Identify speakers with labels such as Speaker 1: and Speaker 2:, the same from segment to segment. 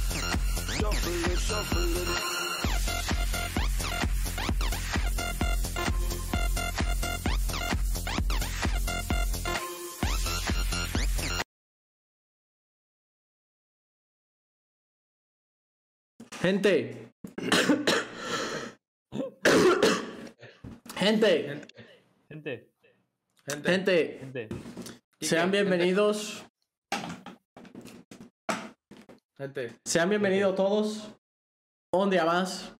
Speaker 1: Shuffling, shuffling.
Speaker 2: Gente. Gente,
Speaker 3: Gente,
Speaker 2: gente,
Speaker 3: gente.
Speaker 2: sean bienvenidos,
Speaker 4: Gente,
Speaker 2: sean bienvenidos todos un día más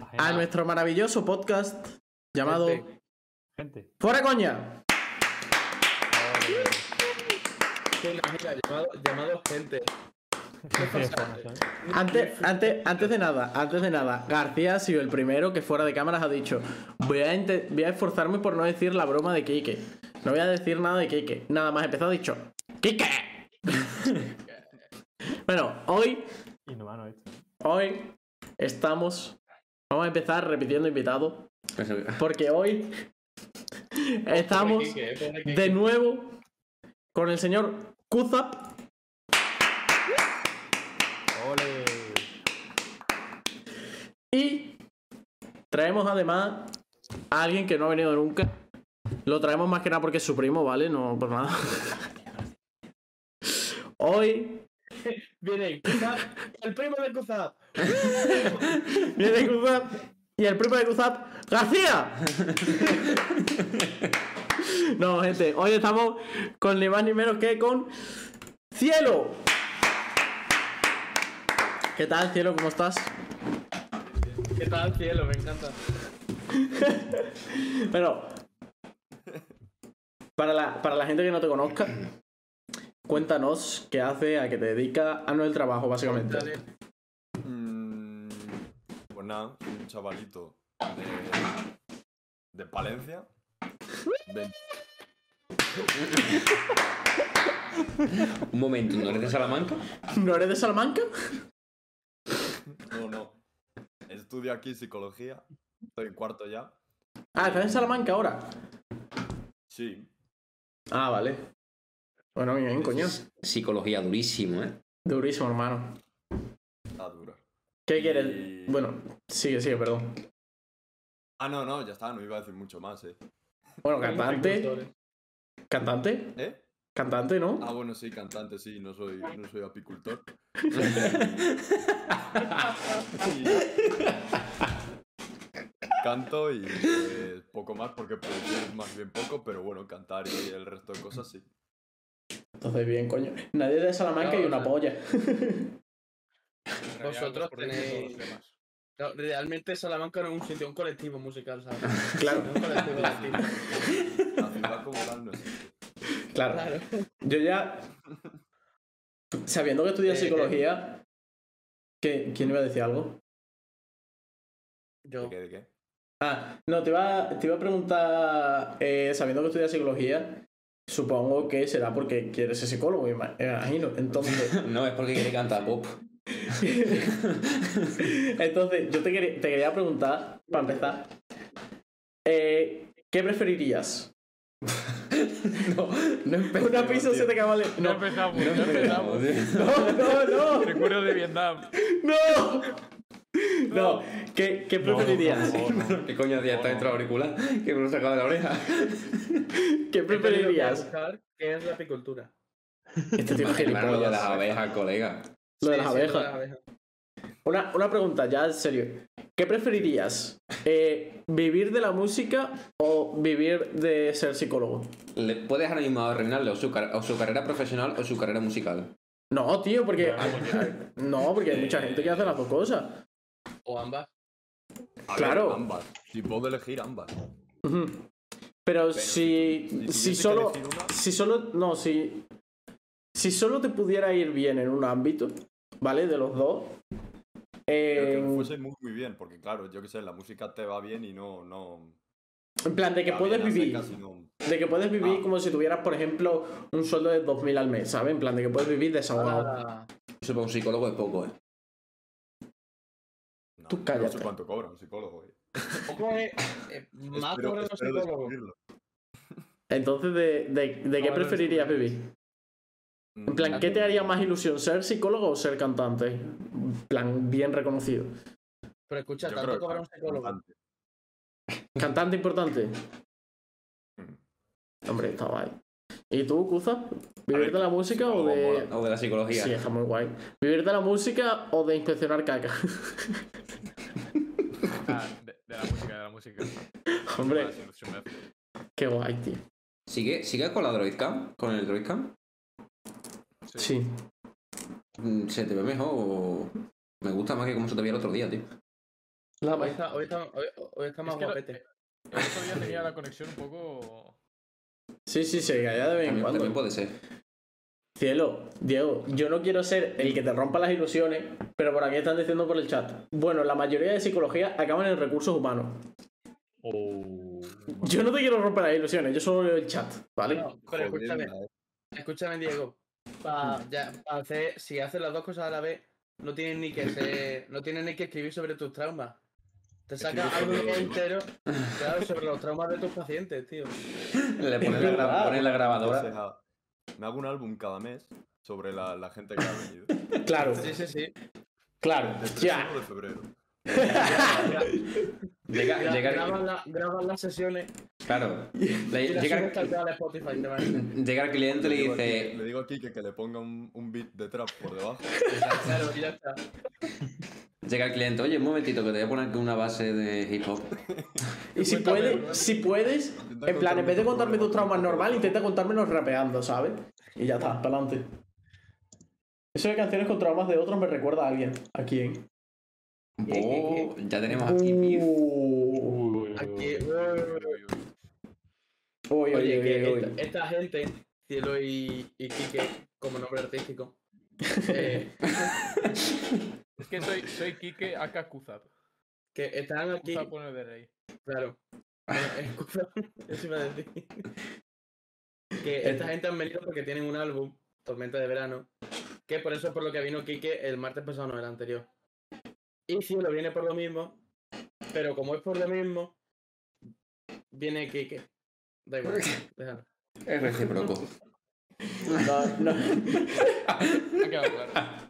Speaker 2: a
Speaker 3: Ajena.
Speaker 2: nuestro maravilloso podcast llamado
Speaker 4: Gente.
Speaker 3: Gente.
Speaker 2: Fuera Coña.
Speaker 4: soy una gira llamado, llamado gente. ¿Qué pasa?
Speaker 2: Antes, antes, antes de nada, antes de nada, García ha sido el primero que fuera de cámaras ha dicho, voy a, inte- voy a esforzarme por no decir la broma de Kike. No voy a decir nada de Kike. Nada más empezado ha dicho, Kike. bueno, hoy
Speaker 3: Inhumano eh. esto.
Speaker 2: Hoy estamos. Vamos a empezar repitiendo invitados. Porque hoy estamos
Speaker 4: Pobre Quique, pobre Quique.
Speaker 2: de nuevo con el señor Kuzap.
Speaker 3: ¡Ole!
Speaker 2: Y traemos además a alguien que no ha venido nunca. Lo traemos más que nada porque es su primo, ¿vale? No por nada. Hoy
Speaker 4: Viene Kuzap, el primo de Kuzap.
Speaker 2: viene Kuzap y el primo de Kuzap, García. No, gente, hoy estamos con ni más ni menos que con Cielo. ¿Qué tal, Cielo? ¿Cómo estás?
Speaker 4: ¿Qué tal, cielo? Me encanta.
Speaker 2: Bueno, para la, para la gente que no te conozca, cuéntanos qué hace, a qué te dedica, a no el trabajo, básicamente.
Speaker 4: Dale.
Speaker 5: Mm, Pues nada, soy un chavalito de, de Palencia. Ve-
Speaker 6: Un momento, ¿no eres de Salamanca?
Speaker 2: ¿No eres de Salamanca?
Speaker 5: No, no. Estudio aquí psicología. Estoy en cuarto ya.
Speaker 2: Ah, estás en Salamanca ahora.
Speaker 5: Sí.
Speaker 2: Ah, vale. Bueno, bien, coño.
Speaker 6: Psicología durísimo, ¿eh?
Speaker 2: Durísimo, hermano.
Speaker 5: Está dura.
Speaker 2: ¿Qué quieres?
Speaker 5: Y-
Speaker 2: Bueno, sigue, sigue, perdón.
Speaker 5: Ah, no, no, ya está, no iba a decir mucho más, ¿eh?
Speaker 2: Bueno, cantante, cantante,
Speaker 5: ¿Eh?
Speaker 2: cantante, ¿no?
Speaker 5: Ah, bueno, sí, cantante, sí, no soy, no soy apicultor. Canto y eh, poco más, porque producir más bien poco, pero bueno, cantar y el resto de cosas sí.
Speaker 2: Entonces, bien, coño. Nadie de Salamanca
Speaker 4: No,
Speaker 2: y una
Speaker 4: no.
Speaker 2: polla.
Speaker 4: Vosotros tenéis. No, realmente Salamanca no es un sitio, un colectivo musical, ¿sabes?
Speaker 2: Claro.
Speaker 4: Es un colectivo de artistas.
Speaker 5: La ciudad como tal no existe.
Speaker 2: Claro.
Speaker 4: Claro.
Speaker 2: Yo ya. Sabiendo que estudias
Speaker 4: Eh,
Speaker 2: psicología. ¿qué- ¿Quién iba a decir algo?
Speaker 5: ¿De
Speaker 4: Yo.
Speaker 5: qué? ¿De qué?
Speaker 2: Ah, no, te iba, te iba a preguntar. eh, sabiendo que estudias psicología, supongo que será porque quieres ser psicólogo, ima- eh, imagino. Entonces.
Speaker 6: No, es porque quiere cantar pop.
Speaker 2: Entonces, yo te quería, te quería preguntar, para empezar. eh, ¿Qué preferirías?
Speaker 6: No, no empezamos.
Speaker 2: Una pizza se te acaba de.
Speaker 3: No
Speaker 2: No,
Speaker 3: empezamos,
Speaker 6: No
Speaker 3: no empezamos.
Speaker 2: no,
Speaker 6: empezamos.
Speaker 2: no, no.
Speaker 3: Recuerdo de Vietnam.
Speaker 2: No. No, ¿qué, qué
Speaker 3: No,
Speaker 2: preferirías?
Speaker 3: por favor, no.
Speaker 6: ¿Qué coño hacía? ¿Está dentro del auricular? Que me lo sacaba de la oreja.
Speaker 2: ¿Qué
Speaker 4: He tenido que
Speaker 2: preferirías?
Speaker 4: buscar ¿Qué es la apicultura?
Speaker 2: Este tío es
Speaker 6: Hermano, lo de las
Speaker 2: gilipollas.
Speaker 6: abejas, colega.
Speaker 2: Lo de
Speaker 4: Sí,
Speaker 2: las
Speaker 4: sí,
Speaker 2: abejas. Una, una pregunta, ya en serio. ¿Qué preferirías? Eh, ¿Vivir de la música o vivir de ser psicólogo?
Speaker 6: Le puedes ahora mismo arruinarle o su, car- o su carrera profesional o su carrera musical.
Speaker 2: No, tío, porque.
Speaker 5: Ah,
Speaker 2: No, porque hay mucha gente que hace las dos cosas.
Speaker 4: O ambas.
Speaker 5: A ver,
Speaker 2: Claro.
Speaker 5: ambas. Si puedo elegir ambas.
Speaker 2: Ujú. Pero si.
Speaker 5: si tuviese
Speaker 2: Si
Speaker 5: que
Speaker 2: solo.
Speaker 5: elegir una-
Speaker 2: Si solo. No, si. Si solo te pudiera ir bien en un ámbito, ¿vale? De los dos.
Speaker 5: Pero que
Speaker 2: en-
Speaker 5: me fuese muy, muy bien, porque claro, yo que sé, la música te va bien y no. no
Speaker 2: en plan, de que
Speaker 5: a
Speaker 2: puedes
Speaker 5: bien, a
Speaker 2: vivir.
Speaker 5: secas y no-
Speaker 2: De que puedes vivir
Speaker 5: Ah.
Speaker 2: como si tuvieras, por ejemplo, un sueldo de
Speaker 5: Ah,
Speaker 2: 2.000 al mes, ¿sabes? En plan, de que puedes vivir desahogado.
Speaker 4: Ah,
Speaker 6: Eso para un psicólogo es poco, ¿eh?
Speaker 5: No,
Speaker 2: Tú
Speaker 5: No
Speaker 2: cállate.
Speaker 5: sé cuánto cobra un psicólogo. eh.
Speaker 4: Ojo, eh, eh, más
Speaker 5: Espero-
Speaker 4: cobran los
Speaker 5: espero
Speaker 4: psicólogos.
Speaker 5: descubrirlo.
Speaker 2: Entonces, ¿de, de, de qué
Speaker 3: Ahora lo
Speaker 2: preferirías vivir? En plan,
Speaker 5: Mm,
Speaker 2: ¿qué te haría más ilusión? ¿Ser psicólogo o ser cantante? En plan, bien reconocido.
Speaker 4: Pero escucha,
Speaker 5: yo
Speaker 4: tanto
Speaker 5: creo
Speaker 4: cobra
Speaker 5: que-
Speaker 4: un psicólogo.
Speaker 5: bastante.
Speaker 2: ¿Cantante importante? Hombre, está guay. ¿Y tú, Cuza? ¿Vivir
Speaker 5: ver,
Speaker 2: de la música o
Speaker 5: psicólogo
Speaker 2: de...?
Speaker 6: O de la psicología.
Speaker 2: Sí, está muy guay. ¿Vivir de la música o de inspeccionar caca?
Speaker 7: Ah, de, de la música, de la música.
Speaker 2: Hombre,
Speaker 7: Ah, sí, sí, me hace.
Speaker 2: qué guay, tío.
Speaker 6: ¿Sigue, ¿Sigue con la Droidcam? ¿Con el Droidcam?
Speaker 7: Sí.
Speaker 2: Sí.
Speaker 6: Mm, ¿Se te ve mejor o...? Me gusta más que como se te veía el otro día, tío.
Speaker 2: La
Speaker 4: Hoy está, hoy está, hoy, hoy está más
Speaker 7: Es que lo-
Speaker 4: guapete.
Speaker 7: El otro día tenía la conexión un poco.
Speaker 2: Sí, sí, se caía de vez en
Speaker 6: También,
Speaker 2: cuando.
Speaker 6: también puede ser.
Speaker 2: Cielo, Diego, yo no quiero ser el que te rompa las ilusiones, pero por aquí están diciendo por el chat. Bueno, la mayoría de psicología acaban en recursos humanos.
Speaker 3: Oh.
Speaker 2: Yo no te quiero romper las ilusiones, yo solo leo el chat, ¿vale?
Speaker 4: No, pero
Speaker 5: Joder,
Speaker 4: escúchame,
Speaker 5: la-
Speaker 4: escúchame, Diego. Pa- ya, pa hacer, si haces las dos cosas a la vez, no tienes ni que ser- no tienes ni que escribir sobre tus traumas. Te saca
Speaker 5: Escribe sobre
Speaker 4: algo
Speaker 5: los-
Speaker 4: entero, claro, sobre los traumas de tus pacientes, tío.
Speaker 6: Le pones la, gra-
Speaker 2: verdad.
Speaker 6: pones la
Speaker 5: no
Speaker 6: grabadora.
Speaker 5: sé nada. ah, Me hago un álbum cada mes sobre la, la gente que ha venido.
Speaker 2: Claro,
Speaker 4: Sí, sí, sí.
Speaker 2: claro,
Speaker 5: Desde el 1
Speaker 2: ya.
Speaker 5: de febrero.
Speaker 6: Llega,
Speaker 4: Gra-
Speaker 6: llega-
Speaker 4: grabas, la- grabas las sesiones
Speaker 6: claro. Le-
Speaker 4: y las
Speaker 6: llega,
Speaker 4: subes tal cual a Spotify, te imaginas.
Speaker 6: llega el cliente y le
Speaker 5: digo a Kike- le
Speaker 6: dice...
Speaker 5: digo a Kike que le ponga un, un beat de trap por debajo.
Speaker 4: Claro, y ya está.
Speaker 6: Llega el cliente, oye, un momentito, que te voy a poner aquí una base de hip hop.
Speaker 2: Y si
Speaker 4: Cuéntame,
Speaker 2: puedes,
Speaker 4: ¿no?
Speaker 2: si puedes,
Speaker 5: Intenta
Speaker 2: en plan, en vez de contarme
Speaker 5: contarme
Speaker 2: tus
Speaker 5: tus
Speaker 2: traumas
Speaker 5: problemas.
Speaker 2: normal, intenta contármelos rapeando, ¿sabes? Y ya está, para adelante. Eso de canciones con traumas de otros me recuerda a alguien. ¿A quién?
Speaker 6: Oh, ya tenemos aquí beef.
Speaker 2: Uh,
Speaker 3: Uy, uy, uy,
Speaker 4: Aquí,
Speaker 3: uy.
Speaker 7: Uy, uy, uy.
Speaker 2: Uy, uy,
Speaker 4: Oye,
Speaker 2: uy,
Speaker 4: que
Speaker 2: uy,
Speaker 4: esta,
Speaker 2: uy.
Speaker 4: esta gente, Cielo y, y Quique, como nombre artístico, eh,
Speaker 7: Es que soy, soy Kike Aka Kuzap.
Speaker 4: que están aquí,
Speaker 7: Kuzap pone de rey.
Speaker 4: claro. eh, excusa, eso iba a decir. Que esta gente han venido porque tienen un álbum, Tormenta de Verano, que por eso es por lo que vino Quique el martes pasado, no el anterior. Y Cielo viene por lo mismo, pero como es por lo mismo, viene Quique. Da igual, déjalo.
Speaker 6: Es recíproco.
Speaker 2: No, no.
Speaker 7: Ha quedado claro.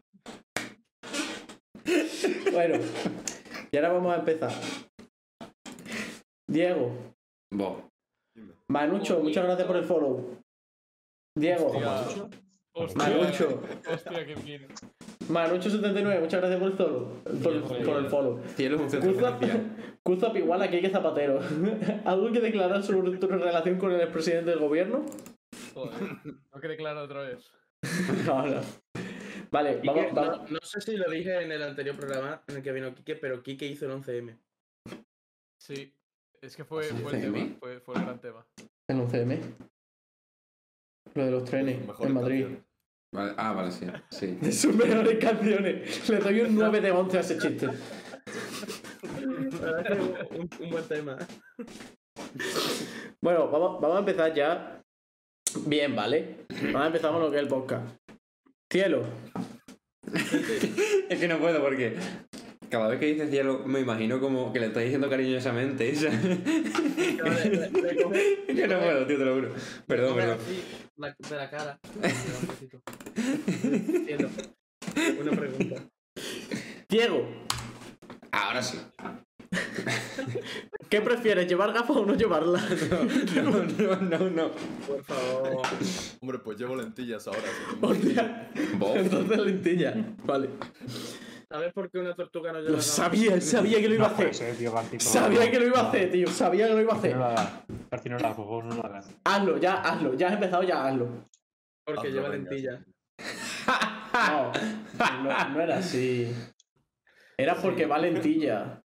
Speaker 2: Bueno, y ahora vamos a empezar. Diego,
Speaker 6: Vos.
Speaker 5: Dime.
Speaker 2: Manucho, muchas gracias por el follow. Diego,
Speaker 7: Hostia.
Speaker 2: Manucho,
Speaker 7: Hostia, qué bien.
Speaker 2: Manucho79, muchas gracias por el follow. Por, por el follow.
Speaker 6: Cielo es un centro
Speaker 2: Kuzap-
Speaker 6: comercial.
Speaker 2: Kuzap igual a Kike Zapatero. ¿Algo que declarar sobre tu relación con el expresidente del gobierno?
Speaker 7: Joder. No quede claro otra vez.
Speaker 2: No, no. Vale,
Speaker 4: Quique,
Speaker 2: vamos, vamos.
Speaker 4: No, no sé si lo dije en el anterior programa en el que vino Quique, pero Quique hizo el 11M.
Speaker 7: Sí. Es que fue,
Speaker 6: ¿Así
Speaker 7: fue el
Speaker 6: de mí?
Speaker 7: tema. Fue, fue el gran tema.
Speaker 2: En un CM. Lo de los trenes
Speaker 5: Mejores
Speaker 2: en Madrid.
Speaker 5: canciones.
Speaker 6: Vale, Ah, vale, sí. sí.
Speaker 2: De sus mejores canciones. Le doy un 9 de 11 a ese chiste.
Speaker 4: La verdad es que un, un buen tema.
Speaker 2: Bueno, vamos, vamos a empezar ya. Bien, ¿vale? Ahora empezamos lo que es el podcast. Cielo.
Speaker 6: Es que no puedo porque cada vez que dices cielo me imagino como que le estás diciendo cariñosamente. ¿sabes?
Speaker 4: Vale, le- le coge-
Speaker 6: Es que no puedo, tío, te lo juro. Perdón,
Speaker 4: coge
Speaker 6: perdón.
Speaker 4: así la- de la cara. Un besito. Entiendo. Una pregunta.
Speaker 2: Diego,
Speaker 6: Ahora sí.
Speaker 2: ¿qué prefieres, llevar gafas o no llevarlas?
Speaker 6: No, no, no, no.
Speaker 4: Por favor.
Speaker 5: Hombre, pues llevo lentillas ahora. sí.
Speaker 2: Hostia,
Speaker 4: Oh.
Speaker 6: Vos.
Speaker 2: entonces lentilla. Vale.
Speaker 4: ¿Sabes por qué una tortuga no lleva
Speaker 2: Lo
Speaker 4: gafas?
Speaker 2: sabía, sabía que lo iba a
Speaker 3: No puede
Speaker 2: hacer.
Speaker 3: ser, tío, Barty, por
Speaker 2: Sabía
Speaker 3: favor.
Speaker 2: que lo iba a
Speaker 3: No,
Speaker 2: hacer, tío. Sabía que lo iba a
Speaker 3: Barty
Speaker 2: hacer.
Speaker 3: no lo hagas. Barty no lo hagas, por favor, no lo hagas.
Speaker 2: Hazlo, ya, hazlo. Ya has empezado, ya hazlo.
Speaker 4: Porque
Speaker 5: Hazlo,
Speaker 4: lleva
Speaker 5: venga.
Speaker 4: lentillas.
Speaker 2: No, no, no era así. Era porque va lentilla.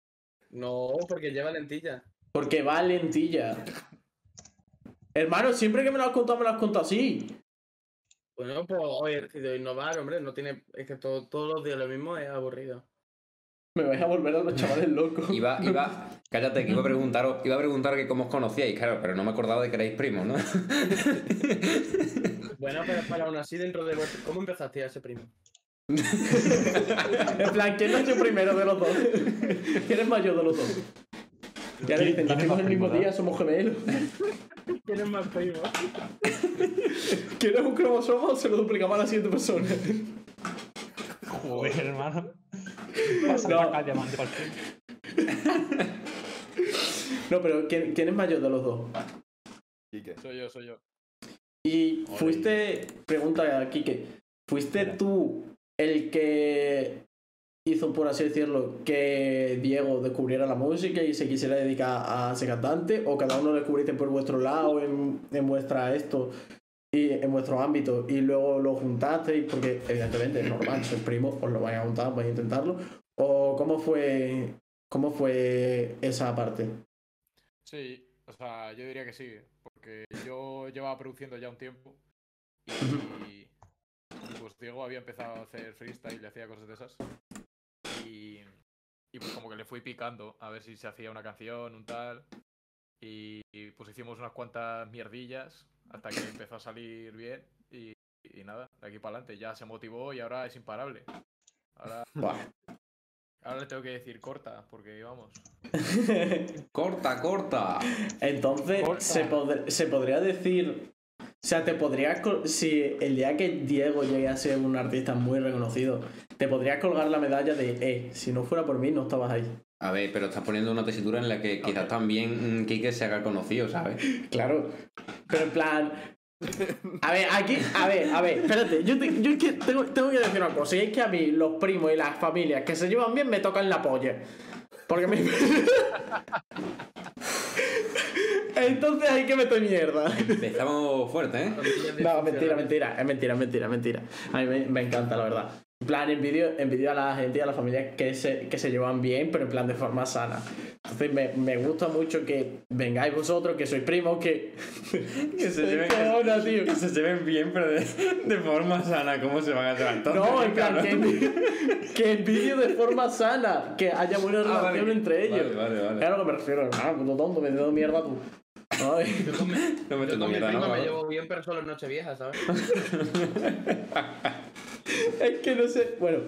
Speaker 4: No, porque lleva lentillas.
Speaker 2: Porque va lentilla. Hermano, siempre que me lo has contado, me lo has contado así.
Speaker 4: Bueno, pues oye, si de innovar, hombre, no tiene. Es que todo- todos los días lo mismo es aburrido.
Speaker 2: Me vais a volver a los chavales locos.
Speaker 6: Iba, iba, cállate, que iba a preguntaros, iba a preguntar que cómo os conocíais, claro, pero no me acordaba de que erais primos, ¿no?
Speaker 4: Bueno, pero para aún así, dentro de vuestro. ¿Cómo empezaste a ese primo?
Speaker 2: En plan, ¿quién nació primero de los dos? ¿Quién es mayor de los dos? Ya le dicen,
Speaker 3: ¿Quién es
Speaker 2: nacimos
Speaker 3: más
Speaker 2: el mismo
Speaker 3: primo,
Speaker 2: día,
Speaker 3: no?
Speaker 2: somos gemelos.
Speaker 4: ¿Quién es más primo?
Speaker 2: ¿Quieres un cromosoma o se lo duplicamos a la siguiente persona?
Speaker 3: Joder, hermano. Pasa
Speaker 2: No.
Speaker 3: la calle, man, de cualquier-
Speaker 2: No, pero ¿quién, quién es mayor de los dos?
Speaker 5: Quique.
Speaker 7: Soy yo, soy yo.
Speaker 2: Y
Speaker 3: Ole.
Speaker 2: fuiste, pregunta a Quique, ¿fuiste
Speaker 3: Mira.
Speaker 2: tú el que hizo, por así decirlo, que Diego descubriera la música y se quisiera dedicar a ser cantante? ¿O cada uno lo descubriste por vuestro lado, en, en vuestra esto, y en vuestro ámbito, y luego lo juntasteis? Porque evidentemente es normal, sois primos, os lo vais a juntar, vais a intentarlo. ¿O cómo fue, cómo fue esa parte?
Speaker 7: Sí, o sea, yo diría que sí, porque yo llevaba produciendo ya un tiempo y, y, pues Diego había empezado a hacer freestyle y hacía cosas de esas. Y, y, pues como que le fui picando a ver si se hacía una canción, un tal. Y, y, pues hicimos unas cuantas mierdillas hasta que empezó a salir bien y, y nada, de aquí para adelante ya se motivó y ahora es imparable. Ahora,
Speaker 2: Buah.
Speaker 7: ahora le tengo que decir corta, porque vamos.
Speaker 6: Corta, corta.
Speaker 2: Entonces,
Speaker 7: Corta.
Speaker 2: se, pod- se podría decir. O sea, te podrías. col- Si el día que Diego llegue a ser un artista muy reconocido, te podrías colgar la medalla de. Eh, si no fuera por mí, no estabas ahí.
Speaker 6: A ver, pero estás poniendo una tesitura en la que quizás también mm, Quique se haga conocido, ¿sabes?
Speaker 2: Claro. Pero en plan. A ver, aquí. A ver, a ver. Espérate, yo, te- yo es que tengo, tengo que decir una cosa. Y es que a mí, los primos y las familias que se llevan bien me tocan la polla. Porque me. Entonces hay que meter mierda.
Speaker 6: Empezamos fuerte, ¿eh?
Speaker 2: No, mentira, mentira, es mentira, es mentira, es mentira. A mí me, me encanta, la verdad. En plan, envidio, envidio a la gente y a las familias que se, que se llevan bien, pero en plan de forma sana. Entonces me, me gusta mucho que vengáis vosotros, que sois primos, que... que
Speaker 6: se lleven-
Speaker 2: Ahora, tío.
Speaker 6: se lleven bien, pero de, forma sana. ¿Cómo se van a llevar?
Speaker 2: No, en plan, que envidio, que envidio de forma sana, que haya buena relación entre ellos.
Speaker 6: Vale, vale, vale.
Speaker 2: Es a lo que me refiero, hermano, puto tonto, me dio mierda tú. Ay.
Speaker 4: Yo con mi,
Speaker 6: No me
Speaker 4: yo
Speaker 6: entiendo
Speaker 4: con mi
Speaker 6: mierda,
Speaker 4: prima
Speaker 6: ¿no? ¿eh?
Speaker 4: me llevo bien, pero solo en Nochevieja, ¿sabes?
Speaker 2: Es que no sé. Bueno,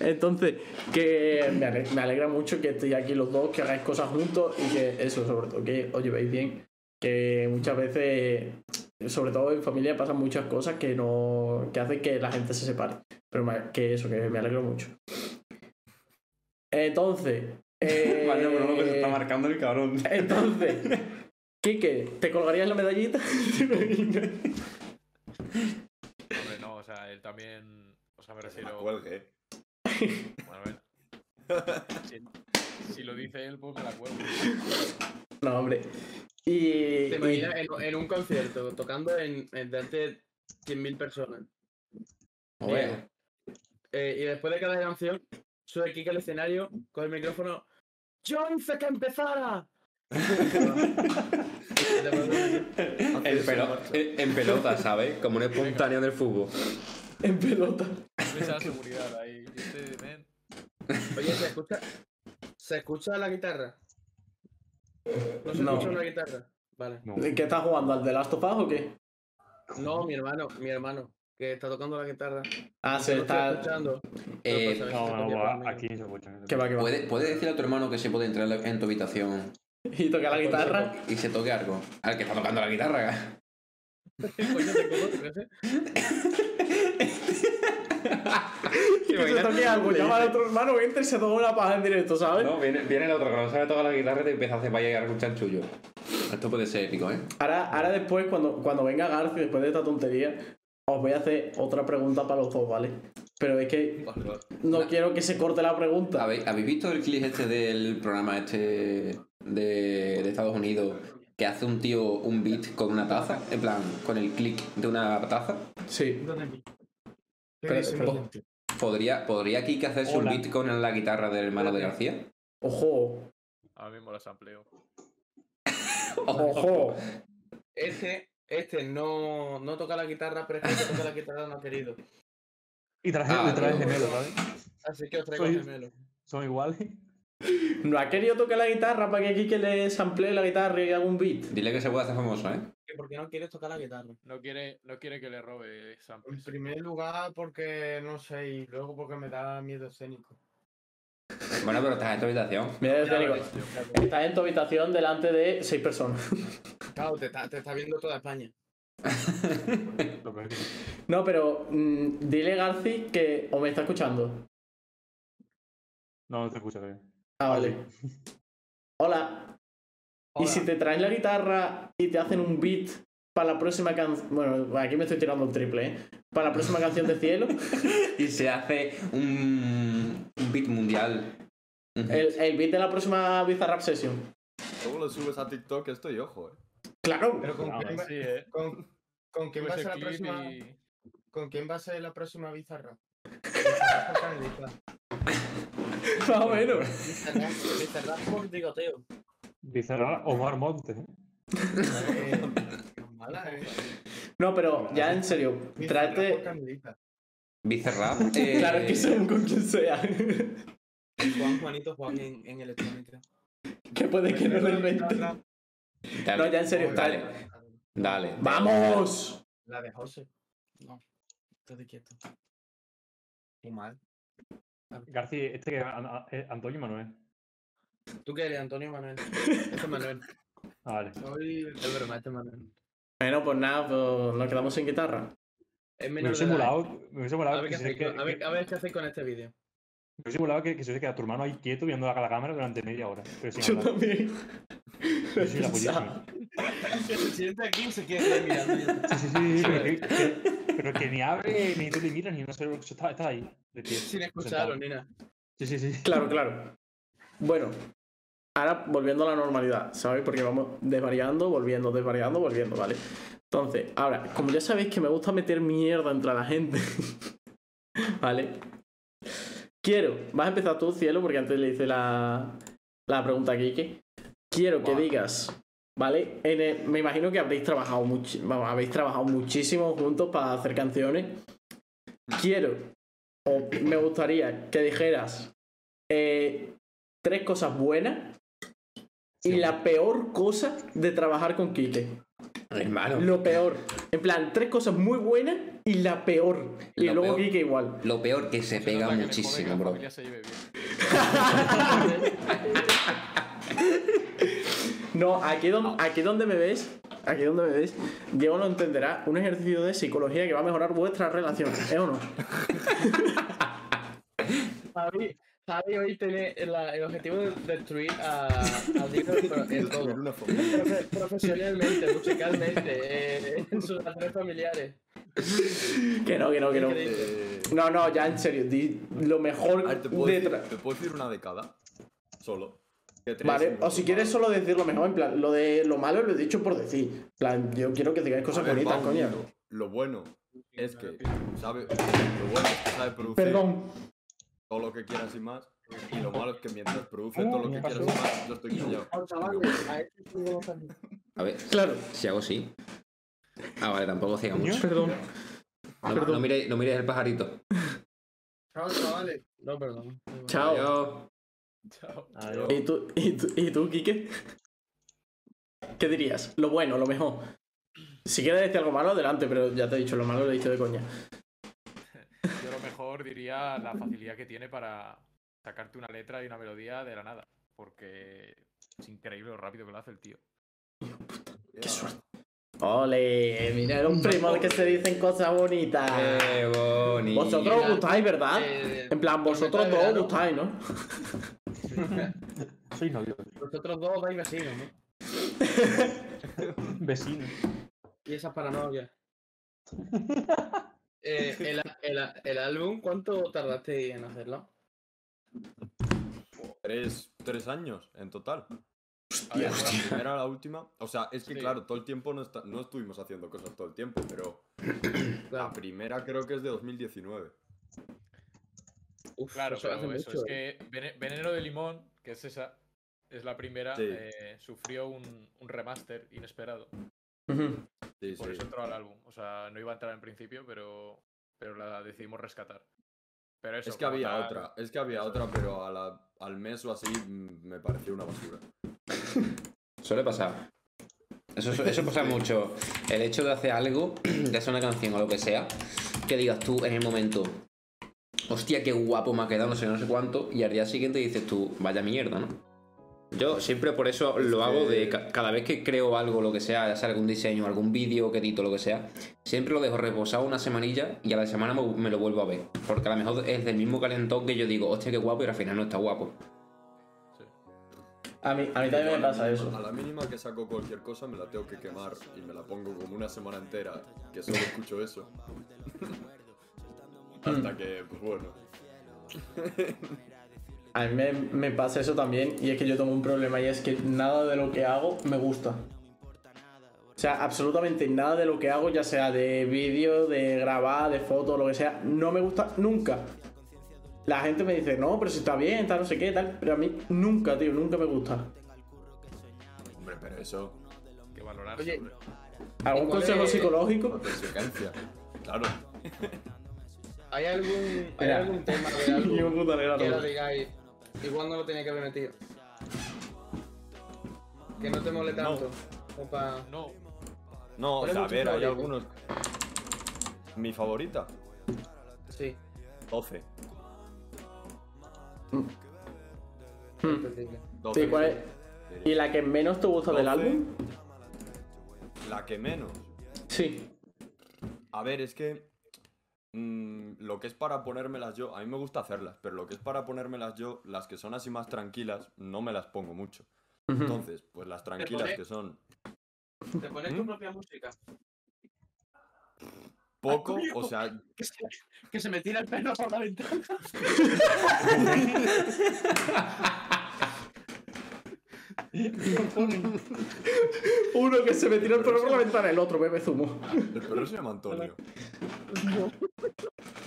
Speaker 2: entonces, que me ale- me alegra, mucho que estéis aquí los dos, que hagáis cosas juntos y que eso, sobre todo, que os llevéis bien. Que muchas veces, sobre todo en familia, pasan muchas cosas que no. que hacen que la gente se separe. Pero ma- que eso, que me alegro mucho. Entonces. eh,
Speaker 6: Vale, pero lo que se está marcando el cabrón.
Speaker 2: entonces. Quique, ¿te colgarías la medallita?
Speaker 7: Hombre, no, o sea, él también. O sea, me
Speaker 5: Que se la
Speaker 7: refiero.
Speaker 5: cuelgue, eh.
Speaker 7: Bueno, a ver. Si, si lo dice él, pues me la cuelgo.
Speaker 2: no, hombre. Y. y-
Speaker 4: Te imaginas en, en un concierto, tocando en, en delante de 100.000 personas.
Speaker 6: Joder.
Speaker 4: Eh, y después de cada canción, sube Kike al escenario con el micrófono. ¡Yo hice que empezara!
Speaker 6: En, pelo- en- en pelota, ¿sabes? Como un espontáneo del fútbol.
Speaker 2: en pelota.
Speaker 7: Esa seguridad ahí. Y este, men,
Speaker 4: Oye, ¿se escucha, ¿se escucha la guitarra? ¿No se
Speaker 2: No.
Speaker 4: escucha una guitarra? Vale.
Speaker 2: ¿Qué estás jugando? ¿Al de Last of Us o qué?
Speaker 4: No, mi hermano, mi hermano, que está tocando la guitarra.
Speaker 2: Ah, se
Speaker 4: Yo lo estoy
Speaker 2: está.
Speaker 4: escuchando. pues, pero
Speaker 6: Eh,
Speaker 4: para saber si
Speaker 3: No,
Speaker 4: se
Speaker 3: no,
Speaker 4: copia
Speaker 3: va,
Speaker 4: conmigo.
Speaker 3: aquí se escucha.
Speaker 2: Que va, que va.
Speaker 6: ¿Puedes, puedes decirle a tu hermano que se puede entrar en tu habitación
Speaker 2: Y toca la guitarra.
Speaker 6: y se toque algo? Al que está tocando la guitarra.
Speaker 4: Coño, te cojo, ¿crees, eh?
Speaker 2: Y que se toque algo. Llama al otro hermano, entra y se toma una paja en directo, ¿sabes?
Speaker 6: No, viene, viene el otro que no sabe tocar la guitarra y te empieza a hacer bailar un chanchullo. Esto puede ser épico, ¿eh?
Speaker 2: Ahora, ahora después, cuando, cuando venga Garci, después de esta tontería, os voy a hacer otra pregunta para los dos, ¿vale? Pero es que
Speaker 5: Vale, vale.
Speaker 2: no quiero que se corte la pregunta.
Speaker 6: ¿Habéis, habéis visto el clip este del programa este de, de Estados Unidos que hace un tío un beat con una taza? En plan, con el clic de una taza.
Speaker 2: Sí. Pero- pero-
Speaker 6: ¿Podría, ¿podría Kike hacerse
Speaker 3: Hola.
Speaker 6: un beat con la guitarra del hermano de García?
Speaker 2: ojo,
Speaker 7: ahora mismo las amplio.
Speaker 2: ojo.
Speaker 4: Este, este no, no toca la guitarra, pero es que el que toca la guitarra no ha querido.
Speaker 3: Y traje,
Speaker 6: Ah,
Speaker 3: y traje
Speaker 6: no.
Speaker 3: gemelo, ¿sabes?
Speaker 4: Así que os traigo
Speaker 3: Soy-
Speaker 4: gemelo.
Speaker 3: Son iguales.
Speaker 2: No ha querido tocar la guitarra para que aquí que le samplee la guitarra y haga un beat.
Speaker 6: Dile que se puede hacer famoso, ¿eh?
Speaker 4: Que porque no quieres tocar la guitarra.
Speaker 7: No quiere, no quiere que le robe
Speaker 8: En
Speaker 7: samples.
Speaker 8: primer lugar, porque no sé, y luego porque me da miedo escénico.
Speaker 6: Bueno, pero estás en tu habitación.
Speaker 2: Mira, yo te digo, estás en tu habitación delante de seis personas.
Speaker 4: Claro, te está, te está viendo toda España.
Speaker 2: No, pero mm, dile Garci que o me está escuchando.
Speaker 3: No, no te escucha bien.
Speaker 2: Ah, vale. Hola. Y
Speaker 4: Hola.
Speaker 2: si te traes la guitarra y te hacen un beat para la próxima canción. Bueno, aquí me estoy tirando un triple, ¿eh? Para la próxima canción de cielo.
Speaker 6: Y se hace un, un beat mundial.
Speaker 2: El, el beat de la próxima Bizarrap Session.
Speaker 5: Luego lo subes a TikTok esto y ojo, eh.
Speaker 2: Claro.
Speaker 8: Pero con,
Speaker 7: Ah,
Speaker 8: quién, va,
Speaker 7: sí, eh.
Speaker 8: con, con quién va a
Speaker 7: Pues
Speaker 8: ser la
Speaker 7: el clip
Speaker 8: próxima,
Speaker 7: y-
Speaker 8: con quién va a ser la próxima bizarra.
Speaker 2: Más o menos.
Speaker 4: Te cerrás por bigoteo.
Speaker 3: Bizarra "Ah, Omar Montes. ¿eh?
Speaker 8: Eh, mala, eh.
Speaker 2: No, pero ya en serio,
Speaker 8: Bizarrap por
Speaker 2: trate.
Speaker 8: Candelita.
Speaker 6: Bizarrap. eh,
Speaker 2: Claro, es que según con quien sea. que
Speaker 4: Juan Juanito Juan en, en electrónica.
Speaker 2: puede que no lo invente.
Speaker 8: La-
Speaker 6: dale.
Speaker 2: No, ya en serio,
Speaker 6: Dale.
Speaker 2: trate.
Speaker 6: Dale.
Speaker 2: ¡Vamos!
Speaker 8: La de José.
Speaker 4: Estate quieto.
Speaker 8: Muy mal.
Speaker 3: García, este que An- An- eh, Antonio Manuel.
Speaker 4: ¿Tú qué eres, Antonio Manuel? Este es Manuel.
Speaker 3: Ah, vale.
Speaker 4: Soy es broma, este es Manuel.
Speaker 2: Bueno, pues nada, pues nos quedamos sin guitarra.
Speaker 4: Es
Speaker 3: Me
Speaker 4: menor
Speaker 3: hubiese
Speaker 4: de edad.
Speaker 3: molado, me hubiese molado
Speaker 4: A ver
Speaker 3: que
Speaker 4: qué
Speaker 3: se
Speaker 4: hacéis
Speaker 3: que-
Speaker 4: con- a ver-
Speaker 3: que-
Speaker 4: a ver qué hacéis con este vídeo.
Speaker 3: me hubiese molado que, que se hubiese quedado tu hermano ahí quieto viendo la, la cámara durante media hora. Pero sin
Speaker 2: Yo
Speaker 3: hablar.
Speaker 2: también.
Speaker 3: Yo soy la pollísima.
Speaker 4: Siente aquí se quiere mirando.
Speaker 3: Sí, sí, sí, sí, pero, que, que- pero que ni abre, ni tú le miras, ni no sé lo que está, está ahí. de pie,
Speaker 4: Sin
Speaker 3: sentado.
Speaker 4: escucharlo, nena.
Speaker 3: Sí, sí, sí.
Speaker 2: Claro, claro. Bueno, ahora volviendo a la normalidad, ¿sabéis? Porque vamos desvariando, volviendo, desvariando, volviendo, ¿vale? Entonces, ahora, como ya sabéis que me gusta meter mierda entre la gente, ¿vale? Quiero, vas a empezar tú, cielo, porque antes le hice la, la pregunta a Kike. Quiero que
Speaker 6: Guau.
Speaker 2: digas, ¿vale? En el- me imagino que habréis trabajado, muchi- vamos, habéis trabajado muchísimo juntos para hacer canciones. Quiero, o me gustaría que dijeras eh, tres cosas buenas y
Speaker 3: Sí.
Speaker 2: la peor cosa de trabajar con Kike.
Speaker 6: Hermano.
Speaker 2: Lo peor. En plan, tres cosas muy buenas y la peor. Y
Speaker 6: Lo
Speaker 2: luego
Speaker 6: peor.
Speaker 2: Kike igual.
Speaker 6: Lo peor que se
Speaker 7: Se
Speaker 6: pega
Speaker 7: nota que le jode que
Speaker 6: muchísimo,
Speaker 7: la
Speaker 6: bro.
Speaker 7: familia se lleve bien.
Speaker 2: No, aquí donde,
Speaker 5: Ah.
Speaker 2: aquí donde me ves, aquí donde me ves, Diego lo entenderá. Un ejercicio de psicología que va a mejorar vuestra relación, ¿eh o no?
Speaker 4: Javi, Javi hoy tiene la- el objetivo de destruir a, a Diego pero en todo.
Speaker 5: Una familia.
Speaker 4: Profe- profesionalmente, musicalmente, eh, en sus relaciones familiares.
Speaker 2: Que no, que no, que no.
Speaker 5: Eh,
Speaker 2: No, no, ya en serio, di lo mejor
Speaker 5: a ver, Ah, te puedo,
Speaker 2: de
Speaker 5: decir,
Speaker 2: tra-
Speaker 5: te puedo decir una de cada. Solo. Que tres
Speaker 2: Vale,
Speaker 5: son
Speaker 2: o si
Speaker 5: los
Speaker 2: quieres
Speaker 5: malos.
Speaker 2: solo decir lo mejor, en plan, lo de lo malo lo he dicho por decir. En plan, yo quiero que digáis
Speaker 5: A
Speaker 2: cosas
Speaker 5: ver,
Speaker 2: bonitas,
Speaker 5: vamos,
Speaker 2: coño.
Speaker 5: Lo, lo bueno es que sabe. Lo bueno es que sabe producir
Speaker 2: Perdón.
Speaker 5: todo lo que quieras y más. Y lo malo es que mientras produce
Speaker 2: Oh,
Speaker 5: todo lo que quieras y más, yo estoy callado.
Speaker 6: A ver,
Speaker 2: Claro.
Speaker 6: si hago así. Ah, vale, tampoco ciega mucho.
Speaker 2: Perdón.
Speaker 6: No, no mires no mires el pajarito.
Speaker 8: Chao, chavales.
Speaker 4: No, perdón.
Speaker 2: Chao.
Speaker 6: Adiós.
Speaker 5: Yo-
Speaker 2: ¿Y tú, y tú, y tú, Quique? ¿Qué dirías? Lo bueno, lo mejor. Si quieres decir algo malo, adelante, pero ya te he dicho, lo malo lo he dicho de coña.
Speaker 7: Yo lo mejor diría la facilidad que tiene para sacarte una letra y una melodía de la nada. Porque es increíble lo rápido que lo hace el tío.
Speaker 5: Ya.
Speaker 2: Ole, mira, era un primo que se dicen cosas bonitas.
Speaker 6: Qué bonito.
Speaker 2: Vosotros os gustáis,
Speaker 3: Ah.
Speaker 2: ¿verdad?
Speaker 4: Eh,
Speaker 2: En plan, vosotros
Speaker 4: tormenta
Speaker 2: dos
Speaker 4: de
Speaker 2: os
Speaker 4: verano.
Speaker 2: gustáis, ¿no?
Speaker 3: Soy novio.
Speaker 4: Vosotros dos vais vecinos, ¿no?
Speaker 3: Vecino.
Speaker 4: Y esas paranoias. Eh, el, el, el álbum, ¿cuánto tardaste en hacerlo?
Speaker 5: Tres, tres años en total.
Speaker 7: A ver,
Speaker 5: La primera a la última. O sea, es que
Speaker 7: Sí.
Speaker 5: claro, todo el tiempo no, está- no estuvimos haciendo cosas todo el tiempo, pero la
Speaker 7: Ah,
Speaker 4: Claro,
Speaker 5: primera creo que es de 2019.
Speaker 4: uf,
Speaker 7: pues, Claro,
Speaker 4: eso hace
Speaker 7: pero eso es
Speaker 4: mucho, eh.
Speaker 7: que Vene- Veneno de Limón, que es esa, es la primera,
Speaker 5: Sí.
Speaker 7: eh, sufrió un, un remaster inesperado.
Speaker 2: Ujú.
Speaker 5: Sí,
Speaker 7: Por
Speaker 5: sí.
Speaker 7: eso entró al álbum. O sea, no iba a entrar en principio, pero, pero la decidimos rescatar. Pero eso,
Speaker 5: Es que
Speaker 7: como
Speaker 5: había
Speaker 7: tal,
Speaker 5: otra, es que había otra, pero a la- al mes o así mm, me pareció una basura.
Speaker 6: Suele pasar. Eso, eso- eso pasa mucho. El hecho de hacer algo, de hacer una canción o lo que sea, que digas tú en el momento, hostia, qué guapo me ha quedado, no sé, no sé cuánto, y al día siguiente dices tú, vaya mierda, ¿no? Yo siempre por eso lo hago de ca- cada vez que creo algo, lo que sea, ya sea algún diseño, algún vídeo que edito, lo que sea, siempre lo dejo reposado una semanilla y a la semana me, me lo vuelvo a ver. Porque a lo mejor es del mismo calentón que yo digo, hostia, qué guapo, y al final no está guapo.
Speaker 2: A mí, a mí también me pasa eso.
Speaker 5: A la mínima que saco cualquier cosa me la tengo que quemar y me la pongo como una semana entera, que solo escucho eso.
Speaker 2: Mm.
Speaker 5: Hasta que, pues bueno.
Speaker 2: A mí me, me pasa eso también y es que yo tengo un problema y es que nada de lo que hago me gusta. O sea, absolutamente nada de lo que hago, ya sea de vídeo, de grabar, de foto, lo que sea, no me gusta nunca. La gente me dice, no, pero si está bien, está no sé qué, tal, pero a mí nunca, tío, nunca me gusta.
Speaker 5: Hombre, pero eso,
Speaker 7: Que valorar.
Speaker 4: Oye,
Speaker 2: ¿Algún
Speaker 4: cuál
Speaker 2: consejo
Speaker 4: es-
Speaker 2: psicológico?
Speaker 5: por consecuencia. Claro.
Speaker 4: ¿hay algún, ¿hay
Speaker 2: Espera.
Speaker 4: algún tema de
Speaker 2: Y un
Speaker 4: algo
Speaker 2: puto negro
Speaker 4: que lo
Speaker 2: todo.
Speaker 4: digáis? Igual no lo tenía que haber metido. Que no te mole tanto. como pa-
Speaker 7: No,
Speaker 5: No, o
Speaker 4: ¿Cuál es
Speaker 5: sea, a
Speaker 4: tu
Speaker 5: ver, hay
Speaker 4: favorita?
Speaker 5: algunos. Mi favorita,
Speaker 4: Sí,
Speaker 5: 12.
Speaker 4: entendible.
Speaker 5: 12
Speaker 2: Sí, ¿cuál es? ¿Y la que menos te gusta del
Speaker 5: 12.
Speaker 2: álbum?
Speaker 5: La que menos.
Speaker 2: Sí.
Speaker 5: A ver, es que. mm, lo que es para ponérmelas yo, a mí me gusta hacerlas, pero lo que es para ponérmelas yo, las que son así más tranquilas, no me las pongo mucho. Entonces, pues las tranquilas
Speaker 4: pone-
Speaker 5: que son
Speaker 4: ¿Te pones tu propia música?
Speaker 5: poco,
Speaker 4: coño.
Speaker 5: o sea,
Speaker 4: Que se, que se me tira el pelo por la ventana.
Speaker 2: Uno que se me tiró el pelo por la ventana, el otro bebe zumo.
Speaker 5: el perro se llama Antonio.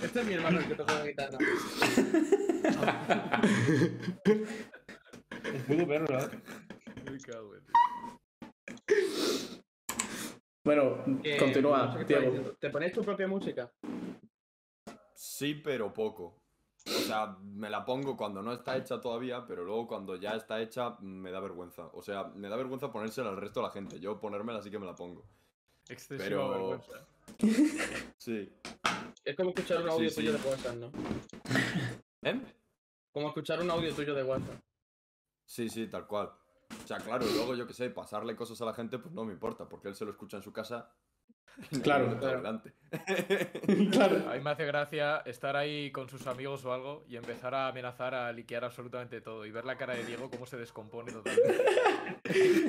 Speaker 4: Este es mi hermano el que toca la guitarra.
Speaker 3: El puto perro, ¿verdad?
Speaker 7: me cago en-
Speaker 2: Bueno,
Speaker 4: Que- no sé
Speaker 2: continúa,
Speaker 4: qué estaba
Speaker 2: Diego.
Speaker 4: diciendo. ¿Te pones tu propia música?
Speaker 5: Sí, pero poco. O sea, me la pongo cuando no está hecha todavía, pero luego cuando ya está hecha me da vergüenza. O sea, me da vergüenza ponérsela al resto de la gente. Yo ponérmela sí que me la pongo.
Speaker 7: Excesiva
Speaker 5: Pero-
Speaker 7: vergüenza.
Speaker 5: Sí.
Speaker 4: Es como escuchar un
Speaker 5: Sí,
Speaker 4: audio
Speaker 5: sí.
Speaker 4: tuyo de WhatsApp, ¿no?
Speaker 5: ¿Eh?
Speaker 4: Como escuchar un audio tuyo de WhatsApp.
Speaker 5: Sí, sí, tal cual. O sea, claro, luego yo qué sé, pasarle cosas a la gente, pues no me importa, porque él se lo escucha en su casa.
Speaker 2: Claro,
Speaker 5: Está
Speaker 4: claro.
Speaker 5: adelante.
Speaker 2: Claro.
Speaker 7: A mí me hace gracia estar ahí con sus amigos o algo y empezar a amenazar a liquear absolutamente todo y ver la cara de Diego cómo se descompone totalmente.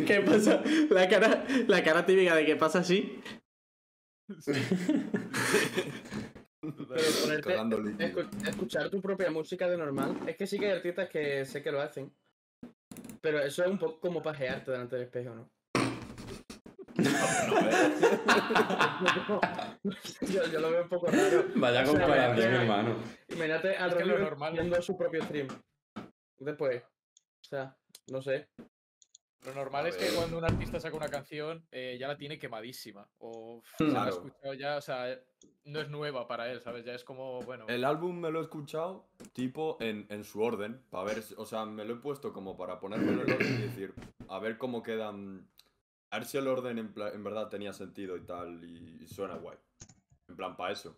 Speaker 2: ¿Qué pasa? La cara, la cara típica de que pasa así.
Speaker 4: Pero ponerte,
Speaker 5: Cagando líquido.
Speaker 4: escu- escuchar tu propia música de normal. Es que sí que hay artistas que sé que lo hacen. Pero eso es un poco como pajearte delante del espejo, ¿no? yo, yo lo veo un poco raro.
Speaker 6: Vaya
Speaker 4: O sea,
Speaker 6: comparación,
Speaker 4: vaya-
Speaker 6: hermano.
Speaker 4: Imagínate al
Speaker 7: Es que lo
Speaker 4: Rodrigo
Speaker 7: normal-
Speaker 4: viendo su propio stream. Después. O sea, no sé.
Speaker 7: Lo normal
Speaker 5: A
Speaker 7: es que
Speaker 5: ver.
Speaker 7: cuando un artista saca una canción eh, ya la tiene quemadísima o uf, se la ha
Speaker 5: Claro.
Speaker 7: escuchado ya, o sea, no es nueva para él, ¿sabes? Ya es como, bueno,
Speaker 5: El álbum me lo he escuchado tipo en, en su orden, para ver, si- o sea, me lo he puesto como para ponérmelo en orden y decir, a ver cómo quedan, a ver si el orden en, pla- en verdad tenía sentido y tal, y, y suena guay. En plan, para eso.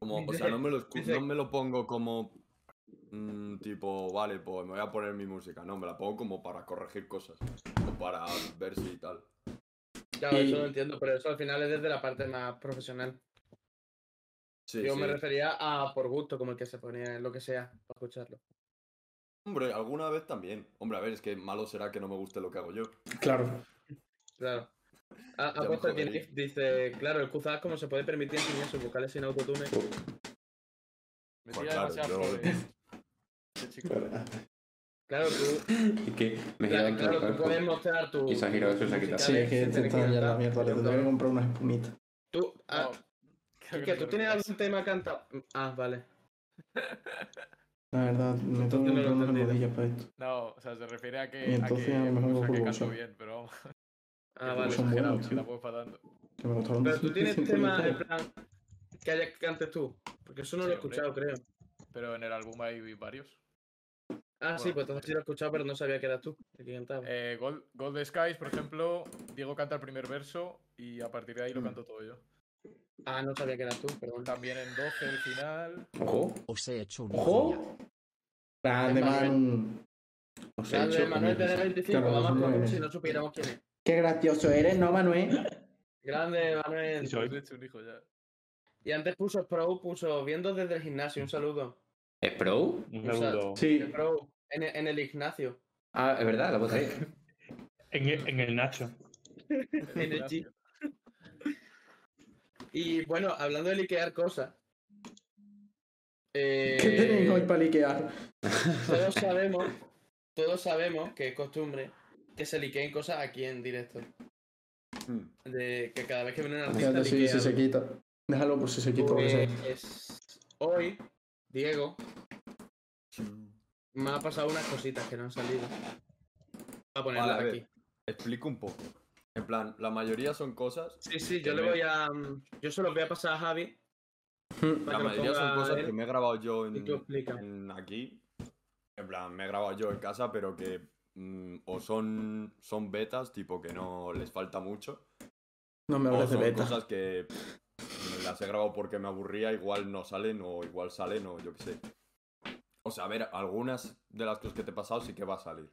Speaker 5: Como, o sea, no me lo, escu-
Speaker 4: Dice-
Speaker 5: no me lo pongo como mm, tipo, vale, pues me voy a poner mi música, no, me la pongo como para corregir cosas, o para ver si tal.
Speaker 4: Claro,
Speaker 2: Y-
Speaker 4: eso lo entiendo, pero eso al final es desde la parte más profesional.
Speaker 5: Sí,
Speaker 4: Yo
Speaker 5: sí.
Speaker 4: me refería a por gusto, como el que se ponía en lo que sea, para escucharlo.
Speaker 5: Hombre, alguna vez también. Hombre, a ver, es que malo será que no me guste lo que hago yo.
Speaker 2: Claro.
Speaker 4: Claro. A,
Speaker 5: Ya me
Speaker 4: apuesta
Speaker 5: jodería.
Speaker 4: Genif dice, claro, el Kuzak como se puede permitir enseñar sus vocales sin autotune.
Speaker 7: me
Speaker 5: Pues
Speaker 7: tira
Speaker 5: claro,
Speaker 7: demasiadas
Speaker 5: yo-
Speaker 7: flores. Este chico.
Speaker 4: Claro, tú,
Speaker 6: Y que me
Speaker 4: claro,
Speaker 6: giran todo
Speaker 4: claro,
Speaker 6: el
Speaker 4: tú
Speaker 6: cuerpo.
Speaker 4: puedes mostrar tu.
Speaker 6: Y se ha girado eso y se ha quitado.
Speaker 2: Sí, es que te está ya la mierda, le tendría que
Speaker 4: Tú,
Speaker 2: comprar una espumita.
Speaker 4: ah,
Speaker 7: No, creo
Speaker 4: que
Speaker 7: no
Speaker 4: tú
Speaker 7: lo
Speaker 4: tienes
Speaker 7: entiendes.
Speaker 4: algún tema cantado. Ah, vale.
Speaker 2: La verdad, me tengo que
Speaker 4: no lo he
Speaker 2: comprar unas
Speaker 4: entendido.
Speaker 2: rodillas para esto.
Speaker 7: No, o sea, se refiere a
Speaker 2: Y
Speaker 7: que, a
Speaker 2: entonces
Speaker 7: que,
Speaker 2: a lo mejor
Speaker 7: o sea,
Speaker 2: cojo
Speaker 7: que
Speaker 2: bolsa.
Speaker 7: canto bien, pero vamos,
Speaker 4: Ah,
Speaker 7: que
Speaker 4: vale.
Speaker 2: son
Speaker 7: tampoco
Speaker 2: buenos,
Speaker 7: es exagerado,
Speaker 2: tío.
Speaker 7: tampoco es para tanto.
Speaker 2: Que me costaron
Speaker 4: Pero tú tienes
Speaker 2: 150
Speaker 4: temas en
Speaker 2: euros.
Speaker 4: plan que haya que cantes tú. Porque eso no
Speaker 7: Sí,
Speaker 4: lo he
Speaker 7: hombre.
Speaker 4: escuchado, creo.
Speaker 7: Pero en el álbum hay varios.
Speaker 4: Ah, sí,
Speaker 7: Bueno.
Speaker 4: pues entonces sí lo he escuchado, pero no sabía que eras tú el que cantaba.
Speaker 7: Eh, Gold, Gold Skies, por ejemplo, Diego canta el primer verso y a partir de
Speaker 4: Mm.
Speaker 7: ahí lo canto todo yo.
Speaker 4: Ah, no sabía que eras tú, perdón.
Speaker 7: También en 12 el final.
Speaker 6: Ojo.
Speaker 9: Os he hecho un
Speaker 2: ¡Ojo! Grande,
Speaker 4: Manuel.
Speaker 2: man. Os he
Speaker 4: Dale,
Speaker 2: hecho
Speaker 4: Manuel
Speaker 2: una
Speaker 4: tiene
Speaker 2: cosa.
Speaker 4: 25,
Speaker 2: Claro,
Speaker 4: vamos
Speaker 2: Manuel.
Speaker 4: como si no supiéramos quién es.
Speaker 2: Qué gracioso eres, ¿no, Manuel?
Speaker 4: Grande,
Speaker 3: Sí,
Speaker 4: Manuel.
Speaker 3: soy.
Speaker 7: pues Le he hecho un hijo ya.
Speaker 4: Y antes puso Pro, puso viendo desde el gimnasio, un saludo.
Speaker 6: ¿Es pro?
Speaker 3: Un
Speaker 4: O sea,
Speaker 3: segundo.
Speaker 2: Sí.
Speaker 4: Pro, en, el- en el Ignacio.
Speaker 6: Ah, es verdad, la puse ahí.
Speaker 3: En, el- en el Nacho.
Speaker 4: En el G. Y bueno, hablando de liquear cosas. Eh,
Speaker 2: ¿Qué tenéis hoy para liquear?
Speaker 4: todos sabemos, todos sabemos que es costumbre que se liqueen cosas aquí en directo.
Speaker 5: Mm.
Speaker 4: De que cada vez que viene un artista
Speaker 2: Fíjate si,
Speaker 4: liquea
Speaker 2: si se
Speaker 4: algo.
Speaker 2: quita. Déjalo por si se quita. porque se-
Speaker 4: Pues, hoy, Diego,
Speaker 5: Hmm.
Speaker 4: me ha pasado unas cositas que no han salido. Voy a ponerlas
Speaker 5: Vale, a ver.
Speaker 4: aquí.
Speaker 5: Explico un poco. En plan, la mayoría son cosas.
Speaker 4: Sí, sí, yo
Speaker 5: Que
Speaker 4: le
Speaker 5: me-
Speaker 4: voy a. mm, Yo se los voy a pasar a Javi. para
Speaker 5: La
Speaker 4: que lo
Speaker 5: mayoría son
Speaker 4: ponga
Speaker 5: cosas
Speaker 4: él
Speaker 5: que me he grabado yo en,
Speaker 4: y tú explica.
Speaker 5: en aquí. En plan, me he grabado yo en casa, pero que mm, o son, son betas, tipo que no les falta mucho.
Speaker 2: No me
Speaker 5: O
Speaker 2: hables de
Speaker 5: son
Speaker 2: beta.
Speaker 5: cosas que pff, las he grabado porque me aburría, igual no salen o igual salen o yo qué sé. O sea, a ver, algunas de las cosas que te he pasado sí que va a salir.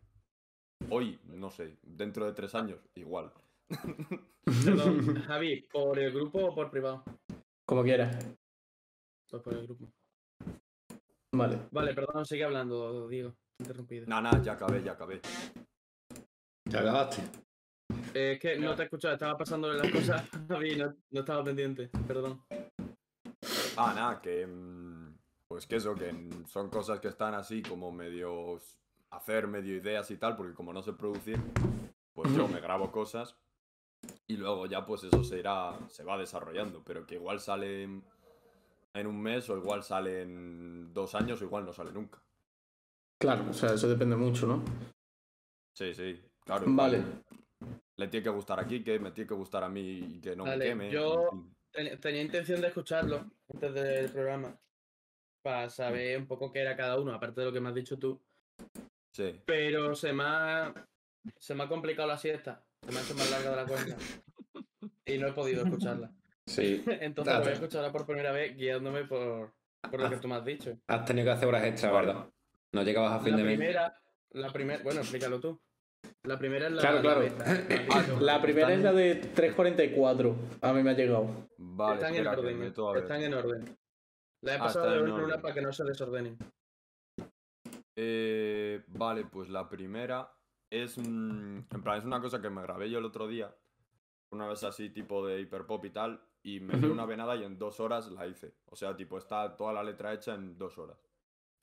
Speaker 5: Hoy, no sé, dentro de tres años, igual.
Speaker 4: Perdón, Javi, ¿por el grupo o por privado?
Speaker 2: Como quieras.
Speaker 4: Pues por el grupo.
Speaker 2: Vale.
Speaker 4: Vale, perdón, sigue hablando, Diego. Interrumpido.
Speaker 5: Nada, nada, ya acabé, ya acabé.
Speaker 6: Te acabaste.
Speaker 4: Eh, es que no te he escuchado, estaba pasando las cosas, Javi, no, no estaba pendiente. Perdón.
Speaker 5: Ah, nada, que. mm, Pues que eso, que mm, son cosas que están así como medio. s- hacer medio ideas y tal, porque como no sé producir, pues yo me grabo cosas y luego ya pues eso se irá. se va desarrollando, pero que igual sale en en un mes o igual sale en dos años o igual no sale nunca.
Speaker 2: Claro, o sea, eso depende mucho, ¿no?
Speaker 5: Sí, sí, claro.
Speaker 2: Vale.
Speaker 5: igual Le tiene que gustar aquí, que me tiene que gustar a mí y que no
Speaker 4: Vale,
Speaker 5: me queme.
Speaker 4: yo-
Speaker 5: en fin.
Speaker 4: Ten- Tenía intención de escucharlo antes del programa para saber un poco qué era cada uno, aparte de lo que me has dicho tú.
Speaker 5: Sí.
Speaker 4: Pero se me ha, se me ha complicado la siesta. Se me ha hecho más larga de la cuenta. y no he podido escucharla.
Speaker 6: Sí.
Speaker 4: Entonces lo voy a
Speaker 6: Date.
Speaker 4: escuchar ahora por primera vez guiándome por, por lo que tú me has dicho.
Speaker 6: Has tenido que hacer horas extra, ¿verdad? No llegabas a fin
Speaker 4: La
Speaker 6: de mes.
Speaker 4: primera, la primera, bueno, explícalo tú. La primera es la,
Speaker 2: Claro,
Speaker 4: la
Speaker 2: claro.
Speaker 4: Ah, beta, me has dicho.
Speaker 2: La primera es la de 3.44. A mí me ha llegado.
Speaker 5: Vale,
Speaker 4: están en
Speaker 5: espera, que
Speaker 4: orden,
Speaker 5: me
Speaker 4: ¿eh?
Speaker 5: meto a ver.
Speaker 4: están en orden. La he
Speaker 5: Ah,
Speaker 4: pasado de
Speaker 5: están en
Speaker 4: una en una
Speaker 5: orden.
Speaker 4: para que no se desordenen.
Speaker 5: Eh, vale, pues la primera es un, en plan, es una cosa que me grabé yo el otro día, una vez así tipo de hiperpop y tal, y me dio
Speaker 2: Ujú.
Speaker 5: una venada y en dos horas la hice. O sea, tipo, está toda la letra hecha en dos horas.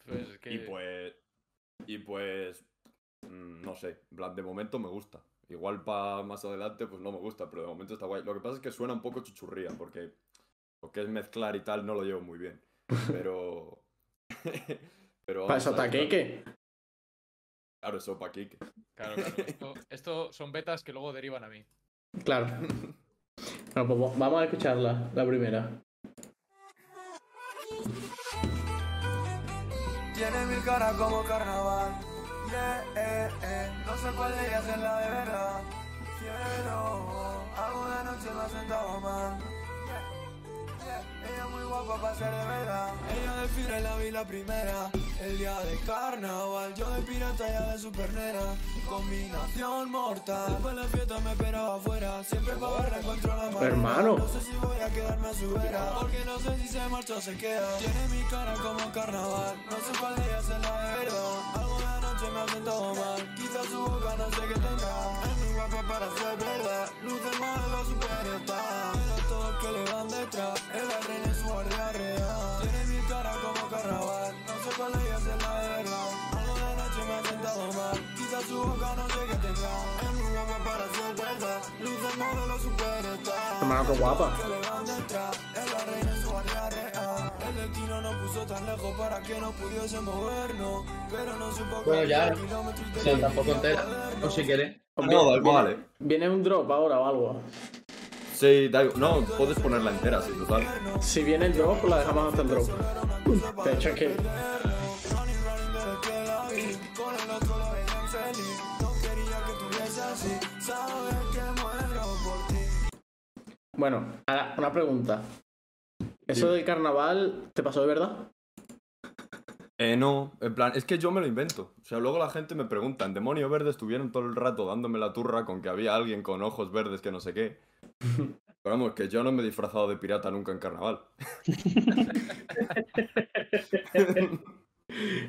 Speaker 7: Pues es que
Speaker 5: Y pues, y pues, mm, no sé, en plan, de momento me gusta. Igual para más adelante, pues no me gusta, pero de momento está guay. Lo que pasa es que suena un poco chuchurría, porque lo que es mezclar y tal no lo llevo muy bien. Pero... Pero
Speaker 2: Para eso
Speaker 5: vamos a
Speaker 2: está
Speaker 5: ver,
Speaker 2: Keke.
Speaker 5: Claro, eso para Kike.
Speaker 7: Claro, claro. Esto, esto son betas que luego derivan a mí.
Speaker 2: Claro. Bueno, pues va- vamos a escucharla, la primera.
Speaker 1: Tiene mi cara como carnaval. Yeah, eh, eh. No sé cuál de ellas es la de verdad. Quiero algo de noche me ha sentado mal. Yeah, yeah. Ella es muy guapa para ser de verdad. Ella de fibra y la vi la primera. El día de carnaval, yo de pirata ya de supernera. Combinación mortal. Después la fiesta me esperaba afuera. Siempre para verla encuentro la manera.
Speaker 2: Hermano.
Speaker 1: No sé si voy a quedarme a su vera. Porque no sé si se marcha o se queda. Tiene mi cara como carnaval. No sé cuál de ellas es la de verdad. Alguna noche me ha sentado mal. Quizás su boca no sé qué tendrá. Es muy guapa para ser verdad. Luz del modelo superstar. Pero todos que le van detrás. Es la reina y su guardia real. Tiene mi cara como carnaval. No sé cuál de ellas es la de verdad. Alguna noche me ha sentado mal. Quizás su boca no sé qué tendrá. Es muy guapa para ser verdad. Luz del modelo superstar.
Speaker 2: Hermano, qué guapa.
Speaker 1: Que le van detrás, es la reina en su área real. El destino nos puso tan lejos para que no pudiésemos vernos. Pero no supo
Speaker 4: Bueno, ya.
Speaker 1: cuántos kilómetros
Speaker 4: O sea, tampoco entera. O si quieres.
Speaker 5: No, vale.
Speaker 2: Viene un drop ahora o algo.
Speaker 5: Sí, da igual. No, puedes ponerla entera, sí, total.
Speaker 2: Si viene el drop, la dejamos hasta el drop. De hecho, es que. Bueno, ahora una pregunta. ¿Eso
Speaker 5: Dime.
Speaker 2: del carnaval te pasó de verdad?
Speaker 5: Eh, no, en plan, es que yo me lo invento. O sea, luego la gente me pregunta, en Demonio Verde estuvieron todo el rato dándome la turra con que había alguien con ojos verdes que no sé qué. Pero vamos, que yo no me he disfrazado de pirata nunca en carnaval.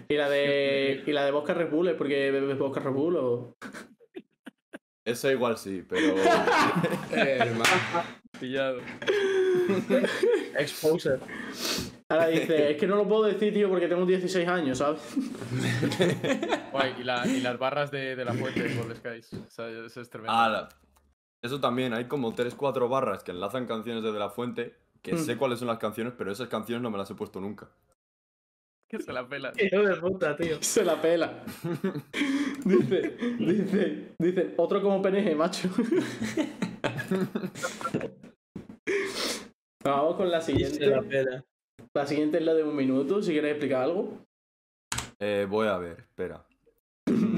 Speaker 2: ¿Y la de, y la de Bosca Red Bull? ¿Es porque bebes Bosca Red Bull o.?
Speaker 5: Esa igual sí, pero...
Speaker 9: Pillado.
Speaker 4: Exposer.
Speaker 2: Ahora dice, es que no lo puedo decir, tío, porque tengo 16 años, ¿sabes?
Speaker 7: Guay, y, la- y las barras de, de la fuente por los Skies. O sea, eso es tremendo.
Speaker 5: Ah, la- Eso también, hay como 3-4 barras que enlazan canciones desde la fuente, que
Speaker 2: Mm.
Speaker 5: sé cuáles son las canciones, pero esas canciones no me las he puesto nunca.
Speaker 7: Que se la pela.
Speaker 4: Hijo de puta, tío.
Speaker 2: Se la pela. dice, dice, dice, otro como PNG, macho. Vamos con la
Speaker 4: Se la
Speaker 2: siguiente.
Speaker 4: pela.
Speaker 2: La siguiente es la de un minuto, si quieres explicar algo.
Speaker 5: Eh, voy a ver, espera.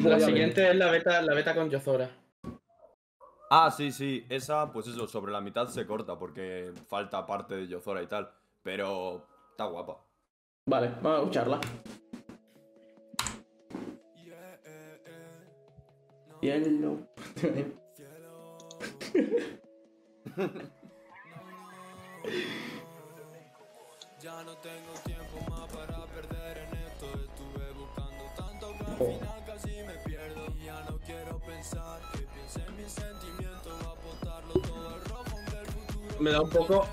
Speaker 4: La siguiente es la beta, la beta con Yozora.
Speaker 5: Ah, sí, sí, esa, pues eso, sobre la mitad se corta porque falta parte de Yozora y tal, pero está guapa.
Speaker 2: Vale, vamos a escucharla. Y él no.
Speaker 1: Ya no tengo tiempo más para perder en esto. Estuve buscando tanto que al
Speaker 2: Oh.
Speaker 1: final casi me pierdo. Ya no quiero pensar que piense en mis sentimientos. Va a apostarlo todo al rojo aunque el futuro
Speaker 4: Me da un poco.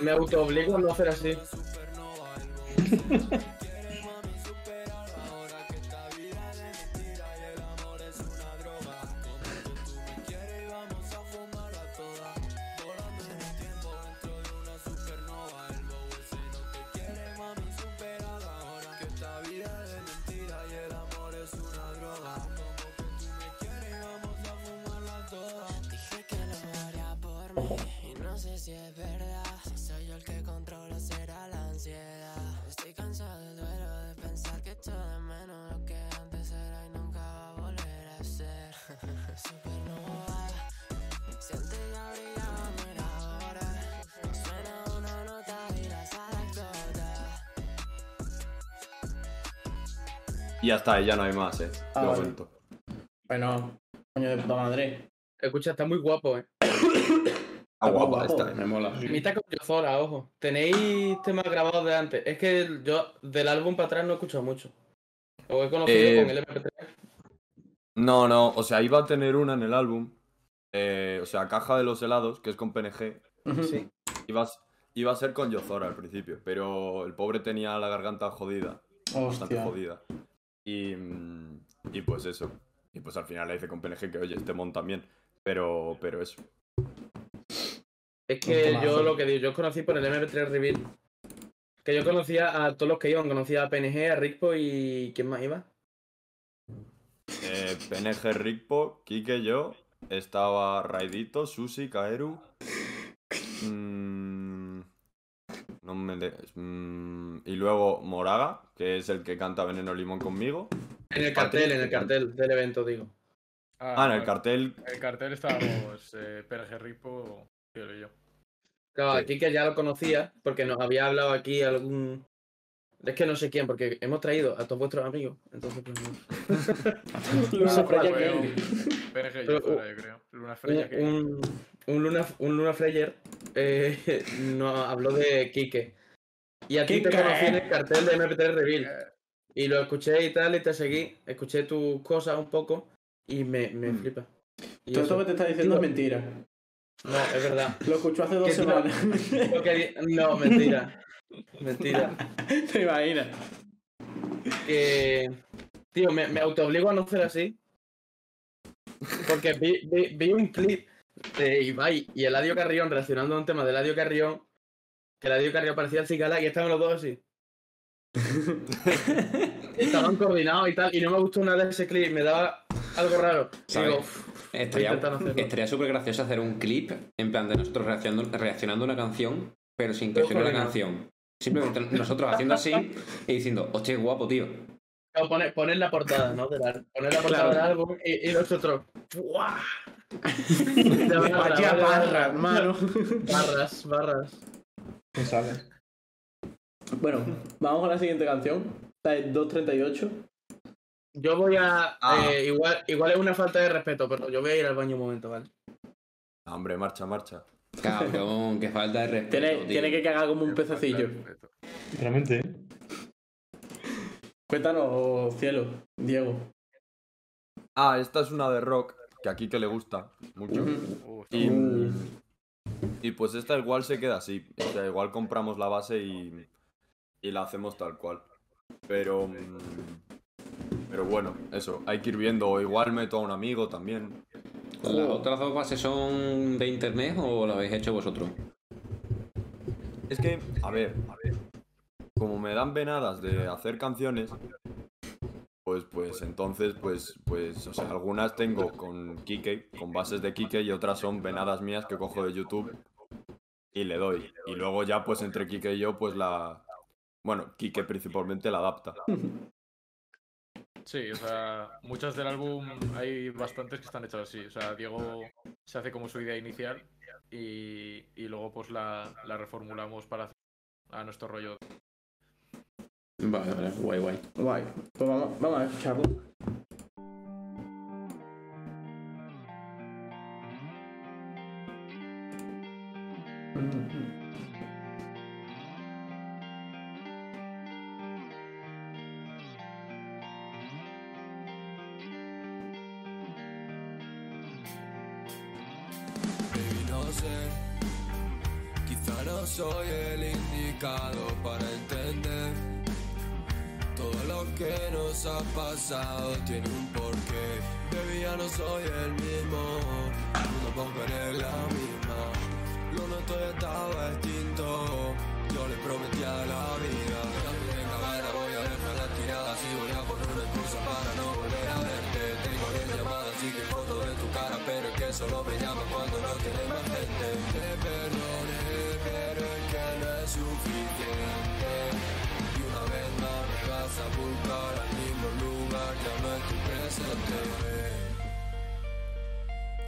Speaker 4: Me autoobligo a no hacer así.
Speaker 1: supernova. El mundo quiere mami superar. Ahora que esta vida es de mentira y el amor es una droga. Conmigo tú me quieres y vamos a fumar a todas. Volando en el tiempo dentro de una supernova. El bobo ese no te quiere mami superar. Ahora que esta vida es de mentira y el amor es una droga. Como que tú me quieres y vamos a fumarla toda. Dije que lo haría por mí y no sé si es verdad. Si soy yo el que controla será la ansiedad. Estoy cansado del duelo de pensar que echo de menos lo que antes era y nunca va a volver a ser. Supernova, si antes ya brillaba, mira ahora. Suena una nota y la sala explota.
Speaker 5: Y ya está, y ya no hay más, eh.
Speaker 2: Ah,
Speaker 5: de
Speaker 2: vale.
Speaker 5: momento.
Speaker 2: Bueno, coño de puta madre.
Speaker 4: Escucha, está muy guapo, eh.
Speaker 5: Ah,
Speaker 2: Ah,
Speaker 5: guapa
Speaker 2: guapo.
Speaker 5: esta, eh.
Speaker 6: Me mola.
Speaker 4: Mitad con Yozora, ojo. Tenéis temas grabados de antes. Es que yo del álbum para atrás no he escuchado mucho. Lo he conocido
Speaker 5: Eh,
Speaker 4: con el MP3.
Speaker 5: No, no, o sea, iba a tener una en el álbum, eh, o sea, Caja de los Helados, que es con PNG,
Speaker 2: Sí.
Speaker 5: iba a, s- iba a ser con Yozora al principio, pero el pobre tenía la garganta jodida, bastante
Speaker 2: Hostia.
Speaker 5: jodida. Y, mm, y pues eso. Y pues al final le hice con PNG que, oye, este mon también, pero, pero eso.
Speaker 4: Es
Speaker 2: Un
Speaker 4: que
Speaker 2: temazo.
Speaker 4: yo lo que digo, yo os conocí por el MP3 Reveal. Que yo conocía a todos los que iban, conocía a PNG, a Rickpo y. ¿Quién más iba?
Speaker 5: Eh, PNG Rickpo, Kike, yo. Estaba Raidito, Susi, Kaeru. mm, no me de- mm, y luego Moraga, que es el que canta Veneno Limón conmigo.
Speaker 4: En el
Speaker 5: Patrick.
Speaker 4: cartel, en el cartel del evento, digo.
Speaker 5: Ah, en el
Speaker 7: vale.
Speaker 5: cartel.
Speaker 7: En el cartel estábamos eh, PNG Ripo, Fiore y yo.
Speaker 4: Claro,
Speaker 5: Sí.
Speaker 4: aquí que ya lo conocía, porque nos había hablado aquí algún. Es que no sé quién, porque hemos traído a todos vuestros amigos. Entonces, pues, no.
Speaker 2: Luna
Speaker 7: Ah,
Speaker 2: Freya
Speaker 7: fue
Speaker 2: King.
Speaker 7: un PNG y
Speaker 4: Pero,
Speaker 7: Yozora, yo creo. Luna Freya
Speaker 4: un,
Speaker 7: que
Speaker 4: un, un Luna, un Luna Freyer eh, nos habló de Quique. Y a ti te
Speaker 2: Quique.
Speaker 4: conocí en el cartel de MP3 Reveal. Y lo escuché y tal, y te seguí. Escuché tus cosas un poco y me, me
Speaker 5: Mm.
Speaker 4: flipa. Y
Speaker 2: Todo esto
Speaker 4: eso.
Speaker 2: que te está diciendo es mentira.
Speaker 4: No, es verdad.
Speaker 2: Lo escuchó hace dos
Speaker 4: Que tú no-
Speaker 2: semanas.
Speaker 4: Lo que di- No, mentira. mentira.
Speaker 2: Te imaginas.
Speaker 4: que. Tío, me, me autoobligo a no hacer así. Porque vi, vi- vi un clip de Ibai y Eladio Carrión reaccionando a un tema de Eladio Carrión. Que Eladio Carrión parecía el Cigala y estaban los dos así. estaban coordinados y tal. Y no me gustó nada de ese clip, me daba algo raro. Y
Speaker 6: ¿Sabes?
Speaker 4: digo, "Uf,
Speaker 6: Estaría
Speaker 4: intentar hacerlo.
Speaker 6: estaría súper gracioso hacer un clip en plan de nosotros reaccionando, reaccionando a una canción, pero sin cuestionar la
Speaker 4: coordinado.
Speaker 6: canción. Simplemente nosotros haciendo así y diciendo, hostia, qué guapo, tío.
Speaker 4: No, poner, poner la portada, ¿no? Del álbum. Poner la portada del álbum y, y nosotros. ¡Buah! Ya van a
Speaker 2: Vaya
Speaker 4: grabar,
Speaker 2: barra, hermano.
Speaker 4: Barras, barras.
Speaker 3: ¿Quién sabe?
Speaker 2: Bueno, vamos a la siguiente canción. La de 238.
Speaker 4: Yo voy a.
Speaker 5: Ah.
Speaker 4: eh, igual, igual es una falta de respeto, pero yo voy a ir al baño un momento, ¿vale?
Speaker 5: Ah, Hombre, marcha, marcha.
Speaker 6: Cabrón, que falta de respeto.
Speaker 2: Tiene,
Speaker 6: tío.
Speaker 2: tiene que cagar como un pececillo.
Speaker 3: Literalmente, ¿eh?
Speaker 2: Cuéntanos, cielo, Diego.
Speaker 5: Ah, esta es una de rock que aquí que le gusta mucho. Y, y pues esta igual se queda así. O sea, igual compramos la base y, y la hacemos tal cual. Pero. mm, Pero bueno, eso, hay que ir viendo. O igual meto a un amigo también.
Speaker 6: ¿Las otras dos bases son de internet o lo habéis hecho vosotros?
Speaker 5: Es que, a ver, a ver. Como me dan venadas de hacer canciones, pues, pues entonces, pues, pues, o sea, algunas tengo con Kike, con bases de Kike, y otras son venadas mías que cojo de YouTube y le doy. Y luego ya, pues, entre Kike y yo, pues la. Bueno, Kike principalmente la adapta.
Speaker 7: Sí, o sea, muchas del álbum hay bastantes que están hechas así. O sea, Diego se hace como su idea inicial y, y luego pues la, la reformulamos para hacer a nuestro rollo.
Speaker 6: Vale, vale, guay, guay.
Speaker 2: Guay. Pues vamos, vamos a escucharlo.
Speaker 1: Baby, no sé, quizá no soy el indicado para entender todo lo que nos ha pasado tiene un porqué. Baby, ya no soy el mismo, no pongo en la misma. Lo nuestro ya estaba extinto, yo le prometí a la vida. que en Habana voy a dejar las tiradas y voy a poner una excusa para no volver a verte. Tengo diez llamadas, así que foto de tu cara, pero es que solo me llama cuando no tiene más gente. Te perdoné, pero es que no es suficiente. Y una vez más me vas a buscar al mismo lugar, ya no es tu presente.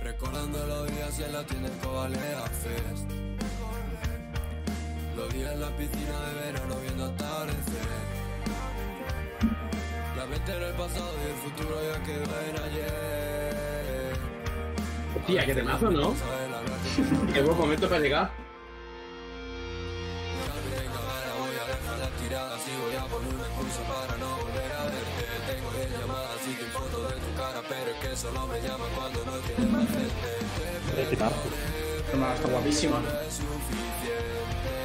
Speaker 1: Recordando los días en la tienda en Cobalea Fest. Los días en la piscina de verano viendo atardecer. La mente en el pasado y el futuro ya quedó en ayer.
Speaker 4: Hostia, qué temazo, ¿no?
Speaker 1: Saber la verdad que no
Speaker 4: Qué buen momento para llegar.
Speaker 1: Venga, ahora voy a dejar las tiradas y voy a poner una excusa para no volver a verte. Tengo 10 llamadas, así que foto de tu cara, pero es que solo me llama cuando no tienes más gente.
Speaker 3: Este mazo.
Speaker 2: Hermano, está guapísima.
Speaker 1: No es suficiente.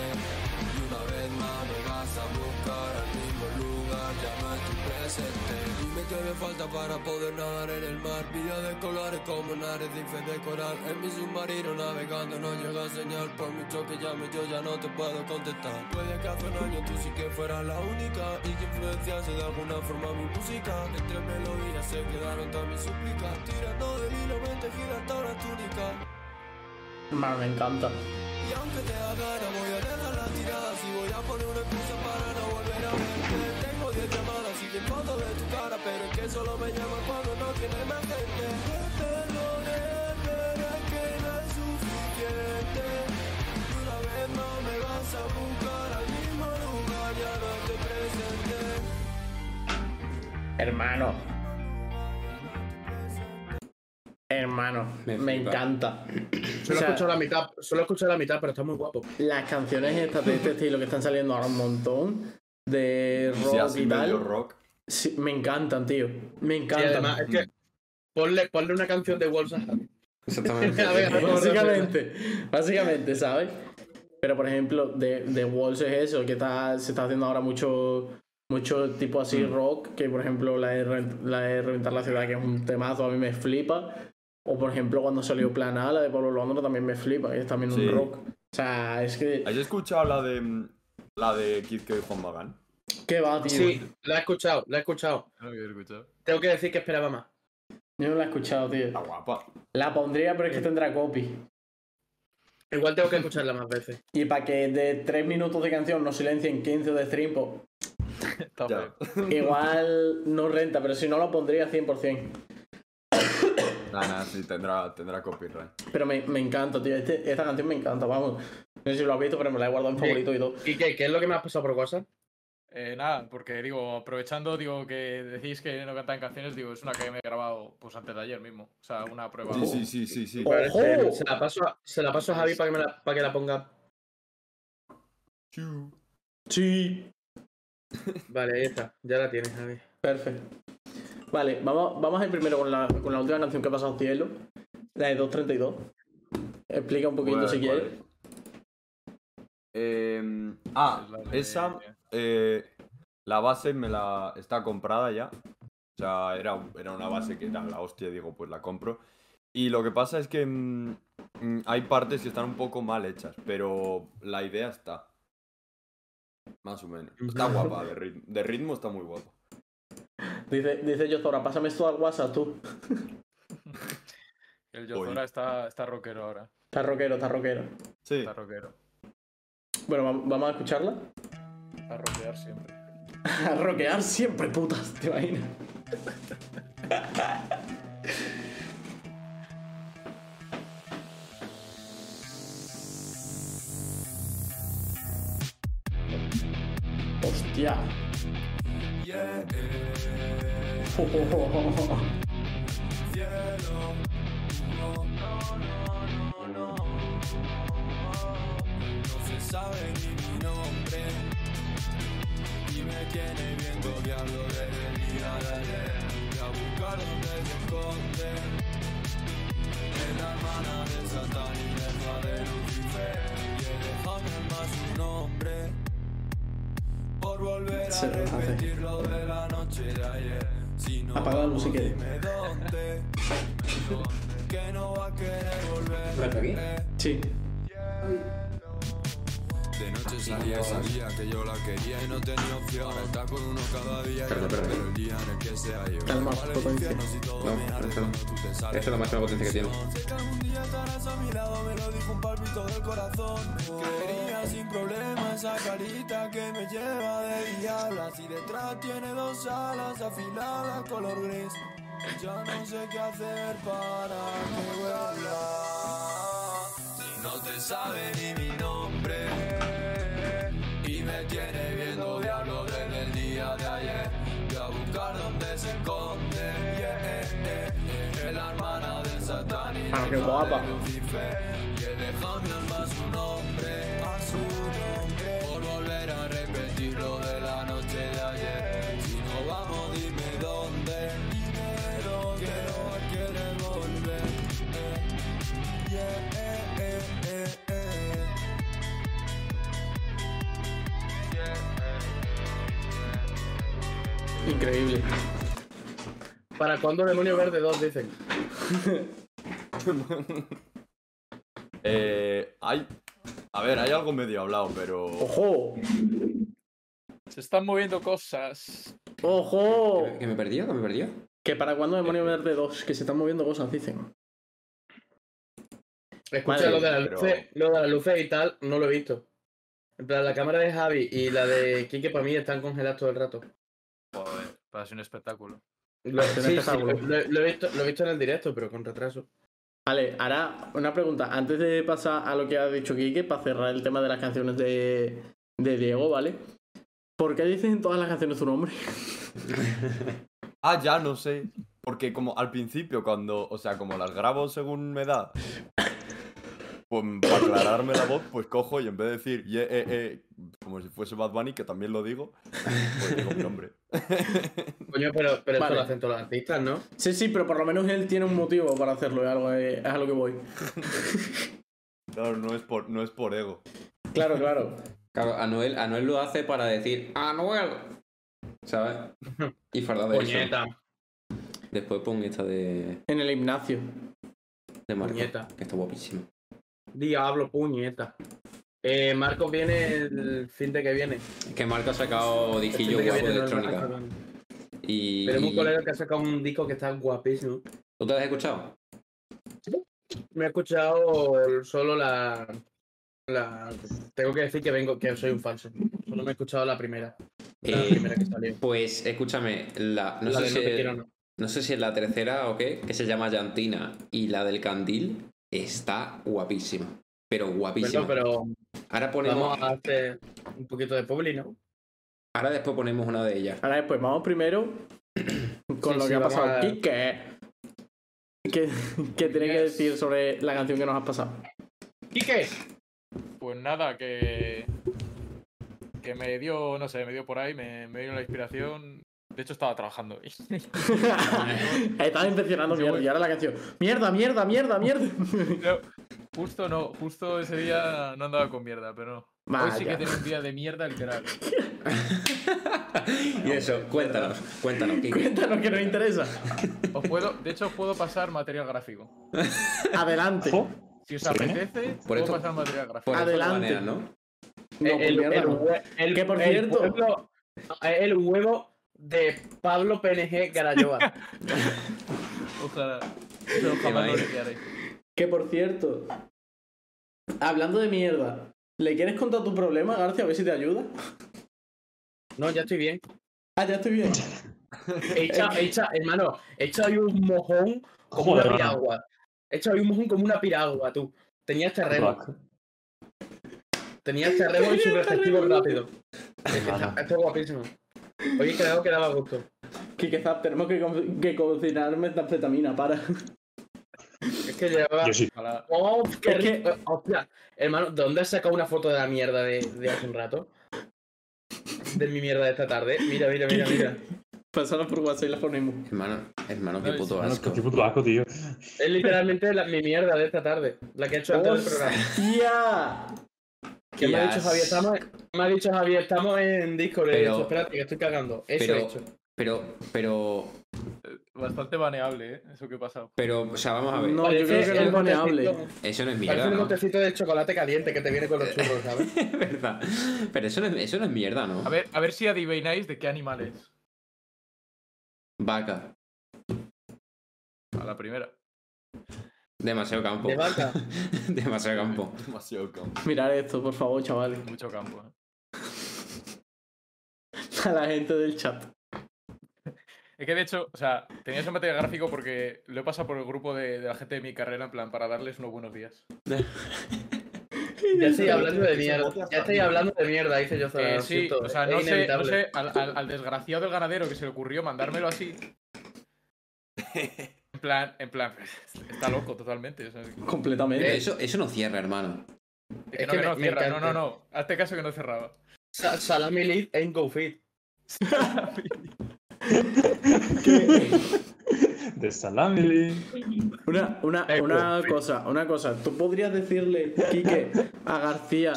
Speaker 1: Y una vez más me vas a buscar al mismo lugar, ya no es tu presente. Dime qué me falta para poder nadar en el mar. Vida de colores como nares de fe de coral. En mi submarino navegando no llega señal. Por mucho que llame, yo ya no te puedo contestar. Puede que hace un año tú sí que fueras la única y que influenciase de alguna forma mi música. Entre melodías se quedaron todas mis súplicas. Tirando del hilo, me tejida hasta una túnica.
Speaker 2: Hermano, me encanta.
Speaker 1: Y aunque te da gana, voy a dejar las tiradas y voy a poner una excusa para no volver a verte. Tengo 10 llamadas y que foto de tu cara, pero es que solo me llama cuando no tienes más gente. Te perdoné, pero es que no es suficiente. Y una vez más me vas a buscar al mismo lugar, ya no te presenté.
Speaker 2: Hermano. Hermano,
Speaker 6: Me
Speaker 2: me,
Speaker 6: flipa.
Speaker 2: encanta.
Speaker 4: Solo
Speaker 2: O sea,
Speaker 4: he escuchado la mitad, solo he escuchado la mitad, pero está muy guapo.
Speaker 2: las canciones estas de este estilo que están saliendo ahora un montón de
Speaker 5: Y si
Speaker 2: rock
Speaker 5: así
Speaker 2: y
Speaker 5: medio
Speaker 2: tal.
Speaker 5: rock.
Speaker 2: sí, me encantan, tío. Me
Speaker 4: Y
Speaker 2: encantan.
Speaker 4: además, es que. Ponle, ponle una canción de Wolves a Javi.
Speaker 6: Exactamente.
Speaker 4: A ver,
Speaker 2: básicamente, básicamente, ¿sabes? Pero por ejemplo, de, de Walls es eso, que está, se está haciendo ahora mucho, mucho tipo así
Speaker 5: Mm.
Speaker 2: rock, que por ejemplo la de, Revent- la de Reventar la Ciudad, que es un temazo, a mí me flipa. O por ejemplo, cuando salió Plan A, la de Pablo Londra también me flipa, que es también
Speaker 5: Sí.
Speaker 2: un rock. O sea, es que.
Speaker 5: ¿Has escuchado la de mm, la de Kid K y Juan Magán?
Speaker 2: ¿Qué va, tío?
Speaker 4: Sí, la he escuchado, la he escuchado.
Speaker 7: No lo había escuchado.
Speaker 4: Tengo que decir que esperaba más.
Speaker 2: Yo no la he escuchado, tío.
Speaker 5: Está guapa.
Speaker 2: La pondría, pero es que tendrá copy.
Speaker 4: Igual tengo que escucharla más veces.
Speaker 2: Y para que de 3 minutos de canción nos silencien 15 de stream, pues,
Speaker 7: Está
Speaker 5: Ya.
Speaker 2: igual no renta, pero si no lo pondría 100%.
Speaker 5: Nah, nah, sí, tendrá, tendrá copyright.
Speaker 2: Pero me, me encanta, tío. Este- esta canción me encanta, vamos. No sé si lo has visto, pero me la he guardado en
Speaker 4: Sí.
Speaker 2: favorito y todo.
Speaker 4: ¿Y qué? ¿Qué es lo que me has pasado por WhatsApp?
Speaker 7: Eh, nada, porque digo, aprovechando, digo que decís que no cantan canciones, digo, es una que me he grabado pues antes de ayer mismo. O sea, una prueba.
Speaker 5: Sí, sí, sí, sí, sí.
Speaker 2: Ojo.
Speaker 4: Parece- Se la paso a, se la paso a Javi para que, me la, para que la ponga.
Speaker 5: Chu.
Speaker 2: Sí.
Speaker 4: Vale, ahí está. Ya la tienes, Javi.
Speaker 2: Perfecto. Vale, vamos, vamos a ir primero con la, con la última canción que ha pasado cielo. La de 232. Explica un poquito
Speaker 5: Bueno,
Speaker 2: si
Speaker 5: ¿cuál
Speaker 2: quieres.
Speaker 5: es? Eh, ah,
Speaker 7: Es la de-
Speaker 5: esa, eh, la base me la está comprada ya. O sea, era, era una base que era la hostia, digo, pues la compro. Y lo que pasa es que mm, mm, hay partes que están un poco mal hechas, pero la idea está. Más o menos. Está guapa, de ritmo, de ritmo está muy guapa.
Speaker 2: Dice, dice Yozora, pásame esto al WhatsApp tú.
Speaker 7: El Yozora está, está rockero ahora.
Speaker 2: Está rockero, está rockero.
Speaker 5: Sí,
Speaker 7: Está rockero.
Speaker 2: Bueno, vam- vamos a escucharla.
Speaker 7: Está rockear siempre.
Speaker 2: A rockear siempre, putas, ¿te imaginas? Hostia.
Speaker 1: Yeah, cielo. No, no, no, no, no. No se sabe ni mi nombre. Y me tiene bien copiado desde mi ayer. Voy a buscar donde se esconde. Es la hermana de Satán y la hija de Lucifer. Y he dejado en más su nombre por volver a
Speaker 2: Se hace.
Speaker 1: repetir lo de la noche de ayer. Si no
Speaker 2: Apaga la
Speaker 1: vamos,
Speaker 2: música.
Speaker 1: Dime dónde, dime dónde, que no va a querer volver.
Speaker 6: ¿Lo aquí?
Speaker 1: eh.
Speaker 2: Sí.
Speaker 1: De noche salía y sabía que yo la quería y no tenía opción. Ahora está con uno cada día y
Speaker 6: Perdón,
Speaker 1: otro,
Speaker 6: perdón.
Speaker 1: pero el día en el que sea yo.
Speaker 2: Calma,
Speaker 1: Igual el
Speaker 2: potencia.
Speaker 1: infierno si todo
Speaker 6: No,
Speaker 1: me arde
Speaker 6: esto no.
Speaker 1: cuando tú te
Speaker 6: Esta
Speaker 1: sales.
Speaker 6: es la máxima potencia que tiene.
Speaker 1: Sé que algún día estarás a mi lado, me lo dijo un palpito del corazón. Creería sin problema esa carita que me lleva de diabla. Si detrás tiene dos alas afiladas color gris, ya no sé qué hacer para que vuelva. Si no te sabe ni mi nombre y me tiene viendo diablo desde el día de ayer. Voy a buscar donde se esconde. yeah, eh, eh, eh, La hermana del satán y
Speaker 2: Ah, qué guapa.
Speaker 1: y he dejado mi alma a su nombre, a su nombre. Por volver a repetir lo de la noche de ayer. Si no vamos, dime dónde. Dime dónde. Que no va a querer volver. eh. Yeah, eh, eh, eh, eh.
Speaker 2: Increíble.
Speaker 4: ¿Para cuándo Demonio Verde 2 dicen?
Speaker 5: eh, hay. A ver, hay algo medio hablado, pero.
Speaker 2: ¡Ojo!
Speaker 7: Se están moviendo cosas.
Speaker 2: ¡Ojo!
Speaker 6: ¿Que me perdió? ¿Que me perdió?
Speaker 2: Que para cuando Demonio Verde 2, que se están moviendo cosas, dicen.
Speaker 4: Escucha
Speaker 2: Madre
Speaker 4: lo de las
Speaker 5: mía,
Speaker 4: luces, lo de las luces y tal, no lo he visto. En plan, la cámara de Javi y la de Kike para mí están congeladas todo el rato.
Speaker 7: Joder, para ser un espectáculo.
Speaker 4: Lo,
Speaker 2: Es un
Speaker 4: sí, sí,
Speaker 2: espectáculo.
Speaker 4: lo- lo- lo he visto, lo he visto en el directo, pero con retraso.
Speaker 2: Vale, ahora una pregunta. Antes de pasar a lo que ha dicho Quique, para cerrar el tema de las canciones de, de Diego, ¿vale? ¿Por qué dicen en todas las canciones su nombre?
Speaker 5: Ah, ya no sé. Porque como al principio, cuando, o sea, como las grabo según me da, pues para aclararme la voz, pues cojo y en vez de decir "Ye, eh, eh", como si fuese Bad Bunny, que también lo digo, pues digo mi nombre.
Speaker 4: Coño, pero, pero
Speaker 2: Vale.
Speaker 4: eso lo hacen todos los artistas, ¿no?
Speaker 2: Sí, sí, pero por lo menos él tiene un motivo para hacerlo, es, algo, eh, es a lo que voy.
Speaker 5: Claro, no es por, no es por ego.
Speaker 2: Claro, claro. Ah,
Speaker 6: Claro, Anuel, Anuel lo hace para decir ¡Anuel! ¿Sabes? Y farda de eso.
Speaker 4: Puñeta,
Speaker 6: Después pon esta de,
Speaker 2: En el gimnasio.
Speaker 6: de Marco.
Speaker 4: puñeta.
Speaker 6: Que está guapísimo.
Speaker 4: Diablo, puñeta. Eh, Marcos viene el fin de que viene.
Speaker 6: Es que Marco ha sacado
Speaker 4: El fin
Speaker 6: disquillo
Speaker 4: de que
Speaker 6: guapo de
Speaker 4: viene no el
Speaker 6: electrónica.
Speaker 4: Marcos.
Speaker 6: Y,
Speaker 4: Tenemos
Speaker 6: y-
Speaker 4: un colega que ha sacado un disco que está guapísimo.
Speaker 6: ¿Tú te las has escuchado?
Speaker 4: Me he escuchado solo la, la. Tengo que decir que vengo, que soy un falso. Solo me he escuchado la primera. La
Speaker 6: Eh,
Speaker 4: primera que salió.
Speaker 6: Pues escúchame, la, no,
Speaker 4: la
Speaker 6: sé
Speaker 4: de no te
Speaker 6: si,
Speaker 4: quiero no.
Speaker 6: no sé si es la tercera o qué, que se llama Llantina, y la del Candil está guapísima. Pero guapísima.
Speaker 4: Bueno, pero
Speaker 6: Ahora ponemos.
Speaker 4: vamos a hacer un poquito de publi, ¿no?
Speaker 6: Ahora después ponemos una de ellas.
Speaker 2: Ahora después, pues vamos primero con
Speaker 4: Sí,
Speaker 2: lo
Speaker 4: sí,
Speaker 2: que ha
Speaker 4: vamos
Speaker 2: pasado.
Speaker 4: a-
Speaker 2: Quique, ¿qué, qué tienes que decir sobre la canción que nos has pasado?
Speaker 4: ¡Quique!
Speaker 7: Pues nada, que. Que me dio, no sé, me dio por ahí, me, me dio la inspiración. De hecho, estaba trabajando.
Speaker 2: Estaba impresionando mierda y ahora la canción. Mierda, mierda, mierda, mierda.
Speaker 7: No, justo no, justo ese día no andaba con mierda, pero no. Hoy sí
Speaker 2: Vaya.
Speaker 7: que tengo un día de mierda literal.
Speaker 6: y eso, cuéntanos, cuéntanos, Kike.
Speaker 2: Cuéntanos que nos interesa.
Speaker 7: Os puedo, de hecho, os puedo pasar material gráfico.
Speaker 2: Adelante.
Speaker 3: Jo.
Speaker 7: Si os apetece,
Speaker 6: Por
Speaker 7: puedo
Speaker 6: esto-
Speaker 7: pasar material gráfico.
Speaker 6: Por eso lo
Speaker 2: Adelante.
Speaker 6: banean, ¿no?
Speaker 2: No,
Speaker 4: Eh, el,
Speaker 2: pues
Speaker 4: el-
Speaker 2: mierda,
Speaker 4: el
Speaker 2: no.
Speaker 4: hue- el-
Speaker 2: Que, por
Speaker 4: el
Speaker 2: cierto-
Speaker 4: pueblo- el huevo de Pablo PNG Garayoa.
Speaker 7: Ojalá. Pero jamás lo
Speaker 6: vaina.
Speaker 7: olvidaré.
Speaker 2: Que por cierto, hablando de mierda, ¿le quieres contar tu problema, García? A ver si te ayuda.
Speaker 4: No, ya estoy bien.
Speaker 2: Ah, ya estoy bien.
Speaker 4: He echado, he echado- hermano, he echado ahí un mojón como
Speaker 3: Joder,
Speaker 4: una
Speaker 3: hermano.
Speaker 4: piragua. He echado ahí un mojón como una piragua, tú. este Tenías terreno.
Speaker 3: Rock.
Speaker 4: Tenías terreno y su respectivo rápido.
Speaker 3: Hermano.
Speaker 4: Esto es guapísimo. Oye, creo que daba gusto.
Speaker 2: Quique Zap, tenemos que, co- que cocinar metanfetamina, para.
Speaker 4: Es que llevaba.
Speaker 3: Yo sí.
Speaker 7: Ojalá.
Speaker 4: ¡Oh, qué
Speaker 2: Es que-
Speaker 4: rico! Hostia, hermano, ¿de dónde has sacado una foto de la mierda de, de hace un rato? De mi mierda de esta tarde. Mira, mira, mira, mira.
Speaker 2: Pasarla por WhatsApp y la ponemos.
Speaker 6: Hermano, hermano, qué
Speaker 7: No,
Speaker 6: puto
Speaker 3: Hermano,
Speaker 6: asco.
Speaker 3: Qué puto asco, tío.
Speaker 4: Es literalmente la- mi mierda de esta tarde. La que he hecho antes del programa.
Speaker 2: ¡Tía!
Speaker 4: ¿Qué me ha dicho
Speaker 6: Yes.
Speaker 4: Javier? Estamos, me ha dicho Javier, estamos en Discord. Le he
Speaker 6: Pero-
Speaker 4: dicho, espérate, que estoy cagando. Eso
Speaker 6: pero-
Speaker 4: he hecho.
Speaker 6: Pero, pero,
Speaker 7: Bastante baneable, ¿eh? Eso que ha pasado.
Speaker 6: pero, o sea, vamos a ver.
Speaker 2: No, yo creo que no es baneable.
Speaker 4: botecito-
Speaker 6: Eso no
Speaker 4: Parece
Speaker 6: es mierda,
Speaker 4: un
Speaker 6: ¿no?
Speaker 4: botecito de chocolate caliente que te viene con los churros, ¿sabes?
Speaker 6: Es verdad. Pero eso no es, eso no es mierda, ¿no?
Speaker 7: A ver, a ver si adivináis de qué animal es.
Speaker 6: Vaca.
Speaker 7: A la primera.
Speaker 6: Demasiado campo.
Speaker 4: De vaca. Eh.
Speaker 6: Demasiado campo.
Speaker 5: Demasiado campo.
Speaker 2: Mirad esto, por favor, chavales.
Speaker 7: Mucho campo. ¿eh?
Speaker 2: A la gente del chat.
Speaker 7: Es que de hecho, o sea, tenía ese material gráfico porque lo he pasado por el grupo de, de la gente de mi carrera, en plan, para darles unos buenos días.
Speaker 4: Ya estoy hablando de mierda. Ya estoy hablando de mierda, dice yo.
Speaker 7: Eh,
Speaker 4: lo
Speaker 7: sí,
Speaker 4: siento,
Speaker 7: o sea,
Speaker 4: es
Speaker 7: no sé, no
Speaker 4: inevitable.
Speaker 7: sé al, al- al desgraciado del ganadero que se le ocurrió mandármelo así. En plan, en plan, pues, está loco totalmente. o sea, que-
Speaker 6: Pero
Speaker 2: Completamente.
Speaker 6: eso, eso no cierra, hermano.
Speaker 7: que
Speaker 4: Es
Speaker 7: no, que
Speaker 4: que me-
Speaker 7: no
Speaker 4: me
Speaker 7: cierra, no, no,
Speaker 4: encanta.
Speaker 7: no. Hazte caso que no cerraba.
Speaker 4: Sa- Salami Lead en GoFit.
Speaker 3: De salami.
Speaker 2: Una, una,
Speaker 4: Eh,
Speaker 2: una
Speaker 4: pues, sí.
Speaker 2: cosa, una cosa. Tú podrías decirle, Quique, a García,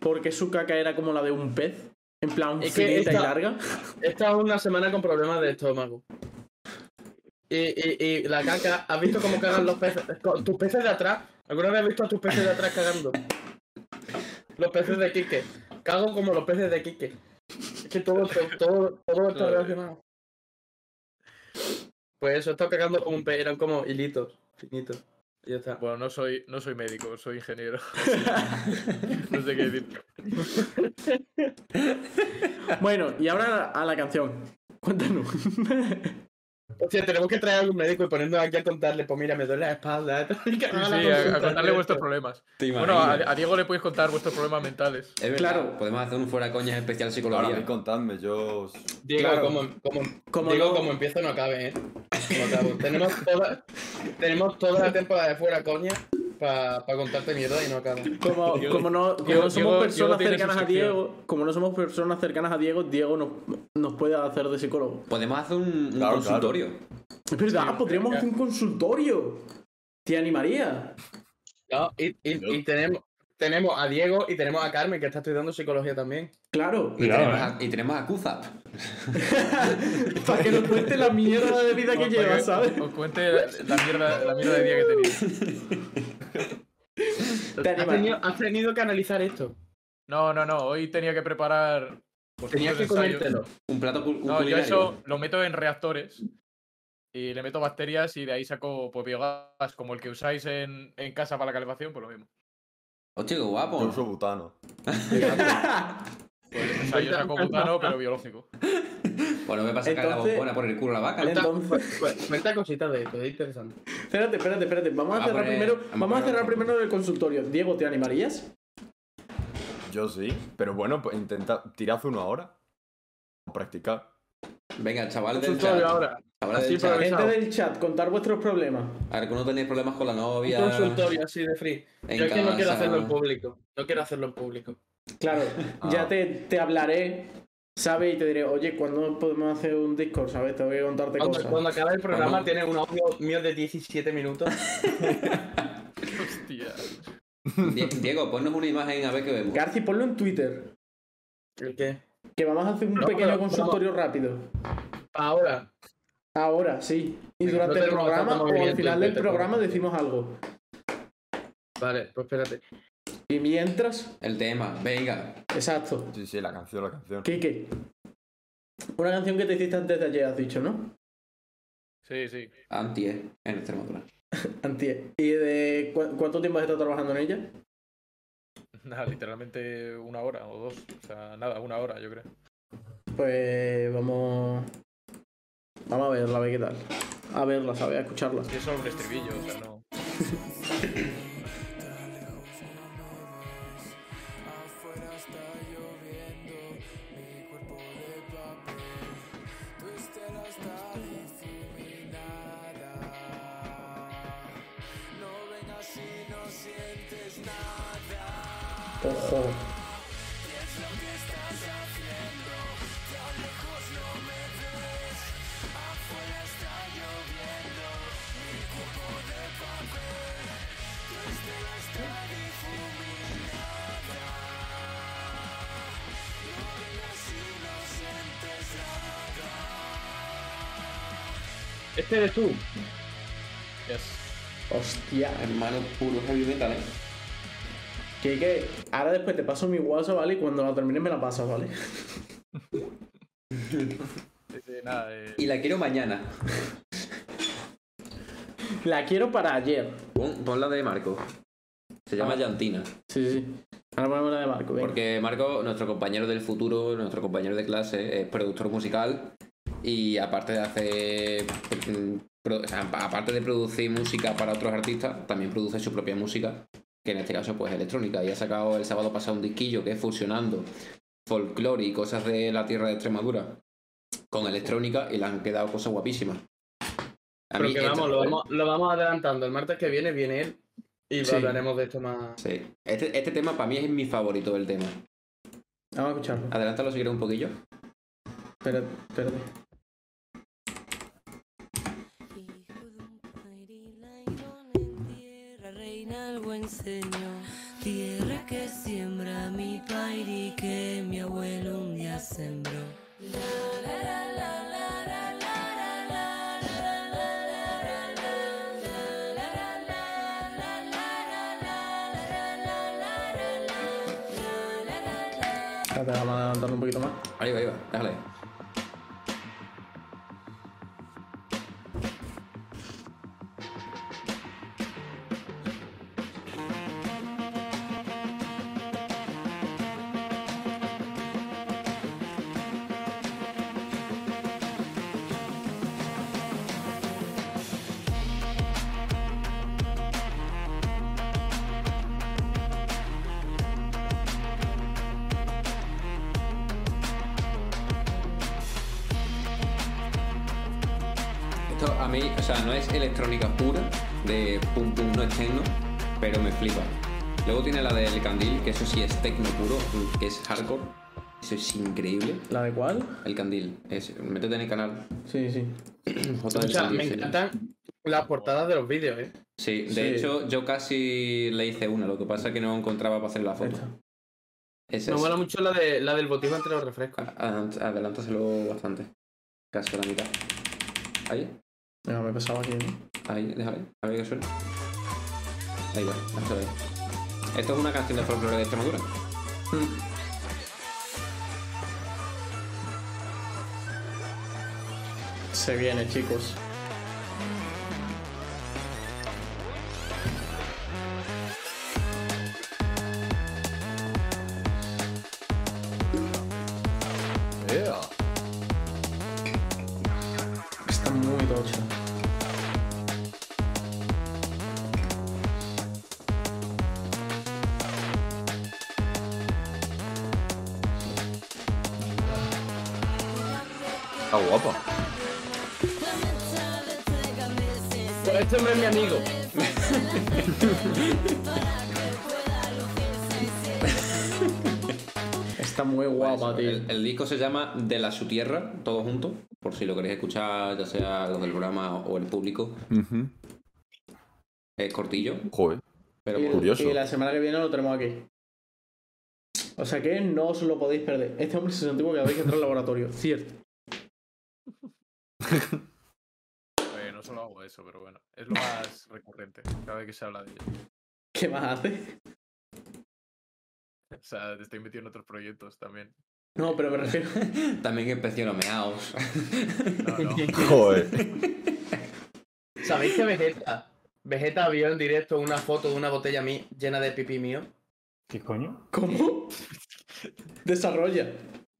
Speaker 2: por qué su caca era como la de un pez. En plan,
Speaker 4: Es que
Speaker 2: finita y
Speaker 4: esta-
Speaker 2: larga.
Speaker 4: He estado una semana con problemas de estómago. Y, y, y la caca, ¿has visto cómo cagan los peces? Co- Tus peces de atrás. ¿Alguna vez has visto a tus peces de atrás cagando? Los peces de Quique. Cago como los peces de Quique. Es que todo, todo, todo, todo está relacionado. Pues eso, he estado cagando como un pez. Eran como hilitos, finitos. Y ya está.
Speaker 7: Bueno, no soy, no soy médico, soy ingeniero. no sé qué decir.
Speaker 2: Bueno, y ahora a la canción. Cuéntanos.
Speaker 4: O sea, tenemos que traer a algún médico y ponernos aquí a contarle, pues mira, me duele la espalda. sí,
Speaker 7: Sí, sí, a, a contarle vuestros problemas. Bueno, a, a Diego le podéis contar vuestros problemas mentales.
Speaker 6: Es verdad,
Speaker 2: Claro.
Speaker 6: Podemos hacer un fuera coñas especial
Speaker 5: Ahora
Speaker 6: psicología.
Speaker 5: me contadme, yo.
Speaker 4: Digo,
Speaker 2: Claro.
Speaker 4: como, como,
Speaker 2: Como
Speaker 4: digo,
Speaker 2: no-
Speaker 4: como empiezo no cabe, ¿eh? No acabo. tenemos, toda, tenemos toda la temporada de fuera, coña, para contarte mierda y no acaba.
Speaker 2: Como,
Speaker 7: Diego-
Speaker 2: como no, como
Speaker 7: Diego-
Speaker 2: no somos
Speaker 7: Diego- Diego
Speaker 2: personas
Speaker 7: tiene
Speaker 2: cercanas a
Speaker 7: suscripción.
Speaker 2: Diego, como no somos personas cercanas a Diego, Diego nos, nos puede hacer de psicólogo.
Speaker 6: Podemos hacer un, un
Speaker 5: Claro,
Speaker 6: consultorio.
Speaker 2: Es verdad,
Speaker 7: Sí,
Speaker 2: podríamos
Speaker 7: venga.
Speaker 2: hacer un consultorio. ¿Te animaría?
Speaker 4: No, y, y, y tenemos, tenemos a Diego y tenemos a Carmen, que está estudiando psicología también.
Speaker 2: Claro.
Speaker 6: Y,
Speaker 3: Cuidado,
Speaker 6: tenemos a, y tenemos a Kuzap.
Speaker 2: Para que nos cuente la mierda de vida que
Speaker 7: Os- para
Speaker 2: lleva,
Speaker 7: que
Speaker 2: ¿sabes?
Speaker 7: Os cuente la mierda, la mierda de día que tenéis.
Speaker 2: Te
Speaker 4: Has
Speaker 2: animaría.
Speaker 4: tenido, has tenido que analizar esto.
Speaker 7: No, no, no. Hoy tenía que preparar. pues,
Speaker 4: Tenías
Speaker 7: muchos
Speaker 4: que
Speaker 7: ensayos.
Speaker 4: comértelo.
Speaker 6: Un plato cul- un
Speaker 7: No, yo
Speaker 6: culinario.
Speaker 7: eso lo meto en reactores y le meto bacterias y de ahí saco pues, biogás, como el que usáis en, en casa para la calefacción, pues lo mismo.
Speaker 6: Hostia, qué guapo.
Speaker 5: Yo uso butano.
Speaker 7: Pues, o sea, yo saco butano, pero biológico.
Speaker 6: Bueno, me pasa sacar la
Speaker 2: Entonces-
Speaker 6: bombona por el culo a la vaca. ¿no?
Speaker 2: Entonces,
Speaker 4: Cuenta cositas de esto, es interesante.
Speaker 2: espérate, espérate, espérate. Vamos
Speaker 6: Ah,
Speaker 2: a cerrar
Speaker 6: pues,
Speaker 2: primero,
Speaker 6: vamos
Speaker 2: vamos a
Speaker 6: a
Speaker 2: cerrar
Speaker 6: ver.
Speaker 2: primero el consultorio. Diego, ¿te animarías?
Speaker 5: Yo sí, pero bueno, pues intenta. Tirad uno ahora. Practicar.
Speaker 6: Venga, chaval del chat.
Speaker 4: Consultorio ahora.
Speaker 6: Chaval
Speaker 4: Así
Speaker 6: del chat.
Speaker 4: para
Speaker 2: Gente
Speaker 4: Avisado.
Speaker 2: del chat, contar vuestros problemas.
Speaker 6: Algunos tenéis problemas con la
Speaker 4: Un
Speaker 6: novia.
Speaker 4: consultorio así de free.
Speaker 6: en
Speaker 4: Yo es que no quiero
Speaker 6: casa.
Speaker 4: hacerlo en público. No quiero hacerlo en público.
Speaker 2: Claro,
Speaker 5: Ah.
Speaker 2: ya te, te hablaré, ¿sabes? Y te diré, oye, ¿cuándo podemos hacer un Discord? ¿Sabes? Tengo que contarte
Speaker 4: Cuando,
Speaker 2: cosas.
Speaker 4: cuando acabe el programa
Speaker 6: Cuando-
Speaker 4: tiene un audio mío de 17 minutos.
Speaker 7: Hostia.
Speaker 6: Die- Diego, ponnos una imagen a ver qué vemos.
Speaker 2: Garci, ponlo en Twitter,
Speaker 4: ¿El qué?
Speaker 2: que vamos a hacer un
Speaker 4: No,
Speaker 2: pequeño
Speaker 4: pero-
Speaker 2: consultorio rápido.
Speaker 4: Ahora.
Speaker 2: Ahora, sí. Y
Speaker 4: Venga,
Speaker 2: durante
Speaker 4: no
Speaker 2: el
Speaker 4: tenemos
Speaker 2: programa
Speaker 4: tanto
Speaker 2: o al
Speaker 4: movimiento
Speaker 2: final
Speaker 4: en
Speaker 2: del
Speaker 4: Twitter,
Speaker 2: programa
Speaker 4: pero-
Speaker 2: decimos algo.
Speaker 4: Vale, pues espérate.
Speaker 2: Y mientras,
Speaker 6: El tema, venga.
Speaker 2: exacto.
Speaker 5: Sí, sí, la canción, la canción.
Speaker 2: Kike, una canción que te hiciste antes de ayer, has dicho, ¿no?
Speaker 7: Sí, sí.
Speaker 6: Anti eh, en Extremadura.
Speaker 2: Antier. ¿Y de cu- cuánto tiempo has estado trabajando en ella?
Speaker 7: Nada, literalmente una hora o dos. O sea, nada, una hora, yo creo.
Speaker 2: Pues vamos. Vamos a verla, a ver qué tal. A verla, ¿sabes? A escucharla.
Speaker 7: Y es solo un estribillo, o sea, no.
Speaker 1: Afuera está lloviendo, mi cuerpo de papel, tu estela está difuminada. No vengas si no sientes nada.
Speaker 2: Ojo.
Speaker 4: Este eres tú.
Speaker 7: Yes.
Speaker 2: Hostia.
Speaker 6: Hermano puro heavy metal, ¿eh?
Speaker 2: Kike, ahora después te paso mi WhatsApp, ¿vale? Y cuando la termine me la pasas, ¿vale?
Speaker 7: Sí, sí, nada, eh,
Speaker 6: Y la quiero mañana.
Speaker 2: La quiero para ayer.
Speaker 6: Pon, pon la de Marco. Se
Speaker 4: Ah.
Speaker 6: llama Llantina.
Speaker 2: Sí, sí. Ahora ponemos la de Marco, venga.
Speaker 6: Porque Marco, nuestro compañero del futuro, nuestro compañero de clase, es productor musical y aparte de hacer. mm, pro- o sea, aparte de producir música para otros artistas, también produce su propia música, que en este caso pues electrónica. Y ha sacado el sábado pasado un disquillo que es fusionando folclore y cosas de la tierra de Extremadura con electrónica y le han quedado cosas guapísimas. A este
Speaker 4: Pero que
Speaker 6: esto-
Speaker 4: vamos lo, vamos, lo vamos adelantando. El martes que viene viene él y
Speaker 2: Sí.
Speaker 4: hablaremos de esto más.
Speaker 6: Sí. Este, este tema para mí es mi favorito del tema.
Speaker 2: Vamos a escucharlo.
Speaker 6: Adelántalo si quieres un poquillo.
Speaker 2: Espérate, espérate.
Speaker 9: Hijo de un parilairón en tierra, reina el buen señor. Tierra que siembra mi pairi que mi abuelo un día sembró. La, la, la, la, la, la, la, la, la, la, la, la, la, la, la.
Speaker 2: Espérate, vamos a adelantarlo un poquito más.
Speaker 6: Ahí va, ahí va, déjale. Esto a mí, o sea, no es electrónica pura, de pum pum no es techno, pero me flipa. Luego tiene la del candil, que eso sí es techno puro, que es hardcore. Eso es increíble.
Speaker 2: ¿La de cuál?
Speaker 6: El candil, es, métete en el canal.
Speaker 2: Sí, sí.
Speaker 6: J
Speaker 4: O
Speaker 6: del
Speaker 4: sea,
Speaker 6: Candil,
Speaker 4: me
Speaker 6: sí.
Speaker 4: encantan las portadas de los vídeos, ¿eh?
Speaker 6: Sí, de
Speaker 2: Sí.
Speaker 6: hecho, yo casi le hice una, lo que pasa es que no encontraba para hacer la foto.
Speaker 2: Esta.
Speaker 6: Esa
Speaker 4: Me
Speaker 6: es.
Speaker 4: mola mucho la, de, la del botijo entre los refrescos.
Speaker 6: Adelant- Adelántaselo bastante. Casi a la mitad. Ahí.
Speaker 2: Venga, me he pasado aquí, ¿no?
Speaker 6: Ahí, déjale, a ver qué suena. Ahí va, vamos a ver. Esto es una canción de folclore de Extremadura.
Speaker 2: Se viene, chicos.
Speaker 5: Yeah.
Speaker 2: Está muy tocho.
Speaker 5: Está guapa.
Speaker 4: Pues este hombre es mi amigo.
Speaker 2: Está muy guapa, tío.
Speaker 6: Pues, El, el disco se llama De la su tierra, todo junto, por si lo queréis escuchar, ya sea los del programa o el público. Es cortillo,
Speaker 5: Joder.
Speaker 6: pero
Speaker 2: Y-
Speaker 6: bueno.
Speaker 5: curioso.
Speaker 2: Y la semana que viene lo tenemos aquí. O sea que no os lo podéis perder. Este hombre se sentó cada vez que entra al laboratorio. Cierto.
Speaker 7: Eh, no solo hago eso, pero bueno. Es lo más recurrente cada vez que se habla de ello.
Speaker 2: ¿Qué más hace?
Speaker 7: O sea, te estoy metido en otros proyectos también.
Speaker 2: No, pero me refiero.
Speaker 6: También inspecciono meaos.
Speaker 7: No, no.
Speaker 5: Joder.
Speaker 4: ¿Sabéis que Vegeta? Vegeta vio en directo una foto de una botella mí llena de pipí mío.
Speaker 3: ¿Qué coño?
Speaker 2: ¿Cómo? Desarrolla.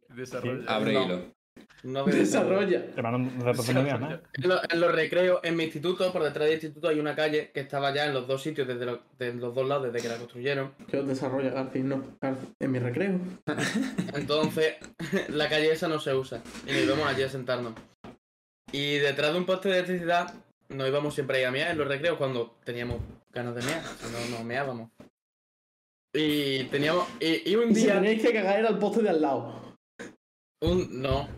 Speaker 7: Desarrolla.
Speaker 6: Abre
Speaker 4: No.
Speaker 6: hilo.
Speaker 4: No veo
Speaker 2: Desarrolla.
Speaker 3: Hermano, de repente no veas nada.
Speaker 4: En, lo- en los recreos, en mi instituto, por detrás del instituto hay una calle que estaba ya en los dos sitios, desde lo- de los dos lados, desde que la construyeron.
Speaker 2: Yo desarrolla, Garci, no. Garci, en mi recreo.
Speaker 4: Entonces, la calle esa no se usa. Y nos íbamos allí a sentarnos. Y detrás de un poste de electricidad nos íbamos siempre ahí a mear en los recreos cuando teníamos ganas de mear. Si no, nos meábamos. Y teníamos. Y, y un
Speaker 2: Y si
Speaker 4: día.
Speaker 2: tenéis que cagar era el poste de al lado.
Speaker 4: Un, no.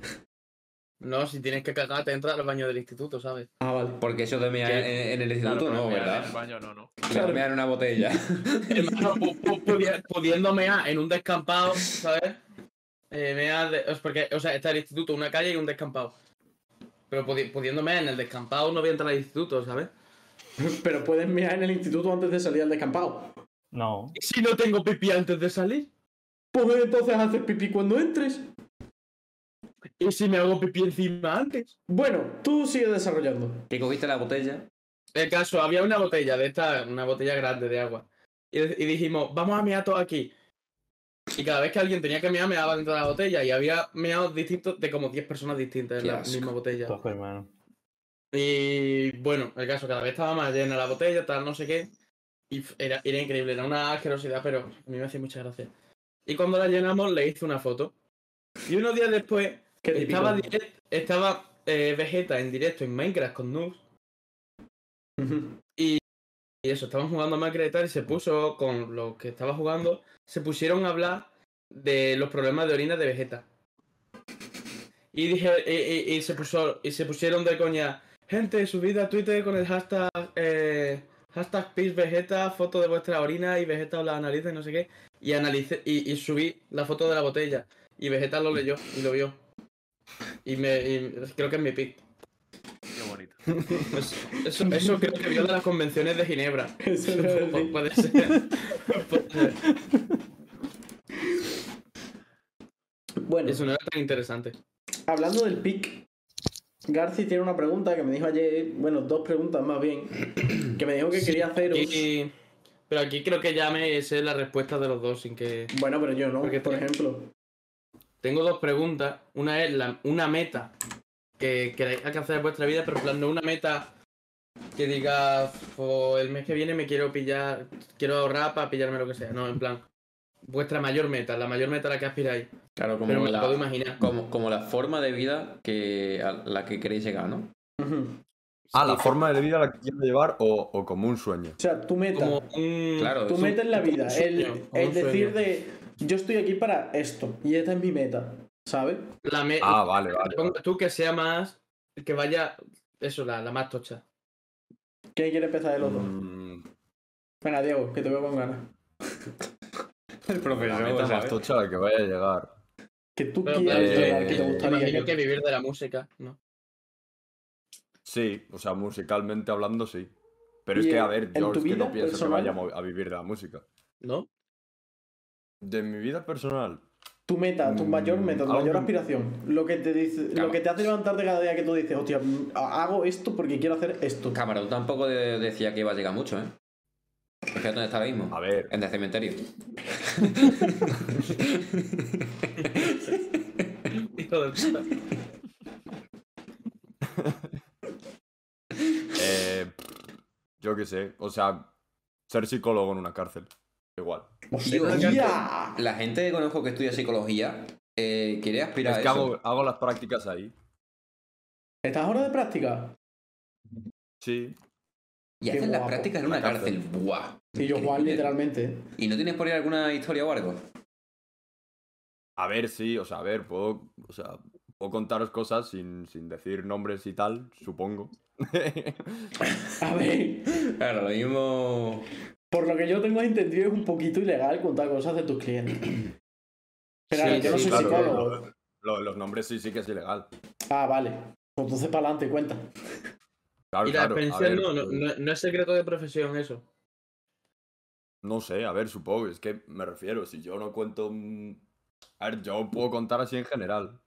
Speaker 4: No, si tienes que cagar, te entras al baño del instituto, ¿sabes?
Speaker 2: Ah, vale.
Speaker 6: Porque eso de mear en, en el
Speaker 7: Claro,
Speaker 6: instituto
Speaker 7: pero
Speaker 6: no,
Speaker 7: mear en
Speaker 6: ¿verdad?
Speaker 7: el baño no, no.
Speaker 6: Mear- Mear en una botella.
Speaker 4: Hermano, pu- pu- pudi- pudiendo mear en un descampado, ¿sabes? Eh, mear de- es porque, o sea, está el instituto, una calle y un descampado. Pero pudi- pudiendo mear en el descampado no voy a entrar al instituto, ¿sabes?
Speaker 2: Pero puedes mirar en el instituto antes de salir al descampado.
Speaker 3: No.
Speaker 4: ¿Y si no tengo pipí antes de salir?
Speaker 2: Pues entonces haces pipí cuando entres.
Speaker 4: ¿Y si me hago pipí encima antes?
Speaker 2: Bueno, tú sigue desarrollando.
Speaker 6: Que cogiste la botella.
Speaker 4: El caso, había una botella de esta, una botella grande de agua. Y, y dijimos, vamos a mear todos aquí. Y cada vez que alguien tenía que mear, meaba dentro de la botella. Y había meados distintos de como 10 personas distintas en
Speaker 6: Qué
Speaker 4: la
Speaker 6: asco.
Speaker 4: misma botella.
Speaker 3: Toco, hermano.
Speaker 4: Y bueno, el caso cada vez estaba más llena la botella, tal, no sé qué. Y f- era, era increíble, era una asquerosidad, pero a mí me hacía mucha gracia. Y cuando la llenamos, le hice una foto. Y unos días después,
Speaker 2: Qué típico.
Speaker 4: estaba, direct- estaba eh, Vegeta en directo en Minecraft con Noobs.
Speaker 2: Ujú.
Speaker 4: Y eso, estaban jugando a Minecraft y tal, y se puso con lo que estaba jugando, se pusieron a hablar de los problemas de orina de Vegeta. Y dije, y, y- y se puso, y se pusieron de coña, gente, subid a Twitter con el hashtag eh, hashtag Peace Vegeta, foto de vuestra orina y Vegeta os la analiza y no sé qué. Y analicé, y, y subí la foto de la botella. Y Vegeta lo leyó y lo vio. Y me y creo que es mi pick.
Speaker 7: Qué bonito.
Speaker 4: Eso, eso, eso creo que vio de las convenciones de Ginebra.
Speaker 2: Eso lo iba a decir.
Speaker 4: Puede ser. Puede ser.
Speaker 2: Bueno,
Speaker 4: Eso no era tan interesante.
Speaker 2: hablando del pick, Garci tiene una pregunta que me dijo ayer, bueno, dos preguntas más bien, que me dijo que quería haceros.
Speaker 4: Y- pero aquí creo que ya me sé la respuesta de los dos sin que...
Speaker 2: Bueno, pero yo no,
Speaker 4: Porque
Speaker 2: por
Speaker 4: te-
Speaker 2: ejemplo.
Speaker 4: Tengo dos preguntas. Una es la, una meta que queráis alcanzar en vuestra vida, pero en plan no una meta que diga "Jo, el mes que viene me quiero pillar, quiero ahorrar para pillarme lo que sea. No, en plan, vuestra mayor meta, la mayor meta a la que aspiráis.
Speaker 6: Claro, como,
Speaker 4: Pero me la puedo
Speaker 6: la,
Speaker 4: imaginar.
Speaker 6: como, como la forma de vida que, a la que queréis llegar, ¿no?
Speaker 2: Ujú.
Speaker 5: Ah, la forma de vida la que quiero llevar o, o como un sueño.
Speaker 2: O sea, tu meta,
Speaker 4: Como
Speaker 7: Mm.
Speaker 4: un...
Speaker 6: Claro,
Speaker 2: tu
Speaker 6: es un-
Speaker 2: meta en la vida,
Speaker 4: un
Speaker 2: el,
Speaker 4: sueño,
Speaker 2: el
Speaker 4: un
Speaker 2: decir
Speaker 4: sueño.
Speaker 2: de yo estoy aquí para esto y esta es mi meta, ¿sabes?
Speaker 4: La me-
Speaker 5: Ah, vale, vale. vale.
Speaker 4: Ponga tú que sea más. Que vaya. Eso, la, la más tocha.
Speaker 2: ¿Quién quiere empezar de los dos?
Speaker 5: Mm,
Speaker 2: Venga, Diego, que te veo con ganas.
Speaker 6: El
Speaker 5: la meta más tocha a la que vaya a llegar.
Speaker 2: Que tú
Speaker 4: Pero,
Speaker 2: quieras
Speaker 5: claro,
Speaker 2: llegar, que te
Speaker 5: eh,
Speaker 2: gustaría. que-
Speaker 4: Imagino que vivir de la música, ¿no?
Speaker 5: Sí, o sea, musicalmente hablando, sí. Pero es
Speaker 2: ¿Y
Speaker 5: que, a
Speaker 2: en-
Speaker 5: ver,
Speaker 2: en
Speaker 5: yo
Speaker 2: tu
Speaker 5: es que
Speaker 2: vida
Speaker 5: no pienso que
Speaker 2: personal?
Speaker 5: vaya a mo- a vivir de la música.
Speaker 4: ¿No?
Speaker 5: De mi vida personal.
Speaker 2: Tu meta, tu mayor meta, tu
Speaker 5: aún-
Speaker 2: mayor aspiración. Lo que te dice, lo
Speaker 6: Claro.
Speaker 2: que te hace levantarte cada día que tú dices, hostia, mm, ha- hago esto porque quiero hacer esto.
Speaker 6: Camarón tampoco de- decía que iba a llegar mucho, ¿eh? Fíjate dónde está ahora mismo.
Speaker 5: A ver.
Speaker 6: En el cementerio.
Speaker 4: Hijo de puta.
Speaker 5: Eh, yo qué sé. O sea, ser psicólogo en una cárcel. Igual.
Speaker 2: ¡Hostia!
Speaker 6: La gente que conozco que estudia psicología eh, quiere aspirar
Speaker 5: Es
Speaker 6: a
Speaker 5: que
Speaker 6: eso.
Speaker 5: hago, hago las prácticas ahí.
Speaker 2: ¿Estás ahora de práctica?
Speaker 5: Sí.
Speaker 6: Y
Speaker 2: Qué
Speaker 6: hacen las
Speaker 2: guapo.
Speaker 6: prácticas en una
Speaker 5: La cárcel.
Speaker 6: cárcel. Buah.
Speaker 2: Y yo, Juan,
Speaker 6: Increíble.
Speaker 2: literalmente.
Speaker 6: ¿Y no tienes por ahí alguna historia o algo?
Speaker 5: A ver, sí. O sea, a ver, puedo, o sea, puedo contaros cosas sin, sin decir nombres y tal, supongo.
Speaker 2: A ver,
Speaker 6: Claro, lo mismo.
Speaker 2: por lo que yo tengo entendido, es un poquito ilegal contar cosas de tus clientes. Pero ahora,
Speaker 6: Sí,
Speaker 2: yo no
Speaker 6: sí,
Speaker 2: soy
Speaker 5: claro,
Speaker 2: psicólogo.
Speaker 5: lo- lo- los nombres sí, sí que es ilegal.
Speaker 2: Ah, vale. Pues Entonces, para adelante, cuenta.
Speaker 5: Claro,
Speaker 4: Y la
Speaker 5: Ah, claro, a
Speaker 4: pensión
Speaker 5: ver, mm.
Speaker 4: no, no, no, no es secreto de profesión eso.
Speaker 5: No sé, a ver, supongo, es que me refiero, si yo no cuento... un- A ver, yo puedo contar así en general.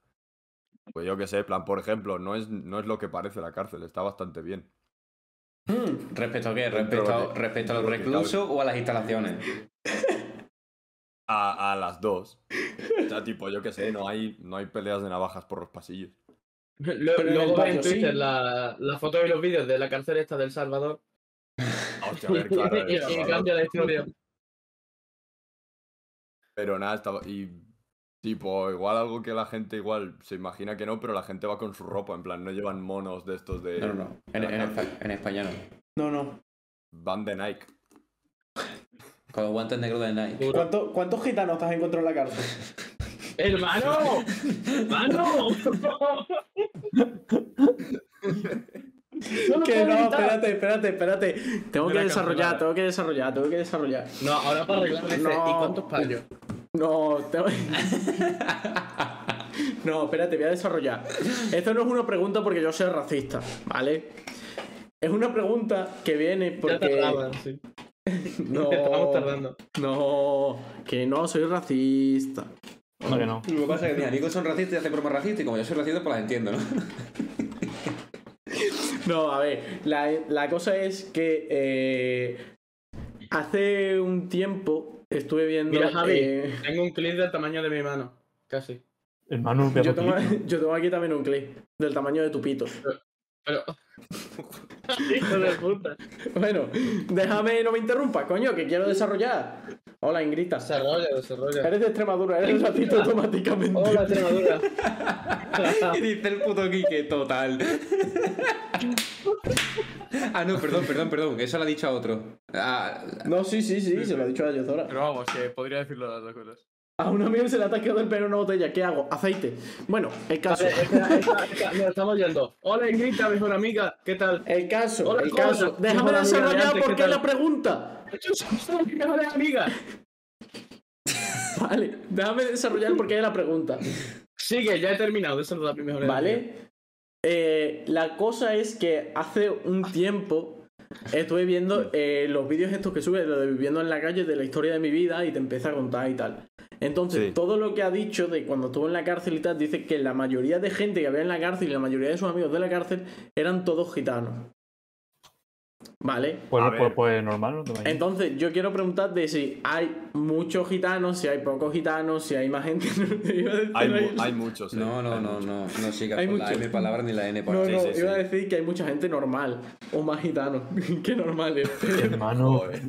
Speaker 5: Pues yo qué sé, plan, por ejemplo, no es, no es lo que parece la cárcel, está bastante bien.
Speaker 2: Mm,
Speaker 6: ¿Respecto a qué?
Speaker 5: ¿Respecto a- Pero-
Speaker 6: ¿Respecto,
Speaker 5: respecto a
Speaker 6: a
Speaker 5: los
Speaker 6: los
Speaker 5: pero- reclusos
Speaker 6: reclusos o a las instalaciones?
Speaker 5: A, a las dos. O sea, tipo, yo qué sé, no hay, no hay peleas de navajas por los pasillos.
Speaker 4: Lo-
Speaker 2: Pero en el
Speaker 4: Luego ves en
Speaker 2: barrio sí.
Speaker 4: Twitter la- las fotos y los vídeos de la cárcel esta del Salvador
Speaker 5: Ah, hostia, a ver, claro,
Speaker 4: y,
Speaker 5: eh,
Speaker 4: y
Speaker 5: Salvador.
Speaker 4: cambia la historia.
Speaker 5: Pero nada, estaba... Y tipo, igual algo que la gente igual se imagina que no, pero la gente va con su ropa, en plan, no llevan monos de estos de...
Speaker 6: No, no, no. En, en espa- en España no.
Speaker 2: No, no.
Speaker 5: Van de Nike.
Speaker 6: Con los guantes negros de Nike.
Speaker 4: Duro.
Speaker 2: ¿Cuánto- ¿Cuántos gitanos te has encontrado en la cárcel?
Speaker 4: ¡Hermano! ¡Hermano!
Speaker 2: que no, espérate, espérate, espérate. Tengo
Speaker 4: No
Speaker 2: que
Speaker 4: la
Speaker 2: desarrollar,
Speaker 4: cancelada.
Speaker 2: tengo que desarrollar, tengo que desarrollar.
Speaker 4: No, ahora para arreglar dice,
Speaker 2: No.
Speaker 4: ¿y cuántos payos?
Speaker 2: No, tengo... no, espérate, voy a desarrollar. Esto no es una pregunta porque yo soy racista, ¿vale? Es una pregunta que viene
Speaker 4: Ya
Speaker 2: porque...
Speaker 4: tardaban, sí.
Speaker 2: No,
Speaker 4: Estábamos tardando.
Speaker 2: no, que no soy racista.
Speaker 3: No, que no.
Speaker 6: Lo que pasa es que mis amigos son racistas y hacen bromas racistas y como yo soy racista, pues las entiendo, ¿no?
Speaker 2: No, a ver, la, la cosa es que eh, hace un tiempo estuve viendo...
Speaker 4: Mira, Javi.
Speaker 2: eh,
Speaker 4: Tengo un clip del tamaño de mi mano, casi.
Speaker 3: Hermano, vea
Speaker 2: yo,
Speaker 3: por
Speaker 2: tengo,
Speaker 3: clip, ¿no?
Speaker 2: yo tengo aquí también un clip del tamaño de tu pito.
Speaker 4: Pero... Hijo de puta.
Speaker 2: Bueno, déjame, no me interrumpa, coño, que quiero desarrollar. Hola, Ingrita.
Speaker 4: Desarrolla, desarrolla.
Speaker 2: Eres de Extremadura, eres racista automáticamente.
Speaker 4: Hola, Extremadura.
Speaker 6: Y dice el puto Quique, total. ah, no, perdón, perdón, perdón, que eso lo ha dicho a otro. Ah,
Speaker 2: No, sí, sí, sí, se lo ha dicho a Yozora.
Speaker 7: Pero vamos, que podría decirlo las dos cosas.
Speaker 2: A un amigo se le ha atacado el pelo en una botella, ¿qué hago? Aceite. Bueno, el caso.
Speaker 4: Vale, eh. espera, espera, espera, nos estamos yendo. Hola, Ingrita, mejor amiga, ¿qué tal?
Speaker 2: El caso,
Speaker 4: Hola,
Speaker 2: el
Speaker 4: cola,
Speaker 2: caso. Déjame
Speaker 4: mejor amiga de
Speaker 2: desarrollar
Speaker 4: antes,
Speaker 2: porque es
Speaker 4: ¿qué
Speaker 2: la
Speaker 4: tal?
Speaker 2: pregunta.
Speaker 4: Yo soy mi mejor amiga.
Speaker 2: Vale, déjame desarrollar porque es la pregunta.
Speaker 4: Sigue, ya he terminado de saludar a mi mejor amiga.
Speaker 2: ¿Vale? Eh, la cosa es que hace un tiempo estuve viendo eh, los vídeos estos que sube, lo de viviendo en la calle, de la historia de mi vida y te empieza a contar y tal. Entonces,
Speaker 5: Sí.
Speaker 2: todo lo que ha dicho de cuando estuvo en la cárcel y tal, dice que la mayoría de gente que había en la cárcel y la mayoría de sus amigos de la cárcel eran todos gitanos. ¿Vale?
Speaker 5: A
Speaker 3: Pues, pues,
Speaker 5: ver.
Speaker 3: pues normal, ¿no? Toma ahí.
Speaker 2: Entonces, yo quiero preguntarte si hay muchos gitanos, si hay pocos gitanos, si hay más gente. Iba a decir
Speaker 5: Hay, mu-
Speaker 2: ahí-
Speaker 5: hay muchos, eh,
Speaker 6: no, no,
Speaker 5: hay
Speaker 6: no,
Speaker 5: muchos.
Speaker 6: no, no sigas
Speaker 2: Hay
Speaker 6: con la
Speaker 2: mucho.
Speaker 6: M palabra ni la N
Speaker 2: No,
Speaker 6: palabra.
Speaker 2: no,
Speaker 5: sí, sí,
Speaker 2: iba a
Speaker 5: sí.
Speaker 2: decir que hay mucha gente normal o más gitano. que normal es.
Speaker 3: Hermano,
Speaker 5: Joder.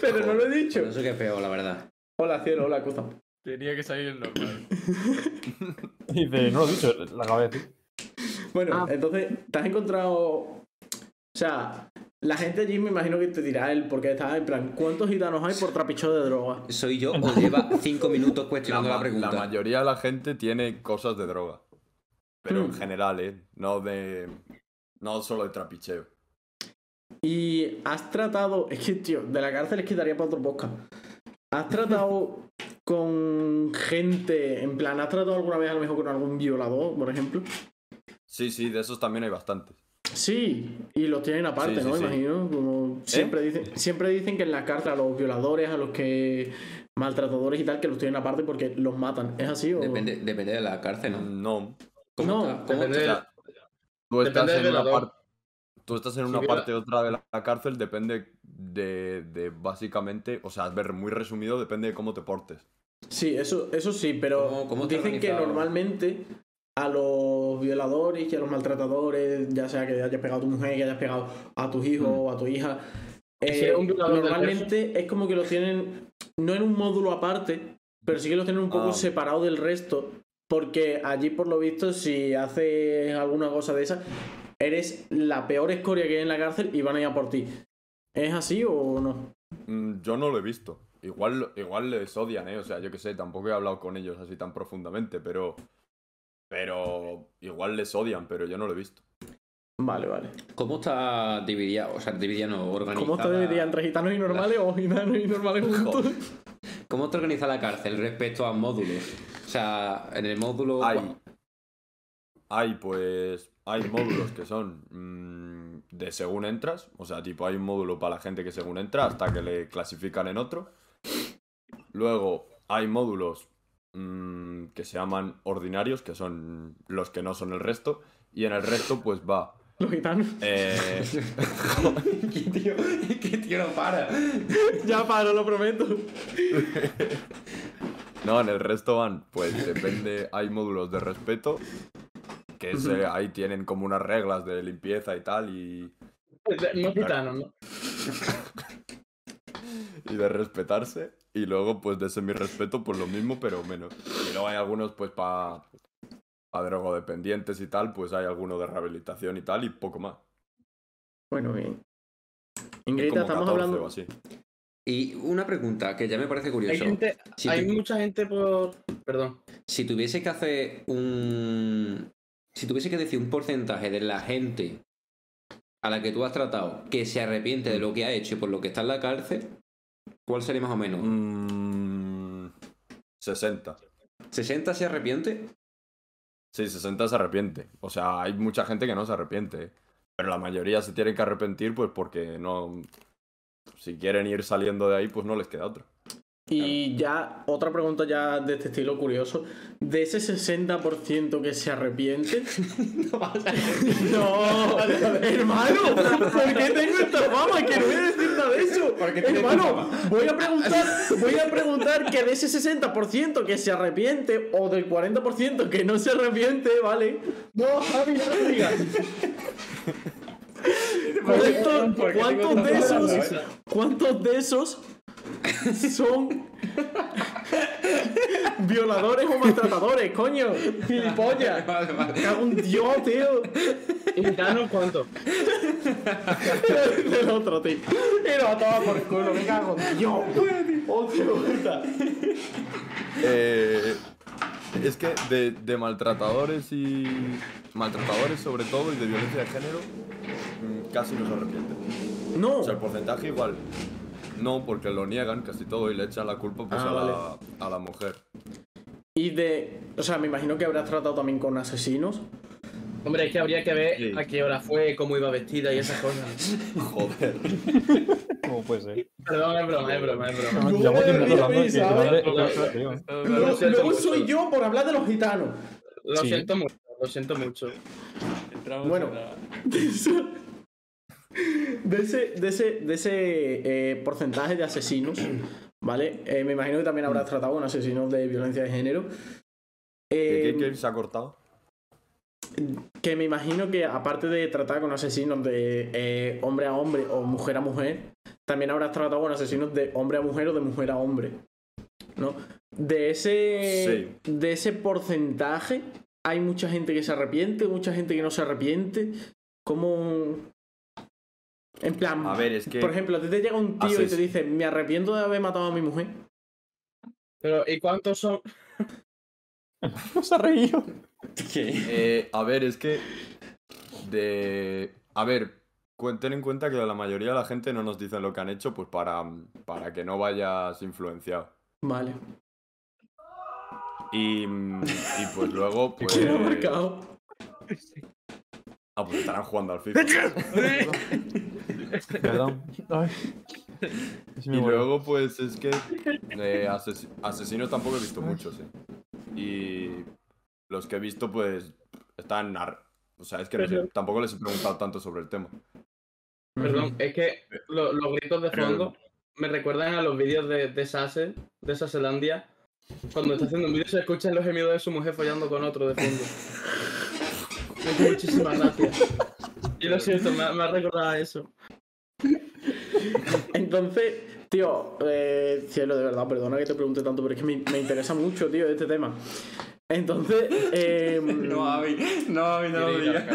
Speaker 2: Pero no lo he
Speaker 6: Por
Speaker 2: dicho.
Speaker 6: Eso que es peor, la verdad.
Speaker 2: Hola, cielo, hola, cosa.
Speaker 7: Tenía que salir el normal.
Speaker 3: dice, no lo he dicho, la acabo de decir.
Speaker 2: Bueno, entonces, ¿te has encontrado. O sea, la gente allí me imagino que te dirá él, porque estaba en plan, ¿cuántos gitanos hay por trapicheo de droga?
Speaker 6: ¿Soy yo o lleva cinco minutos
Speaker 5: La,
Speaker 6: cuestionando
Speaker 5: ma-
Speaker 6: la,
Speaker 5: la
Speaker 6: pregunta?
Speaker 5: mayoría de la gente tiene cosas de droga.
Speaker 4: Hmm.
Speaker 5: Pero
Speaker 2: Mm.
Speaker 5: en general, ¿eh? No de. No solo de trapicheo.
Speaker 2: Y has tratado. Es que, tío, de la cárcel es que daría para otro podcast. ¿Has tratado con gente. En plan, ¿has tratado alguna vez a lo mejor con algún violador, por ejemplo?
Speaker 5: Sí, sí, de esos también hay bastantes.
Speaker 2: Sí, y los tienen aparte,
Speaker 5: Sí, ¿Eh? sí,
Speaker 2: ¿no?
Speaker 5: sí.
Speaker 2: Imagino, como siempre dicen, siempre dicen que en la carta a los violadores, a los que maltratadores y tal que los tienen aparte porque los matan. ¿Es así o...?
Speaker 6: Depende, depende de la cárcel, ¿no?
Speaker 5: No.
Speaker 2: No,
Speaker 5: ¿Cómo
Speaker 4: Depende
Speaker 5: te-
Speaker 4: del-
Speaker 5: ya- Tú estás
Speaker 4: depende del
Speaker 5: en una
Speaker 4: velador.
Speaker 5: parte. Tú estás en
Speaker 4: Si
Speaker 5: una
Speaker 4: viola-
Speaker 5: parte u otra de la la cárcel, depende de, de básicamente, o sea, a ver, muy resumido, depende de cómo te portes.
Speaker 2: Sí, eso, eso sí, pero
Speaker 6: ¿Cómo- cómo está
Speaker 2: dicen que
Speaker 6: organizado?
Speaker 2: normalmente a los violadores y a los maltratadores, ya sea que hayas pegado a tu mujer, que hayas pegado a tus hijos o a tu hija, eh,
Speaker 4: Si eres un violador del
Speaker 2: normalmente es como que los tienen, no en un módulo aparte, pero sí que los tienen un poco
Speaker 5: Ah.
Speaker 2: separado del resto, porque allí por lo visto si haces alguna cosa de esa, eres la peor escoria que hay en la cárcel y van a ir a por ti. ¿Es así o no?
Speaker 5: Mm, Yo no lo he visto. Igual, igual les odian, ¿eh? O sea, yo qué sé, tampoco he hablado con ellos así tan profundamente, pero. Pero. Igual les odian, pero yo no lo he visto.
Speaker 2: Vale, vale.
Speaker 6: ¿Cómo está dividida? O sea, dividida no, organizada.
Speaker 2: ¿Cómo está dividida entre gitanos y normales o gitanos y normales juntos?
Speaker 6: Joder. ¿Cómo está organizada la cárcel respecto a módulos? O sea, en el módulo.
Speaker 5: Hay. Hay, pues. Hay módulos que son. mm, de según entras. O sea, tipo, hay un módulo para la gente que según entra hasta que le clasifican en otro. Luego, hay módulos. mm, que se llaman ordinarios, que son los que no son el resto. Y en el resto, pues va.
Speaker 2: Los gitanos.
Speaker 5: eh,
Speaker 6: ¿Qué tío? ¿Qué tío no para?
Speaker 2: Ya paro, lo prometo.
Speaker 5: No, en el resto van, pues depende, hay módulos de respeto, que es, eh, ahí tienen como unas reglas de limpieza y tal, y,
Speaker 4: No gitanos, ¿no?
Speaker 5: y de respetarse, y luego pues de semi-respeto, pues lo mismo, pero menos. Y luego hay algunos pues para pa drogodependientes y tal, pues hay algunos de rehabilitación y tal, y poco más.
Speaker 2: Bueno, bien.
Speaker 5: Hay
Speaker 2: Ingrid,
Speaker 5: como
Speaker 2: estamos
Speaker 5: 14
Speaker 2: hablando.
Speaker 5: o así.
Speaker 6: Y una pregunta que ya me parece
Speaker 4: Hay,
Speaker 6: curioso.
Speaker 4: gente,
Speaker 6: Si
Speaker 4: hay
Speaker 6: tu-
Speaker 4: mucha gente por. Perdón.
Speaker 6: Si tuviese que hacer un. Si tuviese que decir un porcentaje de la gente a la que tú has tratado que se arrepiente de lo que ha hecho y por lo que está en la cárcel, ¿cuál sería más o menos?
Speaker 5: Mm, 60.
Speaker 6: ¿60 se arrepiente?
Speaker 5: Sí, 60 se arrepiente. O sea, hay mucha gente que no se arrepiente. Pero la mayoría se tienen que arrepentir, pues porque no. Si quieren ir saliendo de ahí, pues no les queda otra.
Speaker 2: Y ya, otra pregunta ya de este estilo curioso. De ese 60% que se arrepiente. no, hermano, ¿por qué tengo esta fama? Que no voy a decir nada de eso. Hermano, voy a preguntar, voy a preguntar que de ese 60% que se arrepiente o del 40% que no se arrepiente, ¿vale? No, Javi, no lo digas. ¿Cuántos, cuántos de esos, cuántos de esos son violadores o maltratadores, coño? Gilipollas.
Speaker 6: Vale, vale.
Speaker 2: Cago en Dios, tío.
Speaker 4: ¿Y gitanos cuánto?
Speaker 2: Del otro, tío. Y lo mataba por culo, me cago en Dios. Hostia puta.
Speaker 5: Eh, es que de, de maltratadores y. Maltratadores, sobre todo, y de violencia de género, mm, casi no se arrepienten.
Speaker 2: No.
Speaker 5: O sea, el porcentaje igual. No, porque lo niegan casi todo y le echan la culpa pues,
Speaker 2: Ah,
Speaker 5: a, la, a la mujer.
Speaker 2: Y de. O sea, me imagino que habrás tratado también con asesinos.
Speaker 4: Hombre, es que habría que
Speaker 5: Sí.
Speaker 4: ver a qué hora fue, cómo iba vestida y esas cosas.
Speaker 5: Joder.
Speaker 3: ¿Cómo puede ser?
Speaker 4: Perdón, es broma, es broma, es broma.
Speaker 2: No,
Speaker 3: Llevamos
Speaker 2: me
Speaker 3: 10 minutos hablando y
Speaker 2: risa,
Speaker 3: no
Speaker 2: ¿eh?
Speaker 3: le- no le creo, ¿eh?
Speaker 7: Esto-
Speaker 4: No,
Speaker 2: Luego
Speaker 4: lo siento
Speaker 2: luego
Speaker 4: mucho.
Speaker 2: soy yo por hablar de los gitanos.
Speaker 4: Lo
Speaker 3: Sí.
Speaker 4: siento mucho, lo siento mucho.
Speaker 7: entramos
Speaker 2: Bueno.
Speaker 7: en la-
Speaker 2: De ese, de ese, de ese, de ese, eh, porcentaje de asesinos, ¿vale? Eh, me imagino que también habrás tratado con asesinos de violencia de género.
Speaker 5: ¿Qué,
Speaker 2: Eh,
Speaker 5: qué- qué se ha cortado?
Speaker 2: que me imagino que aparte de tratar con asesinos de eh, hombre a hombre o mujer a mujer, también habrás tratado con asesinos de hombre a mujer o de mujer a hombre. ¿No? De ese. De ese porcentaje, hay mucha gente que se arrepiente, mucha gente que no se arrepiente. Como. En plan.
Speaker 5: A ver, es que.
Speaker 2: por ejemplo, a ti te llega un tío y
Speaker 5: haces-
Speaker 2: te dice, me arrepiento de haber matado a mi mujer.
Speaker 4: Pero, ¿y cuántos son?
Speaker 3: Se ha reído.
Speaker 5: Eh, a ver, es que. De. A ver, cuen- ten en cuenta que la mayoría de la gente no nos dicen lo que han hecho, pues para, para que no vayas influenciado.
Speaker 2: Vale.
Speaker 5: Y, mm, y pues luego, pues.
Speaker 2: ¿Quién ha marcado?
Speaker 5: Ah, pues estarán jugando al FIFA.
Speaker 3: Perdón. Ay.
Speaker 5: Y luego, pues es que eh, ases- asesinos tampoco he visto muchos, eh. Y los que he visto, pues están. ar- O sea, es que no sé, tampoco les he preguntado tanto sobre el tema.
Speaker 4: Perdón, es que lo- los gritos de
Speaker 5: Pero-
Speaker 4: fondo me recuerdan a los vídeos de, de Sase, de Saselandia. Cuando está haciendo un vídeo se escuchan los gemidos de su mujer follando con otro de fondo. Me hace Muchísimas gracias. Y lo siento, me, ha- me ha recordado a eso.
Speaker 2: Entonces, tío, eh, cielo, de verdad, perdona que te pregunte tanto, pero es que me, me interesa mucho, tío, este tema. Entonces, eh,
Speaker 6: Avi, no, Avi, no lo digas.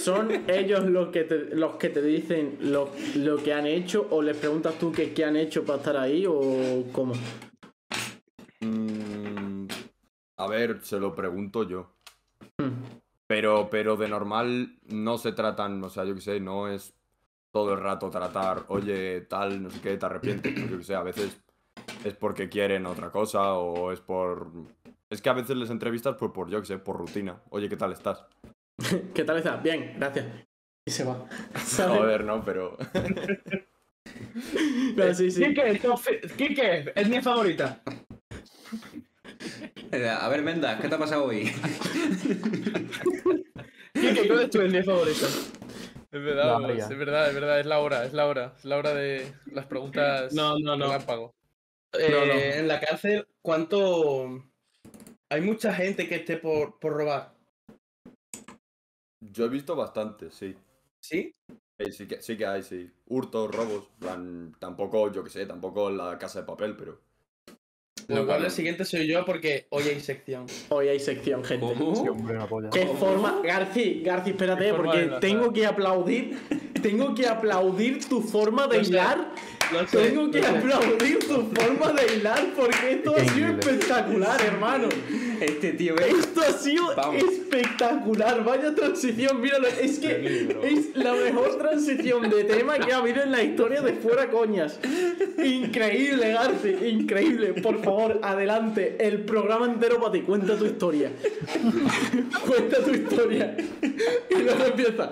Speaker 2: ¿son ellos los que te, los que te dicen lo, lo que han hecho o les preguntas tú que- qué han hecho para estar ahí o cómo?
Speaker 5: Mm, a ver, se lo pregunto yo.
Speaker 2: Hmm.
Speaker 5: Pero, pero de normal no se tratan, o sea, yo qué sé, no es todo el rato tratar, oye, tal, no sé qué, te arrepientes, yo qué sé, a veces es porque quieren otra cosa o es por... Es que a veces les entrevistas pues por, yo qué sé, por rutina. Oye, ¿qué tal estás?
Speaker 2: ¿Qué tal está? Bien, gracias. Y se va. ¿Sabes?
Speaker 5: Joder, no, pero...
Speaker 2: Pero sí, sí.
Speaker 4: Kike, Sofi- Kike, es mi favorita.
Speaker 6: A ver, Menda, ¿qué te ha pasado hoy?
Speaker 4: Kike, ¿cuál es tu etnia favorita?
Speaker 7: Es verdad,
Speaker 3: La
Speaker 7: pues,
Speaker 3: María.
Speaker 7: es verdad, es verdad, es la hora, es la hora, es la hora de las preguntas
Speaker 4: No, no, no.
Speaker 7: relámpago.
Speaker 4: Eh,
Speaker 2: No, no.
Speaker 4: En la cárcel, ¿cuánto...? Hay mucha gente que esté por, por robar.
Speaker 5: Yo he visto bastante, sí.
Speaker 4: ¿Sí?
Speaker 5: Eh, Sí que, sí que hay, sí. Hurtos, robos, en plan, tampoco, yo qué sé, tampoco la casa de papel, pero...
Speaker 4: Lo
Speaker 6: Lo
Speaker 4: cual
Speaker 6: cual-
Speaker 4: el siguiente soy yo porque hoy hay sección.
Speaker 2: Hoy hay sección, gente.
Speaker 3: Sí,
Speaker 6: ¿Cómo?
Speaker 3: hombre, una polla.
Speaker 2: ¿Qué forma? Garci, Garci,
Speaker 7: Qué
Speaker 2: espérate,
Speaker 7: forma de
Speaker 2: porque
Speaker 7: enlazar.
Speaker 2: tengo que aplaudir. Tengo que aplaudir tu forma de
Speaker 4: Lo sé,
Speaker 2: hilar.
Speaker 4: Lo sé,
Speaker 2: Tengo que
Speaker 4: lo sé.
Speaker 2: aplaudir tu forma de hilar porque esto ha sido
Speaker 3: increíble.
Speaker 2: espectacular, hermano.
Speaker 6: Este tío, ¿ves?
Speaker 2: Esto ha sido
Speaker 6: Vamos.
Speaker 2: espectacular. Vaya transición, míralo. Es que es la mejor transición de tema que ha habido en la historia de Fuera Coñas. Increíble, Garci, increíble. Por favor, adelante. El programa entero para ti. Cuenta tu historia. Cuenta tu historia. Y luego empieza.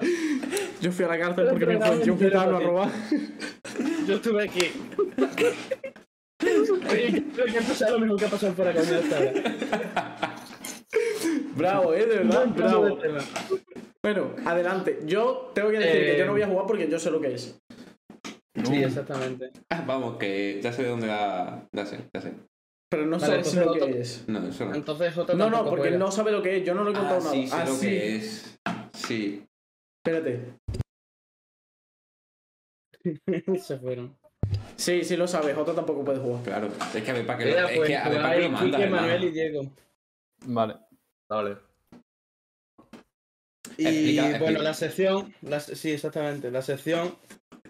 Speaker 2: Yo fui a la cárcel porque me fue un gitano a robar.
Speaker 4: Yo estuve aquí. Oye, creo que esto sea lo mismo que ha pasado fuera con esta vez.
Speaker 2: Bravo, eh, de verdad,
Speaker 4: Buen cambio
Speaker 2: bravo.
Speaker 4: de tema.
Speaker 2: Bueno, adelante. Yo tengo que decir que
Speaker 4: Eh,
Speaker 2: yo no voy a jugar porque yo sé lo que es.
Speaker 4: Sí, exactamente.
Speaker 6: Ah, Vamos, que ya sé de dónde va. Ya sé, ya sé.
Speaker 2: Pero no
Speaker 4: Vale, pues
Speaker 2: sabes lo
Speaker 4: entonces lo
Speaker 2: que
Speaker 4: to-
Speaker 2: es.
Speaker 6: No, eso no.
Speaker 4: Entonces Jota
Speaker 2: No, no,
Speaker 4: tampoco
Speaker 2: porque
Speaker 4: juega.
Speaker 2: no sabe lo que es. Yo no lo he contado
Speaker 6: Ah,
Speaker 2: nada.
Speaker 6: sí, sé
Speaker 2: Ah,
Speaker 6: lo
Speaker 2: sí.
Speaker 6: que es. Sí.
Speaker 2: Espérate.
Speaker 4: Se fueron.
Speaker 2: Sí, sí lo sabes. Jota tampoco puede jugar.
Speaker 6: Claro, es que a ver, ¿para qué lo,
Speaker 4: Era
Speaker 6: es
Speaker 4: pues
Speaker 6: que, a ver, ¿para qué lo
Speaker 4: Ibai,
Speaker 6: manda,
Speaker 4: Quique, Manuel y
Speaker 6: hermano?
Speaker 4: Diego.
Speaker 3: Vale.
Speaker 5: Dale.
Speaker 4: Y
Speaker 6: Explica,
Speaker 4: bueno,
Speaker 6: explica.
Speaker 4: la sección. la se- sí, exactamente. La sección.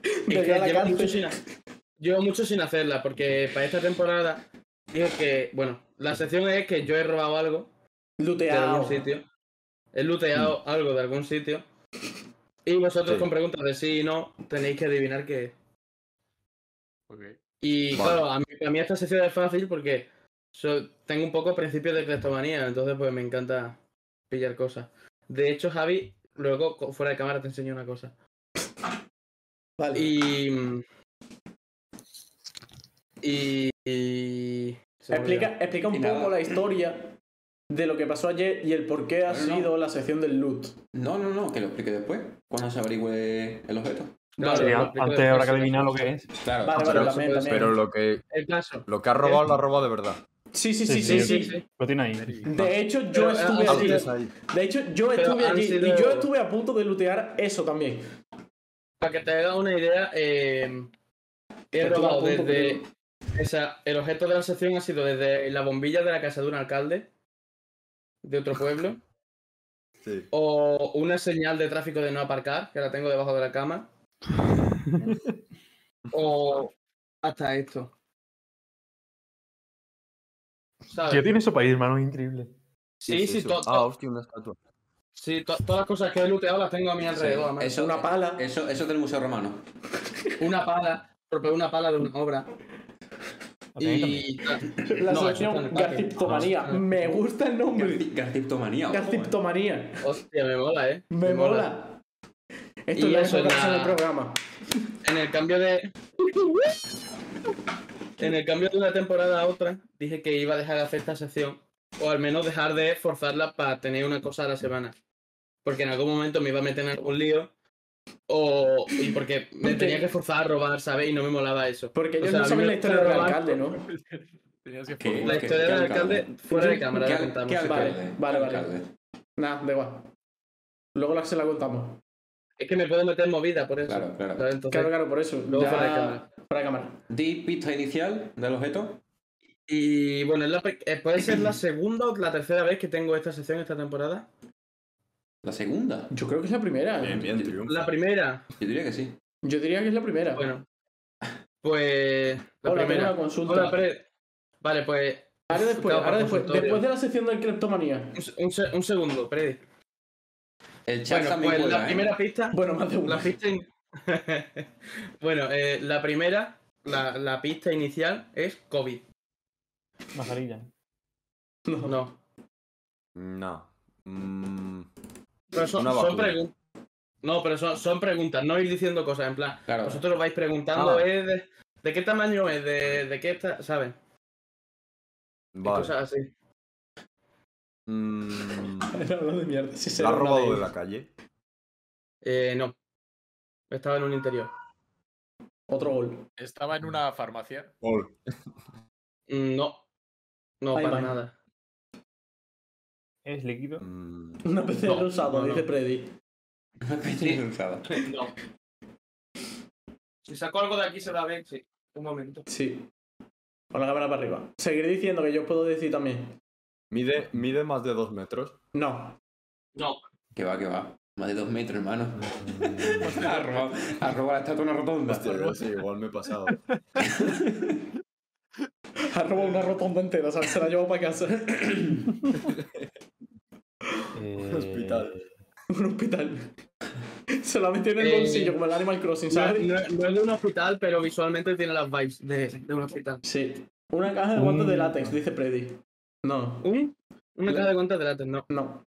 Speaker 4: es que
Speaker 2: Llegué a la
Speaker 4: llevo mucho,
Speaker 2: cárcel.
Speaker 4: sin, ha- llevo mucho sin hacerla porque para esta temporada. Digo que. Bueno, la sección es que yo he robado algo. de algún
Speaker 2: Luteado.
Speaker 4: sitio. He looteado
Speaker 3: Mm.
Speaker 4: algo de algún sitio. Y vosotros
Speaker 5: Sí.
Speaker 4: con preguntas de sí y no tenéis que adivinar qué es.
Speaker 7: Ok.
Speaker 4: Y
Speaker 5: Vale.
Speaker 4: claro, a mí, a mí esta sección es fácil porque so- tengo un poco principios de cleptomanía, entonces pues me encanta pillar cosas. De hecho, Javi, luego co- fuera de cámara te enseño una cosa.
Speaker 2: Vale.
Speaker 4: Y... Y... y- se me ha
Speaker 2: Explica, explica un
Speaker 6: Y
Speaker 2: poco
Speaker 6: nada.
Speaker 2: la historia de lo que pasó ayer y el por qué ha
Speaker 6: Bueno, no.
Speaker 2: sido la sección del loot.
Speaker 6: No, no, no, que lo explique después. Cuando se averigüe el objeto.
Speaker 4: Claro,
Speaker 3: Sí,
Speaker 4: lo
Speaker 3: an-
Speaker 4: explico
Speaker 3: antes
Speaker 4: después,
Speaker 3: habrá que
Speaker 4: sí,
Speaker 3: adivinar
Speaker 4: sí,
Speaker 3: lo que es.
Speaker 6: Claro.
Speaker 2: Vale, vale,
Speaker 5: pero-
Speaker 2: también,
Speaker 4: pero-
Speaker 2: también.
Speaker 5: Pero lo que,
Speaker 4: El caso.
Speaker 5: lo que has robado lo has robado de verdad.
Speaker 2: Sí, sí, sí,
Speaker 3: Sí,
Speaker 2: sí,
Speaker 4: sí,
Speaker 2: sí.
Speaker 4: sí.
Speaker 3: Lo tiene ahí.
Speaker 2: De hecho, yo
Speaker 4: Pero,
Speaker 2: estuve
Speaker 4: ah,
Speaker 2: allí.
Speaker 4: antes
Speaker 5: ahí.
Speaker 2: De hecho, yo
Speaker 4: Pero
Speaker 2: estuve
Speaker 4: han
Speaker 2: allí
Speaker 4: sido-
Speaker 2: y yo estuve a punto de lootear eso también.
Speaker 4: Para que te haga una idea, eh, he
Speaker 2: Estuve a
Speaker 4: robado
Speaker 2: punto,
Speaker 4: desde. esa- el objeto de la sección ha sido desde la bombilla de la casa de un alcalde de otro pueblo,
Speaker 5: Sí.
Speaker 4: o una señal de tráfico de no aparcar, que la tengo debajo de la cama, o hasta esto. ¿Sabes?
Speaker 3: Tío, tiene eso para ir, hermano, es increíble.
Speaker 4: Sí, sí, to-
Speaker 5: Ah,
Speaker 4: to-
Speaker 5: hostia, una estatua.
Speaker 4: sí, to- todas las cosas que he looteado las tengo a mi
Speaker 6: Sí,
Speaker 4: alrededor. además.
Speaker 6: Eso,
Speaker 2: Una pala.
Speaker 6: Eso, eso es del Museo Romano.
Speaker 4: Una pala, propio una pala de una obra.
Speaker 3: Lo tiene también.
Speaker 4: Y
Speaker 2: La
Speaker 4: No, eso está en
Speaker 2: sección
Speaker 4: el parque.
Speaker 2: Garciptomanía.
Speaker 4: No, eso está en el
Speaker 2: Me gusta el nombre.
Speaker 6: Garciptomanía. ojo, eh.
Speaker 2: Garciptomanía.
Speaker 4: Hostia, me mola, ¿eh?
Speaker 2: Me mola. Esto
Speaker 4: Y
Speaker 2: es
Speaker 4: eso
Speaker 2: la época
Speaker 4: era-
Speaker 2: del programa.
Speaker 4: En el cambio de. En el cambio de una temporada a otra, dije que iba a dejar de hacer esta sección. O al menos dejar de forzarla para tener una cosa a la semana. Porque en algún momento me iba a meter en algún lío. O. Y porque me
Speaker 2: Porque-
Speaker 4: tenía que forzar a robar, ¿sabes? Y no me molaba eso.
Speaker 2: Porque
Speaker 4: O
Speaker 2: ellos
Speaker 4: sea,
Speaker 2: no
Speaker 4: a mí
Speaker 2: saben
Speaker 4: me
Speaker 2: la historia
Speaker 4: gusta
Speaker 2: del
Speaker 4: robar.
Speaker 2: alcalde, ¿no?
Speaker 7: Tenías que
Speaker 6: ¿Qué?
Speaker 4: La
Speaker 6: ¿Qué-
Speaker 4: historia del
Speaker 6: qué alcalde?
Speaker 4: alcalde fuera de
Speaker 2: ¿Qué
Speaker 4: cámara
Speaker 6: al-
Speaker 4: la contamos.
Speaker 6: qué
Speaker 4: si
Speaker 2: vale,
Speaker 4: quieres.
Speaker 6: alcalde?
Speaker 2: vale, vale.
Speaker 6: Alcalde.
Speaker 2: Nada, da igual. Luego la- se la contamos.
Speaker 4: Es que me puedo meter en movida por eso.
Speaker 6: Claro, claro.
Speaker 4: ¿sabes? Entonces,
Speaker 2: Claro, claro, por eso.
Speaker 4: luego
Speaker 2: ya-
Speaker 4: fuera de cámara.
Speaker 2: Fuera de cámara.
Speaker 6: Di pista inicial del objeto.
Speaker 4: Y bueno, es la pe- eh, puede ser la segunda o la tercera vez que tengo esta sección esta temporada.
Speaker 6: La segunda.
Speaker 2: Yo creo que es la primera.
Speaker 5: Bien, bien, triunfo.
Speaker 4: La primera,
Speaker 6: Yo diría que sí.
Speaker 2: Yo diría que es la primera.
Speaker 4: bueno. Pues. La
Speaker 2: Hola, tengo
Speaker 4: primera.
Speaker 2: una consulta.
Speaker 4: Hola, Fred. Vale, pues.
Speaker 2: ahora después,
Speaker 4: Claro,
Speaker 2: ahora
Speaker 4: para
Speaker 2: después.
Speaker 4: consultorio.
Speaker 2: Después de la sección del Cleptomanía.
Speaker 4: Un, se- un se- un segundo, Fred.
Speaker 6: El chat
Speaker 4: Bueno,
Speaker 6: también
Speaker 4: pues
Speaker 6: juega,
Speaker 4: la
Speaker 6: ¿eh?
Speaker 4: primera pista.
Speaker 2: Bueno, más de una.
Speaker 4: La pista. in- bueno, eh, la primera, la, la pista inicial es COVID.
Speaker 3: Mascarilla.
Speaker 4: No.
Speaker 5: No. Mm,
Speaker 4: Pero son,
Speaker 5: Una
Speaker 4: son
Speaker 5: vacuna.
Speaker 4: preguntas. No, pero son, son preguntas, no ir diciendo cosas. En plan,
Speaker 6: Claro.
Speaker 4: vosotros vais preguntando,
Speaker 6: Ah.
Speaker 4: ¿es de, de qué tamaño es? ¿De, de qué está? ¿Sabes?
Speaker 5: vale.
Speaker 4: Cosas así.
Speaker 5: Mm,
Speaker 2: Era lo de mierda. Sí,
Speaker 5: ¿La
Speaker 2: será
Speaker 5: has
Speaker 2: una
Speaker 5: robado
Speaker 2: de-
Speaker 5: de la calle?
Speaker 4: Eh, no. Estaba en un interior.
Speaker 2: Otro gol.
Speaker 7: Estaba en una farmacia.
Speaker 4: Mm, No. No,
Speaker 2: Ay,
Speaker 4: para
Speaker 2: vaya.
Speaker 4: nada.
Speaker 3: ¿Es líquido?
Speaker 5: Mm,
Speaker 2: Una PC
Speaker 4: No,
Speaker 2: usada,
Speaker 4: no, no.
Speaker 2: dice Freddy.
Speaker 6: Una pista usada.
Speaker 8: No. Si saco algo de aquí se va a ver, sí. Un momento.
Speaker 2: Sí. Con la cámara para arriba. Seguiré diciendo que yo puedo decir también.
Speaker 5: mide, mide más de dos metros.
Speaker 2: No.
Speaker 8: No.
Speaker 6: Que va, que va. Más de dos metros, hermano. ha, robado, ha robado la estatua de una rotonda.
Speaker 5: Hostia, sí, igual me he pasado.
Speaker 2: Ha robado una rotonda entera, ¿sabes? Se la llevo para casa.
Speaker 5: Un hospital.
Speaker 3: eh,
Speaker 2: un hospital. Se la metió en el
Speaker 4: Eh,
Speaker 2: bolsillo, como el Animal Crossing,
Speaker 4: No,
Speaker 2: ¿sabes?
Speaker 4: no- no es de un hospital, pero visualmente tiene las vibes de, de un hospital.
Speaker 2: Sí. Una caja de guantes
Speaker 4: Mm.
Speaker 2: de látex, dice Freddy. No.
Speaker 4: ¿Un? Una caja de cuentas de látex, no.
Speaker 2: No.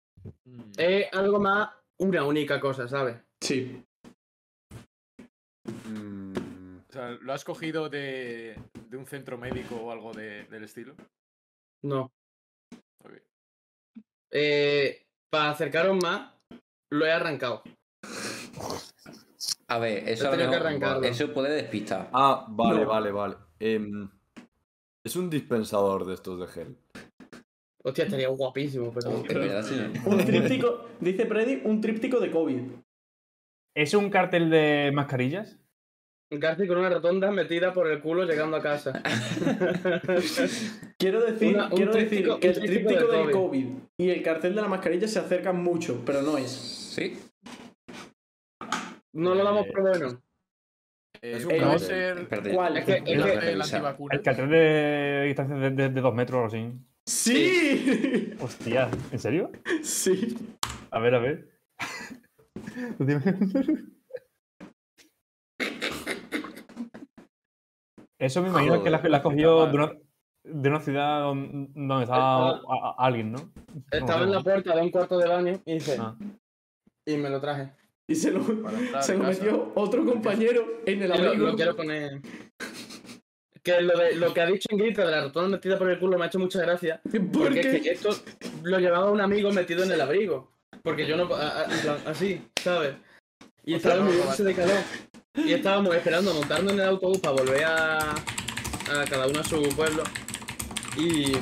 Speaker 4: Es algo más una única cosa, ¿sabes?
Speaker 2: Sí.
Speaker 5: Mm,
Speaker 7: O sea, ¿lo has cogido de, de un centro médico o algo de- del estilo?
Speaker 4: No.
Speaker 7: Ok.
Speaker 4: Eh, para acercaros más, lo he arrancado.
Speaker 6: A ver, eso,
Speaker 4: Yo
Speaker 6: a lo
Speaker 4: tenía que
Speaker 6: mejor-
Speaker 4: arrancarlo.
Speaker 6: eso puede despistar.
Speaker 5: Ah, vale,
Speaker 2: No.
Speaker 5: vale, vale. Em, es un dispensador de estos de gel.
Speaker 4: Hostia, estaría guapísimo, pero.
Speaker 6: Es verdad, sí.
Speaker 2: Un tríptico, dice Freddy, un tríptico de COVID.
Speaker 3: ¿Es un cartel de mascarillas?
Speaker 4: Garci con una rotonda metida por el culo llegando a casa.
Speaker 2: Quiero decir,
Speaker 4: Una- un
Speaker 2: quiero decir
Speaker 4: tríptico-
Speaker 2: que
Speaker 4: un
Speaker 2: el
Speaker 4: tríptico
Speaker 2: tríptico
Speaker 4: del
Speaker 2: del COVID. y el cartel de la mascarilla se acercan mucho, pero no es.
Speaker 6: Sí.
Speaker 4: No lo damos
Speaker 3: Eh,
Speaker 4: por bueno.
Speaker 7: Eh,
Speaker 5: Es un
Speaker 7: puede
Speaker 2: cartel.
Speaker 7: ser
Speaker 6: Espérate.
Speaker 2: ¿Cuál?
Speaker 4: Es que, es
Speaker 6: No,
Speaker 4: que-
Speaker 7: el del
Speaker 6: revisa.
Speaker 7: antivacuna.
Speaker 3: El cartel de distancia de, de- de dos metros o así.
Speaker 2: ¡Sí!
Speaker 3: Hostia, ¿en serio?
Speaker 2: Sí.
Speaker 3: A ver, a ver. Lo tengo que- Eso me imagino que la,
Speaker 5: Joder,
Speaker 3: la has cogido
Speaker 5: puta
Speaker 3: de una, de una ciudad don- donde estaba a- a- alguien, ¿no?
Speaker 4: estaba en la puerta de un cuarto de baño y hice-
Speaker 3: Ah.
Speaker 4: Y me lo traje.
Speaker 2: Y se lo,
Speaker 7: Para entrar
Speaker 2: se
Speaker 7: en
Speaker 2: lo
Speaker 7: casa.
Speaker 2: metió otro compañero en el
Speaker 4: Yo Lo,
Speaker 2: abrigo.
Speaker 4: lo quiero poner. Que lo, de, lo que ha dicho Ingrid de la rotonda metida por el culo me ha hecho mucha gracia.
Speaker 2: ¿Por
Speaker 4: Porque es que
Speaker 2: qué?
Speaker 4: esto lo llevaba un amigo metido en el abrigo. Porque yo no. a- a- en plan, así, ¿sabes? Y
Speaker 7: O sea,
Speaker 4: estábamos
Speaker 7: no, no,
Speaker 4: muertos de calor. Y estábamos esperando montarnos en el autobús para volver a, a cada uno a su pueblo. Y.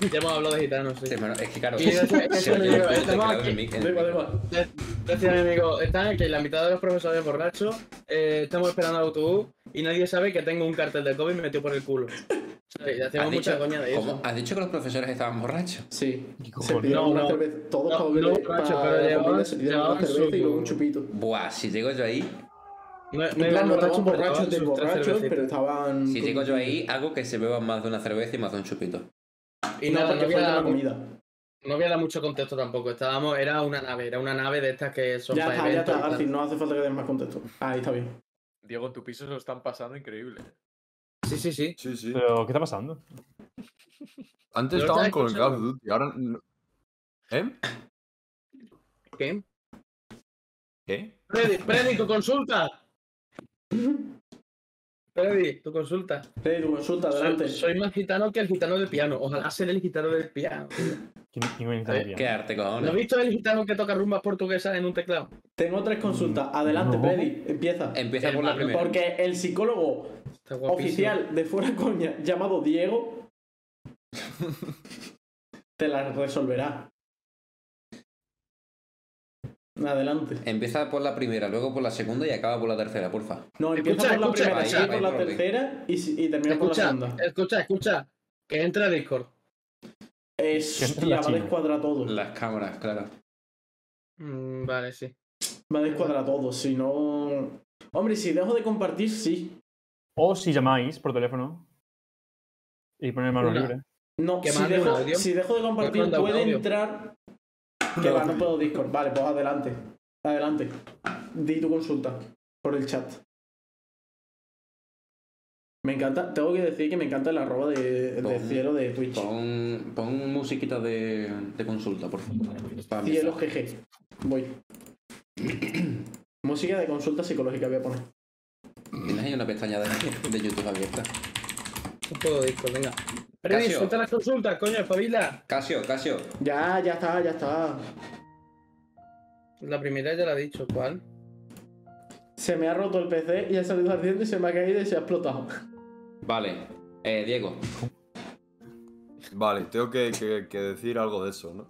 Speaker 4: mm, Ya hemos hablado de gitanos, sí.
Speaker 6: Sí, hermano, es que claro.
Speaker 4: Y eso- eso
Speaker 6: se
Speaker 4: le
Speaker 6: oye el
Speaker 4: digo,
Speaker 6: puto
Speaker 4: estamos
Speaker 6: teclado
Speaker 4: aquí.
Speaker 6: del mic-
Speaker 2: Da igual, da igual.
Speaker 4: Gracias, mi amigo. Están aquí la mitad de los profesores borrachos. eh, estamos esperando al autobús y nadie sabe que tengo un cartel de COVID metido por el culo. ¿Sabes? Y
Speaker 6: ¿Has
Speaker 4: hacemos mucha
Speaker 6: dicho,
Speaker 4: coña de
Speaker 6: ¿cómo?
Speaker 4: eso.
Speaker 6: ¿Has dicho que los profesores estaban borrachos?
Speaker 2: Sí. Se
Speaker 3: cojones?
Speaker 2: pidieron
Speaker 4: No,
Speaker 2: una
Speaker 4: no.
Speaker 2: cerveza. Todos
Speaker 4: No,
Speaker 2: para
Speaker 4: no,
Speaker 2: beber-
Speaker 4: macho,
Speaker 2: para
Speaker 4: pero
Speaker 2: la
Speaker 4: llevaban-
Speaker 2: comida se pidieron una
Speaker 4: llevaban
Speaker 2: cerveza y luego
Speaker 4: su-
Speaker 2: un chupito.
Speaker 6: Buah, si llego yo ahí,
Speaker 4: No,
Speaker 2: En plan, no estaban borrachos de borrachos, pero estaban.
Speaker 6: si
Speaker 4: Mm,
Speaker 2: con-
Speaker 6: llego yo ahí, hago que se beba más de una cerveza y más de un chupito.
Speaker 4: Y
Speaker 2: No,
Speaker 4: nada,
Speaker 2: porque
Speaker 4: no voy,
Speaker 2: fue
Speaker 4: a
Speaker 2: de la
Speaker 4: dar, mu-
Speaker 2: comida.
Speaker 4: no voy a dar mucho contexto tampoco. Estábamos, era una nave, era una nave de estas que son
Speaker 2: Ya
Speaker 4: para
Speaker 2: está, ya
Speaker 4: eventos
Speaker 2: está,
Speaker 4: y tal.
Speaker 2: Garci, no hace falta que den más contexto. Ahí está bien.
Speaker 7: Diego, en tu piso se lo están pasando increíble.
Speaker 4: Sí, sí, sí.
Speaker 5: Sí, sí.
Speaker 3: Pero, ¿qué está pasando?
Speaker 5: Antes
Speaker 4: Pero
Speaker 5: estaban
Speaker 4: estaba
Speaker 5: con el Call of Duty, ahora. no- ¿Eh?
Speaker 4: qué?
Speaker 5: ¿Qué?
Speaker 4: Freddy, Freddy, tu consulta. Freddy, tu consulta.
Speaker 2: Freddy, tu consulta, adelante.
Speaker 4: Soy, soy más gitano que el gitano del piano. Ojalá ser el gitano del piano.
Speaker 3: ¿Quién, quién me necesita
Speaker 4: Eh,
Speaker 3: bien?
Speaker 6: Qué arte,
Speaker 4: ¿No has
Speaker 6: cojones.
Speaker 4: visto el gitano que toca rumbas portuguesas en un teclado?
Speaker 2: Tengo tres consultas. Adelante,
Speaker 3: no.
Speaker 2: Freddy, empieza.
Speaker 6: Empieza
Speaker 4: El
Speaker 6: por la
Speaker 4: malo,
Speaker 6: primera.
Speaker 2: Porque el psicólogo
Speaker 4: Está Em, guapísimo.
Speaker 2: oficial de fuera coña, llamado Diego, te la resolverá. Adelante.
Speaker 6: Empieza por la primera, luego por la segunda y acaba por la tercera, porfa.
Speaker 2: No, empieza
Speaker 4: Escucha,
Speaker 2: por la
Speaker 4: escucha,
Speaker 2: primera,
Speaker 4: escucha.
Speaker 2: sigue por la
Speaker 6: Ahí por orden.
Speaker 2: tercera y, si- y termina por la
Speaker 4: Escucha, eh,
Speaker 2: segunda.
Speaker 4: escucha, escucha. Que entra a Discord.
Speaker 2: Es,
Speaker 3: Que entre
Speaker 2: hostia,
Speaker 3: la
Speaker 2: va a
Speaker 3: China.
Speaker 2: descuadrar todo.
Speaker 6: Las cámaras, claro.
Speaker 4: Mm, vale, sí.
Speaker 2: Va a descuadrar todo, si no... Hombre, si dejo de compartir, sí.
Speaker 3: O si llamáis por teléfono y poner mano
Speaker 4: Una.
Speaker 3: libre.
Speaker 2: No,
Speaker 4: ¿Que
Speaker 2: si
Speaker 4: mande un
Speaker 2: dejo,
Speaker 4: audio?
Speaker 2: si dejo de
Speaker 4: Pues
Speaker 2: compartir,
Speaker 4: manda un
Speaker 2: puede
Speaker 4: audio.
Speaker 2: entrar... Que va, no puedo Discord. Vale, pues adelante. Adelante. Di tu consulta por el chat. Me encanta, tengo que decir que me encanta el arroba de, de
Speaker 6: Pon-
Speaker 2: cielo de Twitch.
Speaker 6: Pon, pon musiquita de, de consulta, por favor. Para
Speaker 2: Cielo
Speaker 6: empezar.
Speaker 2: GG. Voy. Música de consulta psicológica voy a poner.
Speaker 6: Tienes ahí una pestaña de, de YouTube abierta.
Speaker 4: Un poco de Discord, venga. Freddy,
Speaker 6: Casio.
Speaker 4: suelta las consultas, coño, espabila.
Speaker 6: Casio, Casio.
Speaker 2: Ya, ya está, ya está.
Speaker 4: La primera ya la he dicho, ¿cuál?
Speaker 2: Se me ha roto el PC y ha salido ardiendo y se me ha caído y se ha explotado.
Speaker 6: Vale. Eh, Diego.
Speaker 5: Vale, tengo que, que- que decir algo de eso, ¿no?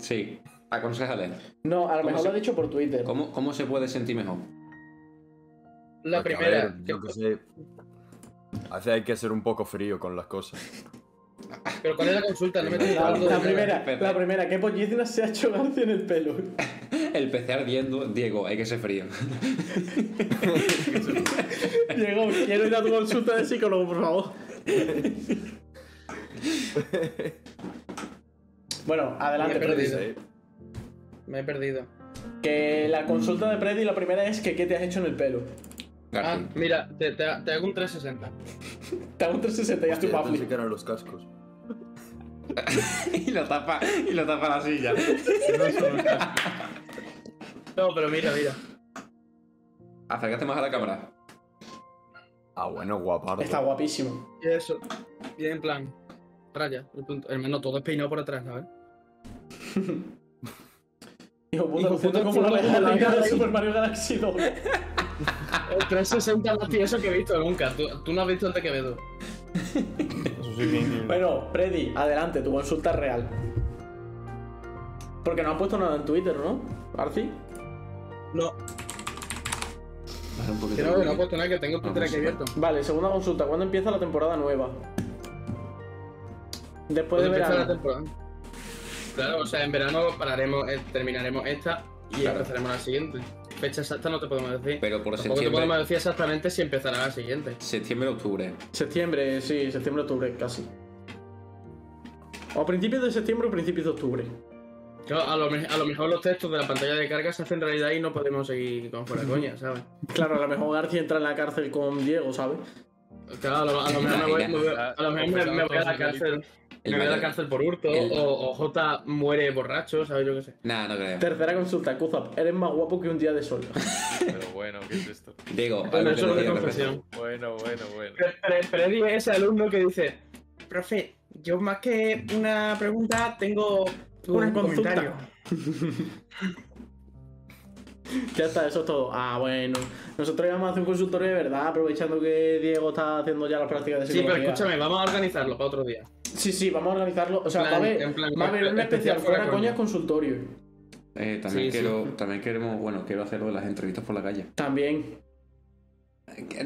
Speaker 6: Sí. Aconsejale.
Speaker 2: No, a lo
Speaker 6: ¿Cómo
Speaker 2: mejor
Speaker 6: se-
Speaker 2: lo ha dicho por Twitter.
Speaker 6: ¿Cómo, ¿Cómo se puede sentir mejor?
Speaker 4: La
Speaker 5: Porque, a
Speaker 4: primera.
Speaker 5: ver,
Speaker 4: que-
Speaker 5: yo que sé. A veces hay que ser un poco frío con las cosas.
Speaker 4: Pero ¿cuál es la consulta? No me estoy
Speaker 2: La,
Speaker 4: dando
Speaker 2: la
Speaker 4: de nada.
Speaker 2: primera,
Speaker 6: Pepe.
Speaker 2: la primera, ¿qué pollizna se ha hecho García en el pelo?
Speaker 6: El PC ardiendo. Diego, hay que ser frío.
Speaker 2: Diego, quiero ir a tu consulta de psicólogo, por favor. bueno, adelante,
Speaker 4: Me he
Speaker 2: Freddy.
Speaker 4: perdido.
Speaker 5: Sí.
Speaker 4: Me he perdido.
Speaker 2: Que la consulta de Freddy, la primera es que ¿qué te has hecho en el pelo?
Speaker 4: Ah,
Speaker 6: García.
Speaker 4: mira, te, te, te hago un 360.
Speaker 2: Te hago un 360 y haz tu
Speaker 5: Hostia, yo
Speaker 2: papli.
Speaker 5: pensé que eran los cascos.
Speaker 6: y lo tapa, y lo tapa la silla.
Speaker 4: No, pero mira, mira.
Speaker 6: Acércate más a la cámara.
Speaker 5: Ah, bueno, guapardo.
Speaker 2: Está guapísimo.
Speaker 4: Y eso. Bien, en plan. Raya, el punto. Hermano, todo es peinado por atrás, ¿sabes?
Speaker 2: Hijo puta,
Speaker 4: Hijo
Speaker 2: lo siento
Speaker 4: puta,
Speaker 2: como la
Speaker 4: como la
Speaker 2: lejanía de
Speaker 4: Galaxy.
Speaker 2: Super Mario Galaxy 2.
Speaker 4: El 360 más tieso que he visto nunca. Tú, tú no has visto el de Quevedo.
Speaker 3: Eso sí que increíble.
Speaker 2: Bueno, Freddy, adelante, tu consulta es real. Porque no han puesto nada en Twitter, ¿no? Arci.
Speaker 4: No,
Speaker 6: Baja un poquito
Speaker 4: que no, que no
Speaker 6: el
Speaker 4: he
Speaker 6: volumen.
Speaker 4: puesto nada, que tengo el Twitter aquí abierto.
Speaker 2: Vale, segunda consulta, ¿cuándo empieza la temporada nueva? Después de
Speaker 4: Cuando empieza la
Speaker 2: verano.
Speaker 4: temporada. Claro, o sea, en verano pararemos, eh, terminaremos esta y
Speaker 6: Claro.
Speaker 4: empezaremos la siguiente. Fecha exacta no te podemos decir.
Speaker 6: Pero por
Speaker 4: Tampoco te podemos
Speaker 6: septiembre,
Speaker 4: decir exactamente si empezará la siguiente.
Speaker 6: septiembre, octubre.
Speaker 2: Septiembre, sí, septiembre, octubre, casi. O principios de septiembre o principios de octubre.
Speaker 4: Claro, a, lo, me- a lo mejor los textos de la pantalla de carga se hacen realidad y no podemos seguir con fuera coña, ¿sabes?
Speaker 2: Claro, a lo mejor García entra en la cárcel con Diego, ¿sabes?
Speaker 4: Claro, a lo, a lo mejor me voy, me voy- a lo mejor me- me voy a la cárcel. Me voy a la cárcel por hurto,
Speaker 6: El-
Speaker 4: o, o J muere borracho, ¿sabes? Yo qué sé.
Speaker 6: Nah, no creo.
Speaker 2: Tercera consulta, Kuzap, eres más guapo que un día de sol.
Speaker 7: Pero bueno, ¿qué es esto?
Speaker 6: Diego,
Speaker 4: Bueno,
Speaker 6: algo
Speaker 4: eso
Speaker 6: que
Speaker 4: es una
Speaker 6: decir al
Speaker 4: confesión.
Speaker 7: Bueno, bueno, bueno.
Speaker 4: Pre- pre- Freddy es ese alumno que dice, profe, yo más que una pregunta tengo
Speaker 2: Una
Speaker 4: un
Speaker 2: consulta".
Speaker 4: comentario.
Speaker 2: Ya está, eso es todo. Ah, bueno. Nosotros íbamos a hacer un consultorio de verdad, aprovechando que Diego está haciendo ya las prácticas de
Speaker 4: Sí,
Speaker 2: psicología.
Speaker 4: pero escúchame, vamos a organizarlo para otro día.
Speaker 2: Sí, sí, vamos a organizarlo. O sea,
Speaker 4: En
Speaker 2: va a
Speaker 4: plan-
Speaker 2: haber,
Speaker 4: en plan,
Speaker 2: va a haber un
Speaker 4: especial
Speaker 2: especial
Speaker 4: fuera
Speaker 2: fuera
Speaker 4: coña.
Speaker 2: coña consultorio.
Speaker 6: Eh, también,
Speaker 4: Sí,
Speaker 6: quiero, también queremos, bueno, quiero hacerlo de las entrevistas por la calle.
Speaker 2: También.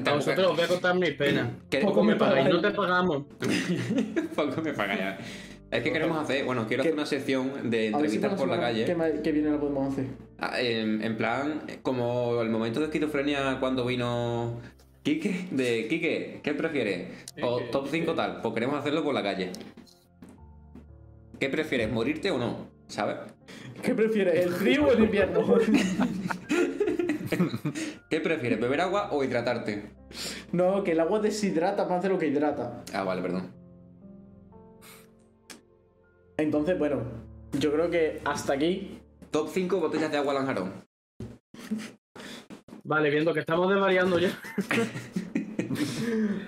Speaker 4: A vosotros os voy a contar mis penas.
Speaker 6: Que-
Speaker 4: Poco me pagáis,
Speaker 2: pagáis.
Speaker 4: no te pagamos.
Speaker 6: Poco me paga ya. Es que queremos hacer, bueno, quiero
Speaker 2: Que-
Speaker 6: hacer una sección de
Speaker 2: A ver si
Speaker 6: entrevistas por la
Speaker 2: semana Que,
Speaker 6: calle.
Speaker 2: ma- que viene lo podemos hacer.
Speaker 6: Ah, En, en plan, como el momento de esquizofrenia cuando vino Quique, de Quique, ¿qué prefieres? O
Speaker 7: Quique,
Speaker 6: top 5
Speaker 7: Quique.
Speaker 6: tal, pues queremos hacerlo por la calle. ¿Qué prefieres, morirte o no? ¿Sabes?
Speaker 2: ¿Qué prefieres, el frío o el invierno?
Speaker 6: ¿Qué prefieres, beber agua o hidratarte?
Speaker 2: no, que el agua deshidrata más de lo que hidrata.
Speaker 6: Ah, vale, perdón.
Speaker 2: Entonces, bueno, yo creo que hasta aquí
Speaker 6: Top 5 botellas de agua Lanjarón.
Speaker 4: Vale, viendo que estamos desvariando ya.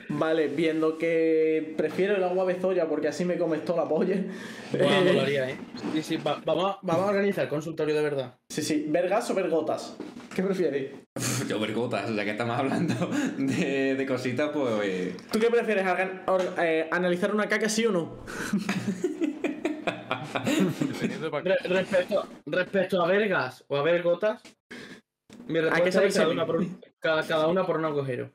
Speaker 2: Vale, viendo que prefiero el agua bezoya porque así me comes toda la polla.
Speaker 4: Buah,
Speaker 2: Eh,
Speaker 4: molaría, ¿eh? Sí, sí, va- vamos, a, vamos a organizar consultorio de verdad.
Speaker 2: sí, sí, vergas o vergotas. ¿Qué prefieres?
Speaker 6: Yo vergotas, ya que estamos hablando de, de cositas, pues. eh,
Speaker 2: ¿Tú qué prefieres? argan- or- eh, ¿Analizar una caca sí o no?
Speaker 7: Dependiendo para
Speaker 4: Re- respecto, respecto a vergas o a vergotas, mi
Speaker 2: qué
Speaker 4: respuesta
Speaker 2: sabéis
Speaker 4: es cada
Speaker 2: salir?
Speaker 4: una, por, un- cada, cada una por un agujero.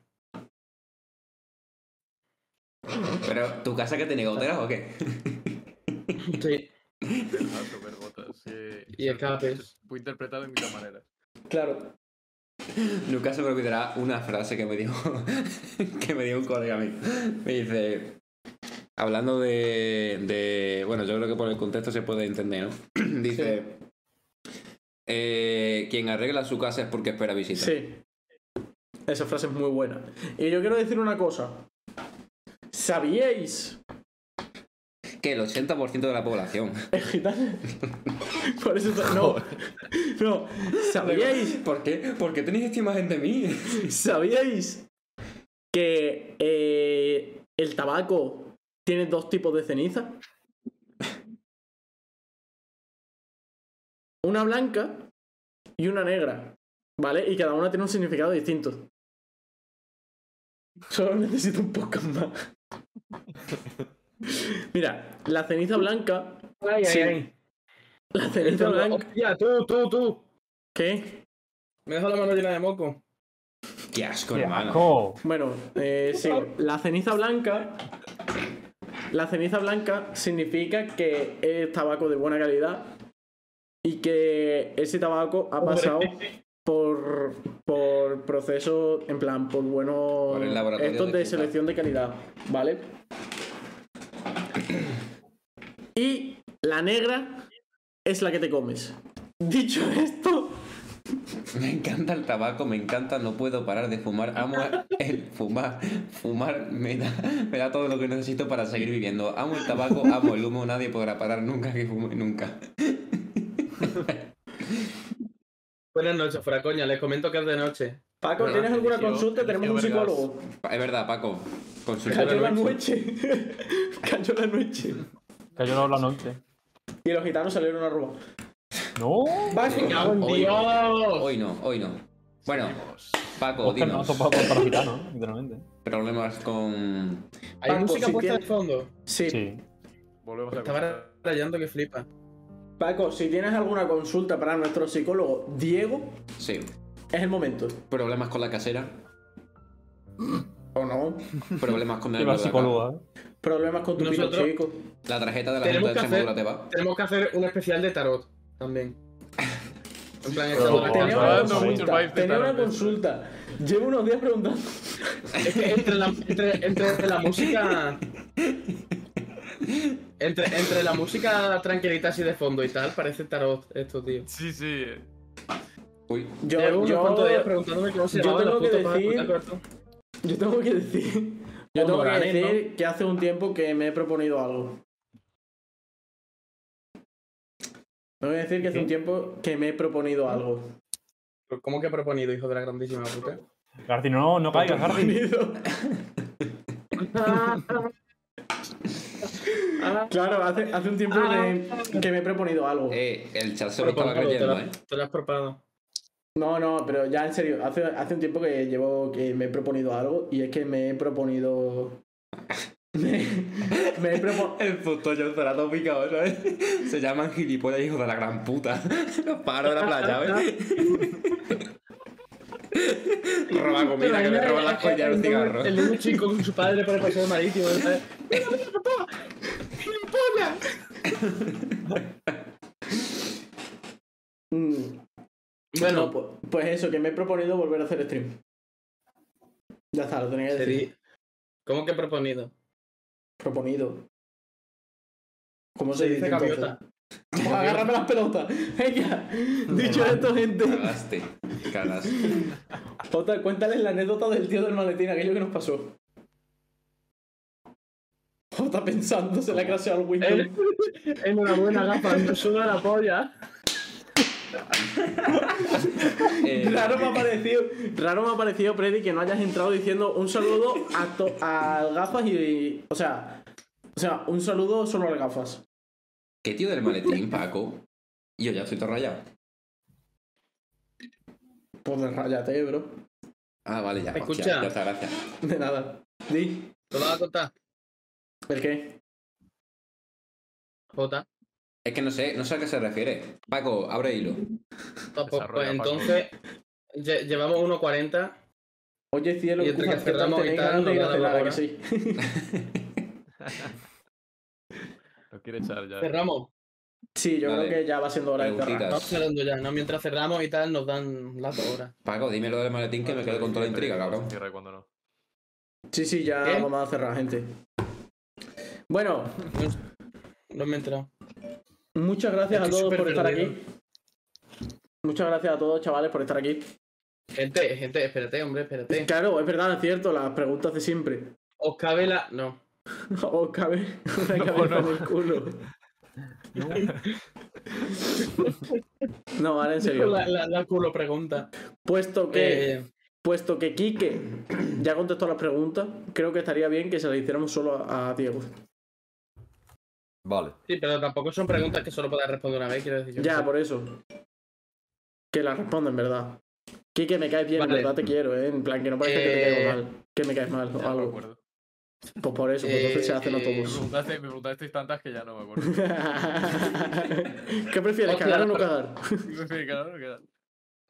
Speaker 6: Pero, ¿tu casa que tiene goteras o qué?
Speaker 4: Sí,
Speaker 7: vergas o vergotas. eh,
Speaker 4: Y escapes.
Speaker 7: Fue interpretado de muchas maneras.
Speaker 2: Claro.
Speaker 6: Nunca se me olvidará una frase que me dijo que me dio un colega mío. Me dice, hablando de, de- bueno, yo creo que por el contexto se puede entender, ¿no? Dice, eh, quien arregla su casa es porque espera visita.
Speaker 2: Sí. Esa frase es muy buena. Y yo quiero decir una cosa. ¿Sabíais?
Speaker 6: Que el 80% de la población.
Speaker 2: Es gitano. Por eso. No. No. ¿Sabíais?
Speaker 6: ¿Por qué? ¿Por qué tenéis esta imagen de mí?
Speaker 2: ¿Sabíais que eh, el tabaco tiene dos tipos de ceniza? Una blanca y una negra, ¿vale? Y cada una tiene un significado distinto. Solo necesito un poco más. Mira, la ceniza blanca.
Speaker 4: Ay, ay,
Speaker 2: Sí.
Speaker 4: ay.
Speaker 2: La ceniza blanca.
Speaker 4: Hostia, tú, tú, tú.
Speaker 2: ¿Qué?
Speaker 4: Me dejo la mano llena de moco.
Speaker 6: ¡Qué asco,
Speaker 3: ¡Qué
Speaker 6: hermano!
Speaker 3: asco!
Speaker 2: Bueno, eh, sí, la ceniza blanca. La ceniza blanca significa que es tabaco de buena calidad y que ese tabaco ha pasado por, por procesos, en plan, por buenos.
Speaker 6: Por el laboratorio
Speaker 2: estos
Speaker 6: de
Speaker 2: de,
Speaker 6: Cuba.
Speaker 2: selección de calidad, ¿vale? Y la negra es la que te comes. Dicho esto,
Speaker 6: Me encanta el tabaco, me encanta, no puedo parar de fumar. Amo el fumar, fumar me da, me da todo lo que necesito para seguir viviendo. Amo el tabaco, amo el humo, nadie podrá parar nunca que fume, nunca.
Speaker 4: Buenas noches, fuera coña, les comento que es de noche.
Speaker 2: Paco,
Speaker 4: Bueno,
Speaker 2: ¿tienes alguna
Speaker 7: eligió-
Speaker 2: consulta? Tenemos
Speaker 7: eligió
Speaker 2: un
Speaker 7: Vergas.
Speaker 2: psicólogo.
Speaker 6: Es verdad, Paco,
Speaker 2: Cayó
Speaker 6: consulta.
Speaker 2: la noche. Cayó la noche.
Speaker 3: Que yo no hablo anoche.
Speaker 2: Y los gitanos salieron a robar.
Speaker 3: ¡No!
Speaker 2: Vasco,
Speaker 6: Hoy no,
Speaker 4: ¡Dios!
Speaker 6: hoy no, hoy no. Bueno, Paco,
Speaker 3: Oscar no
Speaker 6: dinos.
Speaker 3: topa para los gitanos, ¿eh? literalmente.
Speaker 6: Problemas con...
Speaker 4: Hay
Speaker 2: Paco,
Speaker 4: música
Speaker 2: si
Speaker 4: puesta
Speaker 2: tienes-
Speaker 4: de fondo.
Speaker 2: sí.
Speaker 3: Sí.
Speaker 7: Volvemos a
Speaker 4: Estaba rayando que flipa.
Speaker 2: Paco, si tienes alguna consulta para nuestro psicólogo Diego,
Speaker 6: Sí,
Speaker 2: es el momento.
Speaker 6: problemas con la casera,
Speaker 2: ¿O no?
Speaker 6: problemas con el...
Speaker 3: Iba al psicólogo, ¿eh?
Speaker 2: Problemas con tu pito
Speaker 4: Nosotros-
Speaker 2: chico.
Speaker 6: La tarjeta de la
Speaker 4: Tenemos
Speaker 6: Junta de
Speaker 4: que hacer-
Speaker 6: Extremadura te va.
Speaker 4: Tenemos que hacer un especial de tarot también. En plan,
Speaker 3: Pero-
Speaker 4: echando la
Speaker 3: Tenemos-
Speaker 2: Tenía
Speaker 3: Estaba
Speaker 2: una
Speaker 3: dando muchos
Speaker 2: consulta.
Speaker 7: vibes de
Speaker 2: Tenía una
Speaker 7: tarot.
Speaker 2: consulta. Llevo unos días preguntando.
Speaker 4: Es que entre la, entre, entre la música. Entre, entre la música tranquilita así de fondo y tal, parece tarot esto, tío.
Speaker 7: Sí, sí. eh,
Speaker 6: Uy,
Speaker 2: Yo,
Speaker 4: Llevo unos
Speaker 2: yo,
Speaker 4: cuantos días preguntándome cómo se
Speaker 2: yo
Speaker 4: llamaba
Speaker 2: tengo
Speaker 4: la
Speaker 2: que
Speaker 4: puta paja
Speaker 2: decir-
Speaker 4: de corto.
Speaker 2: yo tengo que decir. Yo tengo que
Speaker 4: Honorares, ¿no?
Speaker 2: decir que hace un tiempo que me he proponido algo. Tengo que decir que hace un tiempo que me he proponido algo.
Speaker 4: Pero ¿Cómo que he proponido, hijo de la grandísima puta?
Speaker 3: Garci, ¿eh? no, no caigas, Garci.
Speaker 2: Proponido. Claro, hace, hace un tiempo que, que me he proponido algo.
Speaker 6: eh, el chat se lo
Speaker 4: Pero,
Speaker 6: estaba
Speaker 4: Pablo, te,
Speaker 6: creyendo,
Speaker 4: lo,
Speaker 6: ¿eh?
Speaker 4: te lo has propado.
Speaker 2: No, no, pero ya en serio, hace, hace un tiempo que llevo que me he proponido algo y es que me he proponido. Me, me he proponido.
Speaker 6: El puto John Zaratópica, ¿sabes? Se llaman gilipollas hijos de la gran puta. Los pájaros de la playa, ¿ves? Roba comida, que le roban las collas a los cigarros.
Speaker 4: eh, El niño chico con su padre por el paseo marítimo. ¿sabes?
Speaker 2: Bueno,
Speaker 4: Bueno,
Speaker 2: pues, mm. pues eso, que me he proponido volver a hacer stream. Ya está, lo tenía que
Speaker 4: te
Speaker 2: decir.
Speaker 4: di- ¿cómo que he proponido?
Speaker 2: Proponido. ¿Cómo se,
Speaker 4: Se dice
Speaker 2: dice?
Speaker 4: gaviota.
Speaker 2: entonces? Agárrame las pelotas. Venga, dicho esto, gente.
Speaker 6: Cagaste, cagaste.
Speaker 2: Jota, cuéntales la anécdota del tío del maletín, aquello que nos pasó. Jota Eh, pensando, se le ha crasheado el Windows.
Speaker 4: Enhorabuena, gafa, nos suda la polla.
Speaker 6: Eh,
Speaker 2: Raro me ha parecido, raro me ha parecido, Freddy, que no hayas entrado diciendo un saludo a, to- a gafas y. O sea. O sea, un saludo solo a gafas.
Speaker 6: ¿Qué tío del maletín, Paco? Yo ya estoy todo rayado.
Speaker 2: Pues desrayate, bro.
Speaker 6: Ah, vale, ya.
Speaker 4: Escucha.
Speaker 6: hostia, ya está, gracias.
Speaker 2: De nada. Di,
Speaker 4: ¿Te lo vas a contar?
Speaker 2: ¿el qué?
Speaker 4: Jota.
Speaker 6: Es que no sé, no sé a qué se refiere. Paco, abre hilo.
Speaker 4: Pues, pues,
Speaker 7: Desarrolla,
Speaker 4: entonces, lle- llevamos 1.40.
Speaker 2: Oye, cielo,
Speaker 4: Y entre
Speaker 2: cosas
Speaker 4: que
Speaker 2: que
Speaker 4: cerramos
Speaker 2: tanto
Speaker 4: y
Speaker 2: tenéis
Speaker 4: tal,
Speaker 2: ganas de
Speaker 4: nos
Speaker 2: ir a
Speaker 4: da la
Speaker 2: cenar, ¿a que
Speaker 4: hora.
Speaker 2: sí.
Speaker 7: Lo quiere echar ya.
Speaker 4: Cerramos.
Speaker 2: Sí, yo
Speaker 6: Vale.
Speaker 2: creo que ya va siendo hora de cerrar.
Speaker 4: Vamos
Speaker 6: Preguntitas.
Speaker 4: cerrando ya, ¿no? Mientras cerramos y tal, nos dan las dos horas.
Speaker 6: Paco, dime lo del maletín que me quedo con toda la intriga, cabrón.
Speaker 7: Cierra y cuando no.
Speaker 2: Sí, sí, ya
Speaker 4: ¿Qué?
Speaker 2: vamos a cerrar, gente. Bueno,
Speaker 4: No me he enterado.
Speaker 2: muchas gracias a
Speaker 4: Estoy
Speaker 2: todos
Speaker 4: súper
Speaker 2: por estar
Speaker 4: perdido.
Speaker 2: aquí. Muchas gracias a todos, chavales, por estar aquí.
Speaker 4: Gente, gente, espérate, hombre, espérate.
Speaker 2: Claro, es verdad, es cierto, las preguntas de siempre.
Speaker 4: Os cabe la. No.
Speaker 2: O cabe una cabeza en el culo. No, ahora en serio.
Speaker 4: La, la, la culo pregunta.
Speaker 2: Puesto que,
Speaker 4: Eh,
Speaker 2: puesto que Quique ya contestó las preguntas, creo que estaría bien que se las hiciéramos solo a, a Diego.
Speaker 5: Vale.
Speaker 4: sí, pero tampoco son preguntas que solo puedas responder una vez, quiero decir. yo.
Speaker 2: Ya, por eso. Que las responda, en verdad. Quique, me caes bien,
Speaker 4: Vale.
Speaker 2: en verdad te quiero, ¿eh? En plan, que no parece que te
Speaker 4: Eh,
Speaker 2: caigo mal. Que me caes mal o
Speaker 7: Ya no me
Speaker 2: algo.
Speaker 7: acuerdo.
Speaker 2: Pues por eso, pues entonces se hacen a
Speaker 4: Eh,
Speaker 7: Me
Speaker 2: todos.
Speaker 7: preguntaste, me preguntasteis tantas que ya no me acuerdo.
Speaker 4: eh,
Speaker 2: ¿Qué prefieres,
Speaker 4: Hostia,
Speaker 2: cagar o no
Speaker 4: la-
Speaker 2: cagar?
Speaker 7: En fin, claro, no queda.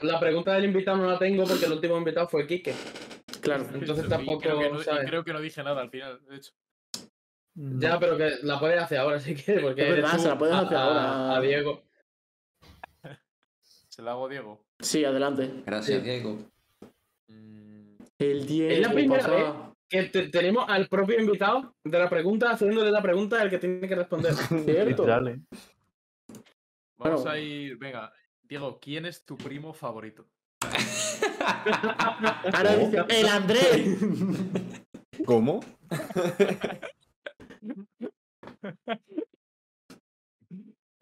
Speaker 4: La pregunta del invitado no la tengo porque el último invitado fue Quique.
Speaker 2: Claro.
Speaker 4: Entonces
Speaker 7: Y
Speaker 4: tampoco,
Speaker 7: Creo que, no, y
Speaker 4: ¿sabes?
Speaker 7: creo que no dije nada al final, de hecho.
Speaker 3: Mm.
Speaker 4: Ya, pero que la puedes hacer ahora si quieres, porque.
Speaker 2: Es
Speaker 4: eres
Speaker 2: verdad,
Speaker 4: tú
Speaker 2: se la puedes
Speaker 4: a-
Speaker 2: hacer
Speaker 4: a-
Speaker 2: ahora.
Speaker 4: A Diego.
Speaker 7: Se la hago a Diego.
Speaker 2: Sí, adelante.
Speaker 6: Gracias, Diego.
Speaker 7: Mm,
Speaker 2: El 10.
Speaker 4: Es la primera Que te- tenemos al propio invitado de la pregunta, haciéndole la pregunta al que tiene que responder.
Speaker 2: Cierto.
Speaker 3: eh.
Speaker 7: Vamos
Speaker 2: Bueno.
Speaker 7: a ir. Venga, Diego, ¿quién es tu primo favorito?
Speaker 2: Ahora
Speaker 4: Oh.
Speaker 2: dice, el Andrés.
Speaker 5: ¿Cómo?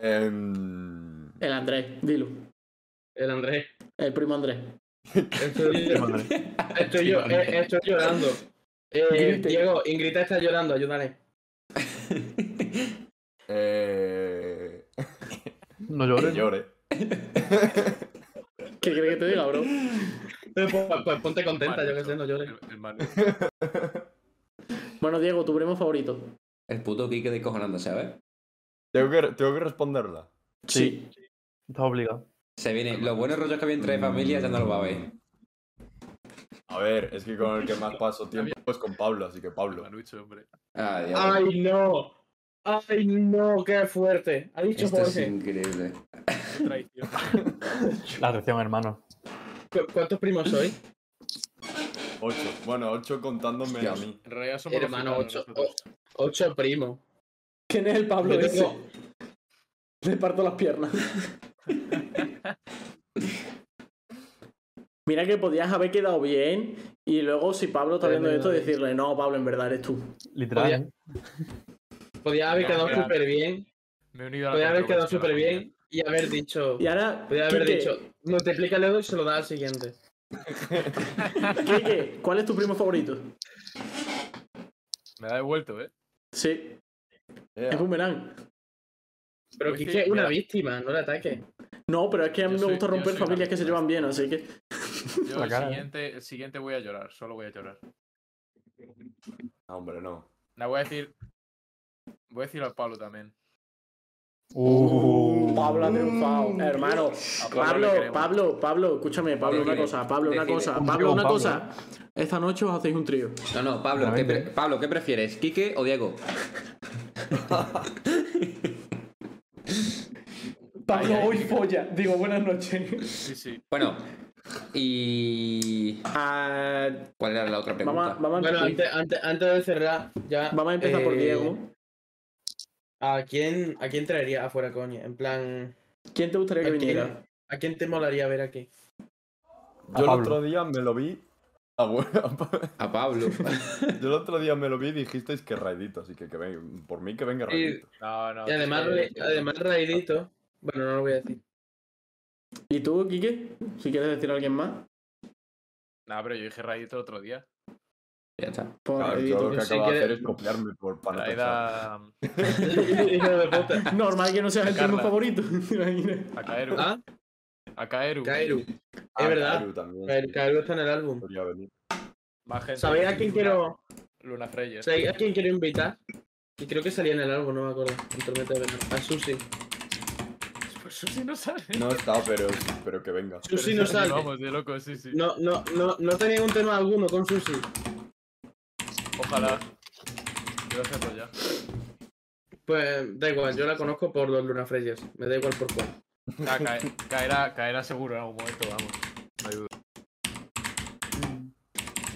Speaker 5: Em,
Speaker 2: El Andrés, dilo.
Speaker 4: El Andrés.
Speaker 2: El primo Andrés.
Speaker 4: Estoy, estoy yo, eh, estoy llorando. Eh,
Speaker 2: Grite.
Speaker 4: Diego, Ingrita está llorando, ayúdale.
Speaker 5: eh,
Speaker 8: No
Speaker 5: que
Speaker 8: llores.
Speaker 5: llore.
Speaker 2: ¿Qué crees que te diga, bro?
Speaker 4: Pues, pues- pues ponte contenta,
Speaker 7: Vale,
Speaker 4: yo que sé, no llores.
Speaker 7: El, el mal-
Speaker 2: Bueno, Diego, tu primo favorito.
Speaker 6: El puto Kike descojonando, ¿sabes?
Speaker 5: Tengo que, tengo que responderla.
Speaker 8: Sí. Estás obligado.
Speaker 6: Se viene. Los buenos rollos que había
Speaker 4: Mm.
Speaker 6: entre familias ya no lo va a ver.
Speaker 5: A ver, es que con el que más paso tiempo es con Pablo, así que
Speaker 7: el
Speaker 5: Pablo.
Speaker 7: Manucho, hombre.
Speaker 6: Ah, Dios.
Speaker 4: ¡Ay, no! ¡Ay, no! ¡Qué fuerte! Ha dicho
Speaker 2: Este
Speaker 6: Esto es
Speaker 4: Jorge.
Speaker 6: increíble.
Speaker 7: Qué traición.
Speaker 8: La atención, hermano.
Speaker 4: ¿Cu- ¿Cuántos primos sois?
Speaker 5: Ocho. Bueno, ocho contándome a
Speaker 6: Hostia.
Speaker 5: mí.
Speaker 7: En realidad somos los
Speaker 4: Hermano,
Speaker 7: gitanos
Speaker 4: ocho-
Speaker 7: nosotros.
Speaker 4: Ocho primos.
Speaker 2: ¿Quién es el Pablo
Speaker 4: Yo
Speaker 2: ese?
Speaker 4: tengo,
Speaker 2: Le parto las piernas. Mira que podías haber quedado bien y luego si Pablo está
Speaker 4: Es
Speaker 2: viendo esto
Speaker 4: verdad.
Speaker 2: decirle, no, Pablo, en verdad eres tú.
Speaker 8: Literal.
Speaker 4: Oye,
Speaker 8: ¿eh?
Speaker 4: podía haber
Speaker 7: No,
Speaker 4: quedado
Speaker 7: claeda-
Speaker 4: súper bien.
Speaker 7: Me he unido a la
Speaker 4: Podía haber
Speaker 7: controversia de
Speaker 4: quedado
Speaker 7: la
Speaker 4: súper
Speaker 7: familia.
Speaker 4: bien y haber dicho.
Speaker 2: Y ahora,
Speaker 4: Podía haber
Speaker 2: Quique,
Speaker 4: dicho. Multiplica el y se lo da al siguiente.
Speaker 2: Quique, ¿cuál es tu primo favorito?
Speaker 7: Me la he devuelto, ¿eh?
Speaker 2: Sí,
Speaker 5: Yeah.
Speaker 2: es Boomerang.
Speaker 4: Pero
Speaker 7: Pues
Speaker 4: que
Speaker 7: sí,
Speaker 4: es una
Speaker 7: mira.
Speaker 4: víctima, no le ataque.
Speaker 2: No, pero es que a mí me
Speaker 7: Yo soy-
Speaker 2: gusta
Speaker 7: yo
Speaker 2: romper
Speaker 7: soy una
Speaker 2: familias que se
Speaker 7: víctima.
Speaker 2: llevan bien, así que...
Speaker 7: Yo
Speaker 8: La
Speaker 7: el
Speaker 8: cara, ¿eh?
Speaker 7: siguiente, el siguiente voy a llorar, solo voy a llorar.
Speaker 5: No, ah, hombre, no.
Speaker 7: La voy a decir. Voy a decir al Pablo también.
Speaker 8: Uh.
Speaker 2: Pablo ha triunfado, hermano.
Speaker 7: A le
Speaker 2: Pablo,
Speaker 7: queremos.
Speaker 2: Pablo, Pablo, escúchame, Pablo, una
Speaker 6: Decide,
Speaker 2: cosa, Pablo, una
Speaker 6: decide.
Speaker 2: cosa,
Speaker 8: Un
Speaker 2: Pablo,
Speaker 8: trío,
Speaker 2: una
Speaker 8: Pablo,
Speaker 2: cosa. Esta noche os hacéis un trío.
Speaker 6: No, no, Pablo, ¿qué, pre- Pablo, ¿qué prefieres? ¿Quique o Diego?
Speaker 2: Pablo hoy folla. Digo, buenas noches.
Speaker 7: Sí, sí.
Speaker 6: Bueno, y. ¿Cuál era la otra
Speaker 2: Ah, vamos,
Speaker 6: pregunta?
Speaker 2: a, vamos, a empezar-
Speaker 4: Bueno, antes, antes, antes de cerrar, ya.
Speaker 2: vamos a empezar por
Speaker 4: eh,
Speaker 2: Diego.
Speaker 4: ¿A quién, a quién traería afuera, coño? En plan,
Speaker 2: ¿Quién te gustaría que
Speaker 4: ¿a quién?
Speaker 2: viniera?
Speaker 4: ¿a quién te molaría ver aquí?
Speaker 8: A
Speaker 5: Yo el
Speaker 8: Pablo.
Speaker 5: otro día me lo vi. Ah, bueno, a Pa-
Speaker 6: A Pablo.
Speaker 5: Yo el otro día me lo vi y dijisteis que Raidito, así que, que venga, por mí que venga
Speaker 4: Sí.
Speaker 5: Raidito.
Speaker 7: No, no.
Speaker 4: Y además,
Speaker 7: sí,
Speaker 4: Ra- además Raidito. Bueno, no lo voy a decir.
Speaker 2: tú, Kike? Si quieres decir a alguien más.
Speaker 7: Nah, pero yo dije Raidito el otro día.
Speaker 6: Ya está.
Speaker 2: Pon
Speaker 5: Claro,
Speaker 2: Raidito.
Speaker 5: yo lo que
Speaker 4: Sí,
Speaker 5: acabo de
Speaker 4: que-
Speaker 5: hacer es copiarme por para no pensar. Ah,
Speaker 7: Raida
Speaker 4: Hijo de puta.
Speaker 2: Normal que no seas el primo
Speaker 7: Carla.
Speaker 2: favorito. ¿te imaginas?
Speaker 7: a Kaeru.
Speaker 4: Ah,
Speaker 7: A Kaeru.
Speaker 4: Kairu.
Speaker 5: Ah,
Speaker 4: verdad.
Speaker 5: Kairu también.
Speaker 4: Kairu Kairu está en el álbum.
Speaker 5: Podría venir.
Speaker 7: Más gente.
Speaker 4: ¿Sabéis a quién
Speaker 7: Luna-
Speaker 4: quiero,
Speaker 7: Luna Freyer.
Speaker 4: ¿sabéis a quién quiero invitar? Que creo que salía en el álbum, no me acuerdo. en Tormenta de Verano. A Susi.
Speaker 7: Pues Susi no sale.
Speaker 5: No está, pero, pero que venga.
Speaker 4: Susi no sale.
Speaker 7: Vamos, de loco, sí, sí.
Speaker 4: No, no, no, no tenía un tema alguno con Susi.
Speaker 7: Ojalá. Quiero hacerlo ya.
Speaker 4: Pues da igual, yo la conozco por los Luna Freyers. Me da igual por cuál.
Speaker 7: Nah, cae- caerá, caerá seguro en algún momento, vamos. No hay duda.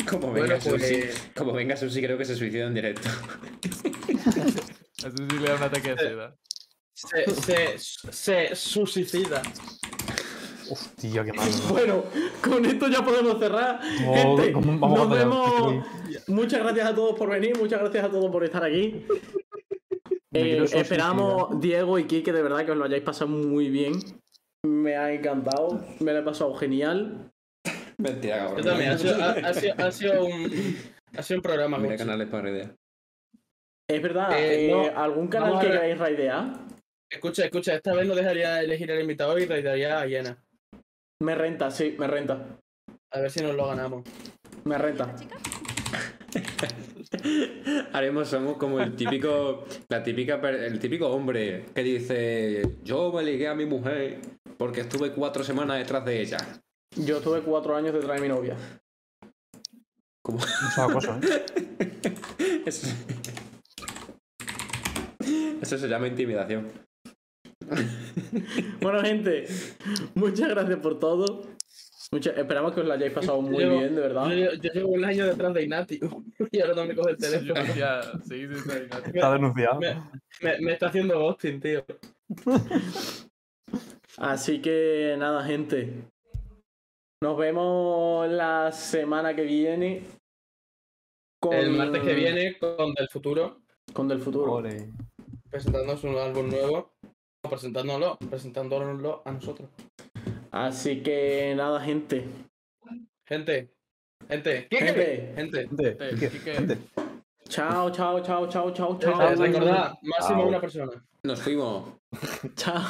Speaker 6: Como
Speaker 4: Bueno,
Speaker 6: venga,
Speaker 4: pues-
Speaker 6: Susi, como venga Susi, creo que se suicida en directo.
Speaker 7: A Susi le da un ataque de seda.
Speaker 4: Se, se, se suicida.
Speaker 3: Hostia, qué malo.
Speaker 2: Bueno, con esto ya podemos cerrar.
Speaker 3: Oh,
Speaker 2: Gente,
Speaker 3: vamos a
Speaker 2: nos
Speaker 3: batallar.
Speaker 2: vemos. Muchas gracias a todos por venir, muchas gracias a todos por estar aquí.
Speaker 3: Me
Speaker 2: Eh,
Speaker 3: quiero suicidar.
Speaker 2: esperamos, Diego y Kike, de verdad que os lo hayáis pasado muy bien. Me ha encantado, me lo he pasado genial.
Speaker 6: Mentira, cabrón.
Speaker 4: Yo también, ha sido, ha, ha sido, ha sido un. Ha sido un programa,
Speaker 6: Mira
Speaker 4: mucho.
Speaker 6: canales para idea.
Speaker 2: Es verdad,
Speaker 4: Eh,
Speaker 2: eh,
Speaker 4: no,
Speaker 2: ¿algún canal
Speaker 4: vamos a
Speaker 2: que
Speaker 4: ver.
Speaker 2: queráis raidear?
Speaker 4: Escucha, escucha, esta vez no dejaría elegir al invitado y daría a Yena.
Speaker 2: Me renta, sí, me renta.
Speaker 4: A ver si nos lo ganamos.
Speaker 2: Me renta.
Speaker 6: Haremos, somos como el típico, la típica, per- el típico hombre que dice, yo me ligué a mi mujer porque estuve cuatro semanas detrás de ella.
Speaker 2: Yo estuve cuatro años detrás de mi novia.
Speaker 6: Como...
Speaker 3: Mucha cosa, ¿eh?
Speaker 6: Eso... Eso se llama intimidación.
Speaker 2: Bueno, gente, muchas gracias por todo. Mucha- Esperamos que os lo hayáis pasado muy
Speaker 4: Llevo-
Speaker 2: bien, de verdad.
Speaker 4: Yo, llevo- yo llevo un año detrás de Inati y ahora no me coge el
Speaker 7: Yo
Speaker 4: teléfono.
Speaker 7: decía, sí, sí, sí, no.
Speaker 3: Está denunciado.
Speaker 4: Me, me- me está haciendo Austin, tío.
Speaker 2: Así que nada, gente. Nos vemos la semana que viene. Con...
Speaker 4: El martes que viene, con Del Futuro,
Speaker 2: Con Del Futuro.
Speaker 3: Ole.
Speaker 4: presentándonos un álbum nuevo. O Presentándolo, presentándonoslo a nosotros.
Speaker 2: Así que nada, gente.
Speaker 4: Gente, gente,
Speaker 2: Gente.
Speaker 4: gente.
Speaker 7: Te- Quique,
Speaker 2: Chao, chao, chao, chao, chao,
Speaker 4: Eh,
Speaker 2: chao.
Speaker 4: Recordad, máximo
Speaker 5: Chao.
Speaker 4: una persona.
Speaker 6: Nos fuimos.
Speaker 2: Chao.